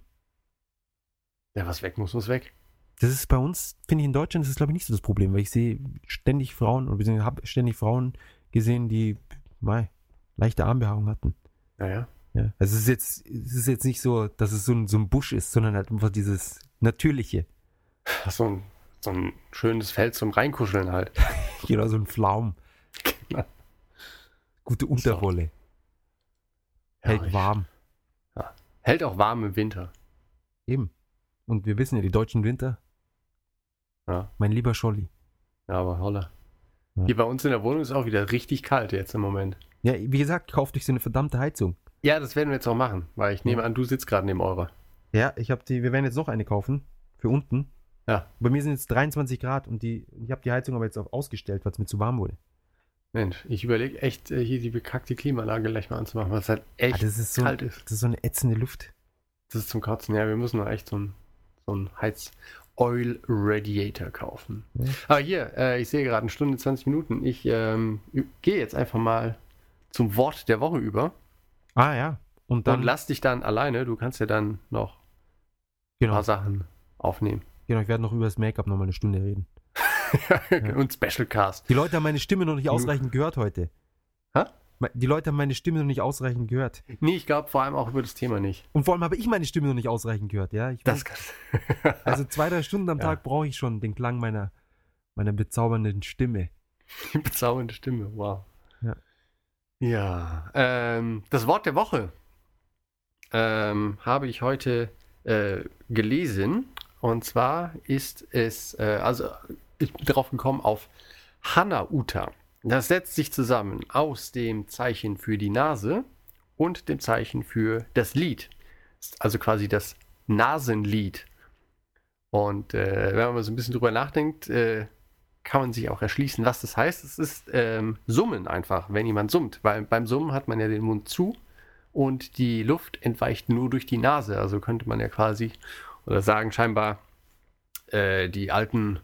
Speaker 1: Ja, was weg muss, muss weg.
Speaker 2: Das ist bei uns, finde ich, in Deutschland ist das, glaube ich, nicht so das Problem, weil ich sehe ständig Frauen, oder beziehungsweise habe ständig Frauen gesehen, die mei, leichte Armbehaarung hatten.
Speaker 1: Naja.
Speaker 2: Ja. Also es ist jetzt, es ist jetzt nicht so, dass es so ein, so ein Busch ist, sondern halt einfach dieses natürliche.
Speaker 1: Das ist so ein, so ein schönes Feld zum Reinkuscheln halt.
Speaker 2: Oder so ein Pflaum.
Speaker 1: Genau.
Speaker 2: Gute Unterwolle. Hält
Speaker 1: ich-
Speaker 2: warm.
Speaker 1: Hält auch warm im Winter.
Speaker 2: Eben. Und wir wissen ja, die deutschen Winter.
Speaker 1: Ja.
Speaker 2: Mein lieber Scholli.
Speaker 1: Ja, aber holla.
Speaker 2: Ja.
Speaker 1: Hier bei uns in der Wohnung ist auch wieder richtig kalt jetzt im Moment.
Speaker 2: Ja, wie gesagt, kauft euch so eine verdammte Heizung.
Speaker 1: Ja, das werden wir jetzt auch machen, weil ich nehme an, du sitzt gerade neben eurer.
Speaker 2: Ja, ich habe die, wir werden jetzt noch eine kaufen. Für unten.
Speaker 1: Ja.
Speaker 2: Bei mir sind jetzt 23 Grad und die, ich habe die Heizung aber jetzt auch ausgestellt, weil es mir zu warm wurde.
Speaker 1: Mensch, ich überlege echt, äh, hier die bekackte Klimaanlage gleich mal anzumachen, weil es halt
Speaker 2: Ah,
Speaker 1: echt
Speaker 2: das ist so,
Speaker 1: kalt ist.
Speaker 2: das ist so eine ätzende Luft.
Speaker 1: Das ist zum Kotzen. Ja, wir müssen noch echt so ein, so ein Heiz-Oil-Radiator kaufen.
Speaker 2: Ja.
Speaker 1: Aber hier, äh, ich sehe gerade eine Stunde, 20 Minuten. Ich ähm, ü- gehe jetzt einfach mal zum Wort der Woche über
Speaker 2: Ah ja. Und
Speaker 1: Dann
Speaker 2: dann,
Speaker 1: und lass dich dann alleine. Du kannst ja dann noch ein
Speaker 2: genau,
Speaker 1: paar Sachen aufnehmen.
Speaker 2: genau, ich werde noch über das Make-up nochmal eine Stunde reden.
Speaker 1: und Special Cast.
Speaker 2: Die Leute haben meine Stimme noch nicht
Speaker 1: Ju-
Speaker 2: ausreichend gehört heute.
Speaker 1: Hä?
Speaker 2: Me- Die Leute haben meine Stimme noch nicht ausreichend gehört.
Speaker 1: Nee, ich glaube vor allem auch über das Thema nicht.
Speaker 2: Und vor allem habe ich meine Stimme noch nicht ausreichend gehört, ja? Ich weiß-
Speaker 1: kann.
Speaker 2: Also zwei, drei Stunden am
Speaker 1: Ah. Ja.
Speaker 2: Tag brauche ich schon den Klang meiner, meiner bezaubernden Stimme.
Speaker 1: Die bezaubernde Stimme, wow.
Speaker 2: Ja.
Speaker 1: Ja, ähm, das Wort der Woche ähm, habe ich heute äh, gelesen. Und zwar ist es, äh, also ich bin drauf gekommen auf Hanauta. Das setzt sich zusammen aus dem Zeichen für die Nase und dem Zeichen für das Lied. Ist Also quasi das Nasenlied. Und äh, wenn man mal so ein bisschen drüber nachdenkt, äh, kann man sich auch erschließen, was das heißt. Es ist ähm, Summen einfach, wenn jemand summt. Weil beim Summen hat man ja den Mund zu und die Luft entweicht nur durch die Nase. Also könnte man ja quasi oder sagen scheinbar äh, die alten,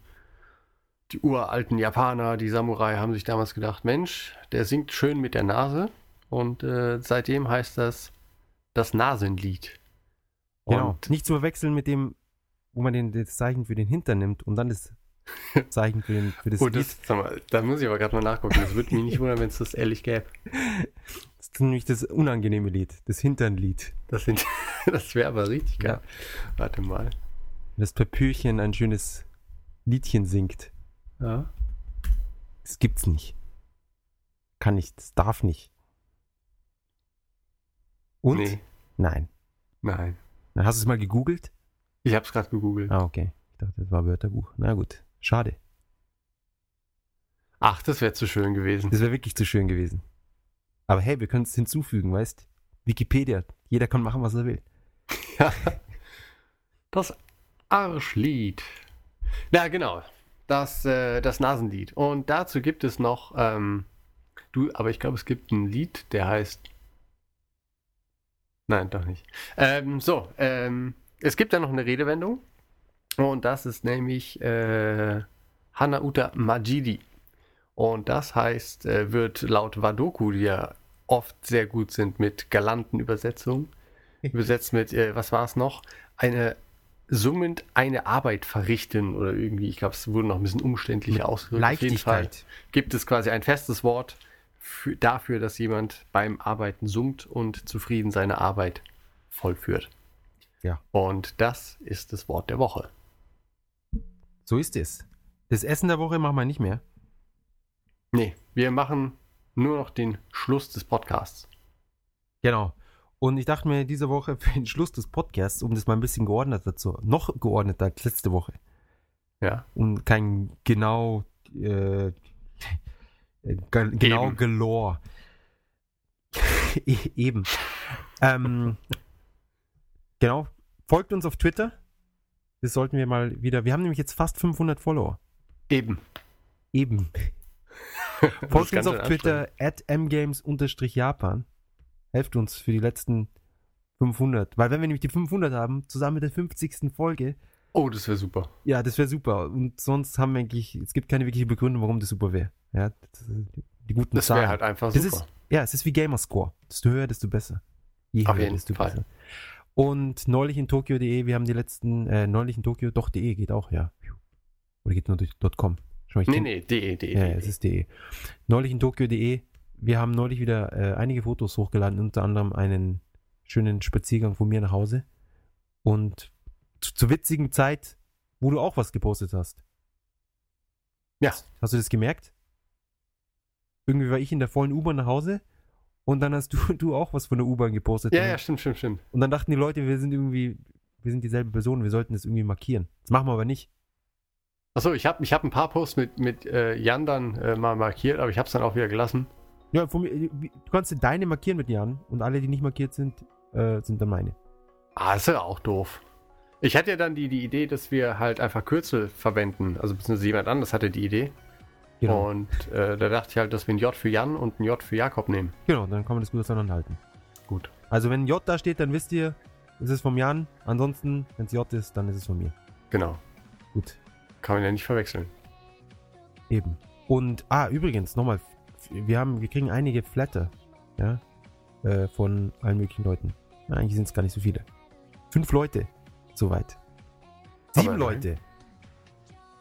Speaker 1: die uralten Japaner, die Samurai haben sich damals gedacht, Mensch, der singt schön mit der Nase. Und äh, seitdem heißt das das Nasenlied.
Speaker 2: Genau.
Speaker 1: Und
Speaker 2: Nicht zu verwechseln mit dem, wo man den, das Zeichen für den Hintern nimmt und dann das Zeichen für, den, für das
Speaker 1: Oh,
Speaker 2: Lied.
Speaker 1: das, sag mal, da muss ich aber gerade mal nachgucken. Das würde mich nicht wundern, wenn es das ehrlich gäbe.
Speaker 2: Das ist nämlich das unangenehme Lied, das Hinternlied.
Speaker 1: Das, sind- das wäre aber richtig geil. Warte mal.
Speaker 2: Wenn das Papierchen ein schönes Liedchen singt.
Speaker 1: Ja.
Speaker 2: Das gibt's nicht. Kann nicht, das darf nicht. Und?
Speaker 1: Nee,
Speaker 2: Nein.
Speaker 1: nein.
Speaker 2: Dann hast du es mal gegoogelt?
Speaker 1: Ich habe es gerade gegoogelt.
Speaker 2: Ah, okay. Ich dachte, das war Wörterbuch. Na gut. Schade.
Speaker 1: Ach, das wäre zu schön gewesen.
Speaker 2: Das wäre wirklich zu schön gewesen. Aber hey, wir können es hinzufügen, weißt? Wikipedia. Jeder kann machen, was er will.
Speaker 1: Das Arschlied. Na genau. Das, äh, das Nasenlied. Und dazu gibt es noch, ähm, du, aber ich glaube, es gibt ein Lied, der heißt. Nein, doch nicht. Ähm, so, ähm, es gibt da noch eine Redewendung. Und das ist nämlich äh, Hanauta Majidi. Und das heißt, äh, wird laut Wadoku, die ja oft sehr gut sind mit galanten Übersetzungen, übersetzt mit, äh, was war es noch? Eine summend eine Arbeit verrichten oder irgendwie, ich glaube, es wurde noch ein bisschen umständlicher ausgedrückt. Auf jeden Fall
Speaker 2: Leichtigkeit.
Speaker 1: gibt es quasi ein festes Wort für, dafür, dass jemand beim Arbeiten summt und zufrieden seine Arbeit vollführt.
Speaker 2: Ja.
Speaker 1: Und das ist das Wort der Woche.
Speaker 2: So ist es. Das Essen der Woche machen wir nicht mehr.
Speaker 1: Nee, wir machen nur noch den Schluss des Podcasts.
Speaker 2: Genau. Und ich dachte mir diese Woche für den Schluss des Podcasts, um das mal ein bisschen geordneter zu, noch geordneter als letzte Woche,
Speaker 1: Ja.
Speaker 2: und kein genau äh, ge- genau
Speaker 1: Eben.
Speaker 2: Gelor. E- Eben. ähm, genau. Folgt uns auf Twitter. Das sollten wir mal wieder. Wir haben nämlich jetzt fast 500 Follower.
Speaker 1: Eben.
Speaker 2: Eben.
Speaker 1: Das ist
Speaker 2: Folgt uns
Speaker 1: ganz
Speaker 2: auf
Speaker 1: schön
Speaker 2: Twitter at mgames-japan. Helft uns für die letzten 500. Weil wenn wir nämlich die 500 haben, zusammen mit der 50. Folge,
Speaker 1: Oh, das wäre super.
Speaker 2: ja, das wäre super. Und sonst haben wir eigentlich, es gibt keine wirkliche Begründung, warum das super wäre. Ja, das, äh, die guten
Speaker 1: Das
Speaker 2: Zahlen.
Speaker 1: wäre halt einfach
Speaker 2: das
Speaker 1: super.
Speaker 2: ist, ja, es ist wie Gamerscore. Desto höher, desto besser. Je
Speaker 1: Auf
Speaker 2: höher,
Speaker 1: jeden Fall.
Speaker 2: besser. Und neulich in Tokio.de, wir haben die letzten, äh, neulich in Tokio, doch .de geht auch, ja. Oder geht nur durch .com. Schau, ich
Speaker 1: nee,
Speaker 2: kenn-
Speaker 1: nee, E, de, de,
Speaker 2: ja,
Speaker 1: de,
Speaker 2: ja, es
Speaker 1: de.
Speaker 2: ist de. Neulich in Tokio.de. Wir haben neulich wieder äh, einige Fotos hochgeladen, unter anderem einen schönen Spaziergang von mir nach Hause. Und zu, zur witzigen Zeit, wo du auch was gepostet hast.
Speaker 1: Ja.
Speaker 2: Hast du das gemerkt? Irgendwie war ich in der vollen U-Bahn nach Hause und dann hast du, du auch was von der U-Bahn gepostet. ne?
Speaker 1: ja, ja, stimmt, stimmt, stimmt.
Speaker 2: Und dann dachten die Leute, wir sind irgendwie, wir sind dieselbe Person, wir sollten das irgendwie markieren. Das machen wir aber nicht.
Speaker 1: Achso, ich habe ich hab ein paar Posts mit, mit äh, Jan dann äh, mal markiert, aber ich habe es dann auch wieder gelassen.
Speaker 2: Ja, von mir, äh, wie- du kannst dir deine markieren mit Jan und alle, die nicht markiert sind, äh, sind dann meine.
Speaker 1: Ah, ist ja auch doof. Ich hatte ja dann die, die Idee, dass wir halt einfach Kürzel verwenden. Also beziehungsweise jemand anders hatte die Idee.
Speaker 2: Genau.
Speaker 1: Und äh, da dachte ich halt, dass wir ein J für Jan und ein J für Jakob nehmen.
Speaker 2: Genau, dann kann man das gut auseinanderhalten.
Speaker 1: Gut.
Speaker 2: Also wenn ein J da steht, dann wisst ihr, es ist vom Jan. Ansonsten, wenn es J ist, dann ist es von mir.
Speaker 1: Genau.
Speaker 2: Gut,
Speaker 1: Kann man ja nicht verwechseln.
Speaker 2: eben. Und, ah, übrigens, nochmal, f- wir haben, wir kriegen einige Flatter, ja, äh, von allen möglichen Leuten. Na, eigentlich sind es gar nicht so viele. Fünf Leute, soweit. Sieben
Speaker 1: Aber immerhin.
Speaker 2: Leute.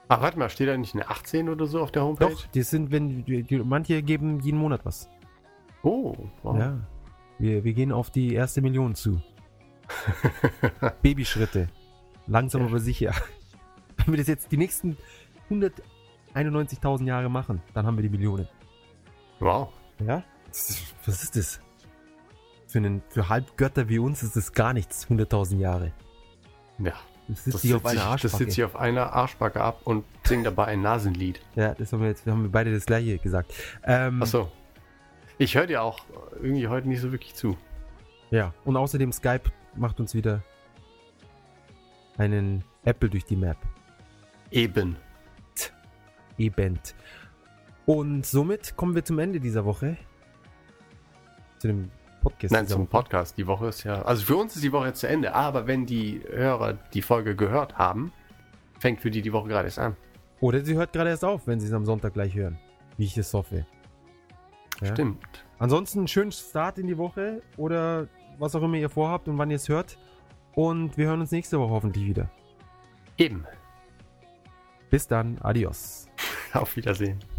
Speaker 1: Ach, warte mal, steht da nicht eine 18 oder so auf der Homepage?
Speaker 2: Doch, die sind, wenn, die, die, manche geben jeden Monat was.
Speaker 1: Oh, wow.
Speaker 2: Ja. Wir, wir gehen auf die erste Million zu. Babyschritte. Langsam aber sicher. Wenn wir das jetzt die nächsten 191.000 Jahre machen, dann haben wir die Millionen.
Speaker 1: wow.
Speaker 2: Ja? Was ist das? Für, einen, für Halbgötter wie uns ist das gar nichts, 100.000 Jahre.
Speaker 1: Ja, das
Speaker 2: Das sitzt sich auf einer
Speaker 1: sich- das
Speaker 2: Arschbacke.
Speaker 1: sitzt sich auf einer Arschbacke ab und singt dabei ein Nasenlied.
Speaker 2: Ja, das haben wir jetzt, wir haben beide das gleiche gesagt. Ähm,
Speaker 1: Achso. Ich höre dir auch irgendwie heute nicht so wirklich zu.
Speaker 2: Ja, und außerdem Skype macht uns wieder einen Apple durch die Map.
Speaker 1: Eben.
Speaker 2: Event. Und somit kommen wir zum Ende dieser Woche. Zu dem Podcast.
Speaker 1: Nein,
Speaker 2: dieser
Speaker 1: zum
Speaker 2: Woche.
Speaker 1: Podcast. Die Woche ist ja. Also für uns ist die Woche jetzt zu Ende, aber wenn die Hörer die Folge gehört haben, fängt für die die Woche gerade erst an.
Speaker 2: Oder sie hört gerade erst auf, wenn sie es am Sonntag gleich hören. Wie ich es hoffe. Ja.
Speaker 1: Stimmt.
Speaker 2: Ansonsten einen schönen Start in die Woche oder was auch immer ihr vorhabt und wann ihr es hört. Und wir hören uns nächste Woche hoffentlich wieder.
Speaker 1: Eben.
Speaker 2: Bis dann, adios.
Speaker 1: Auf Wiedersehen.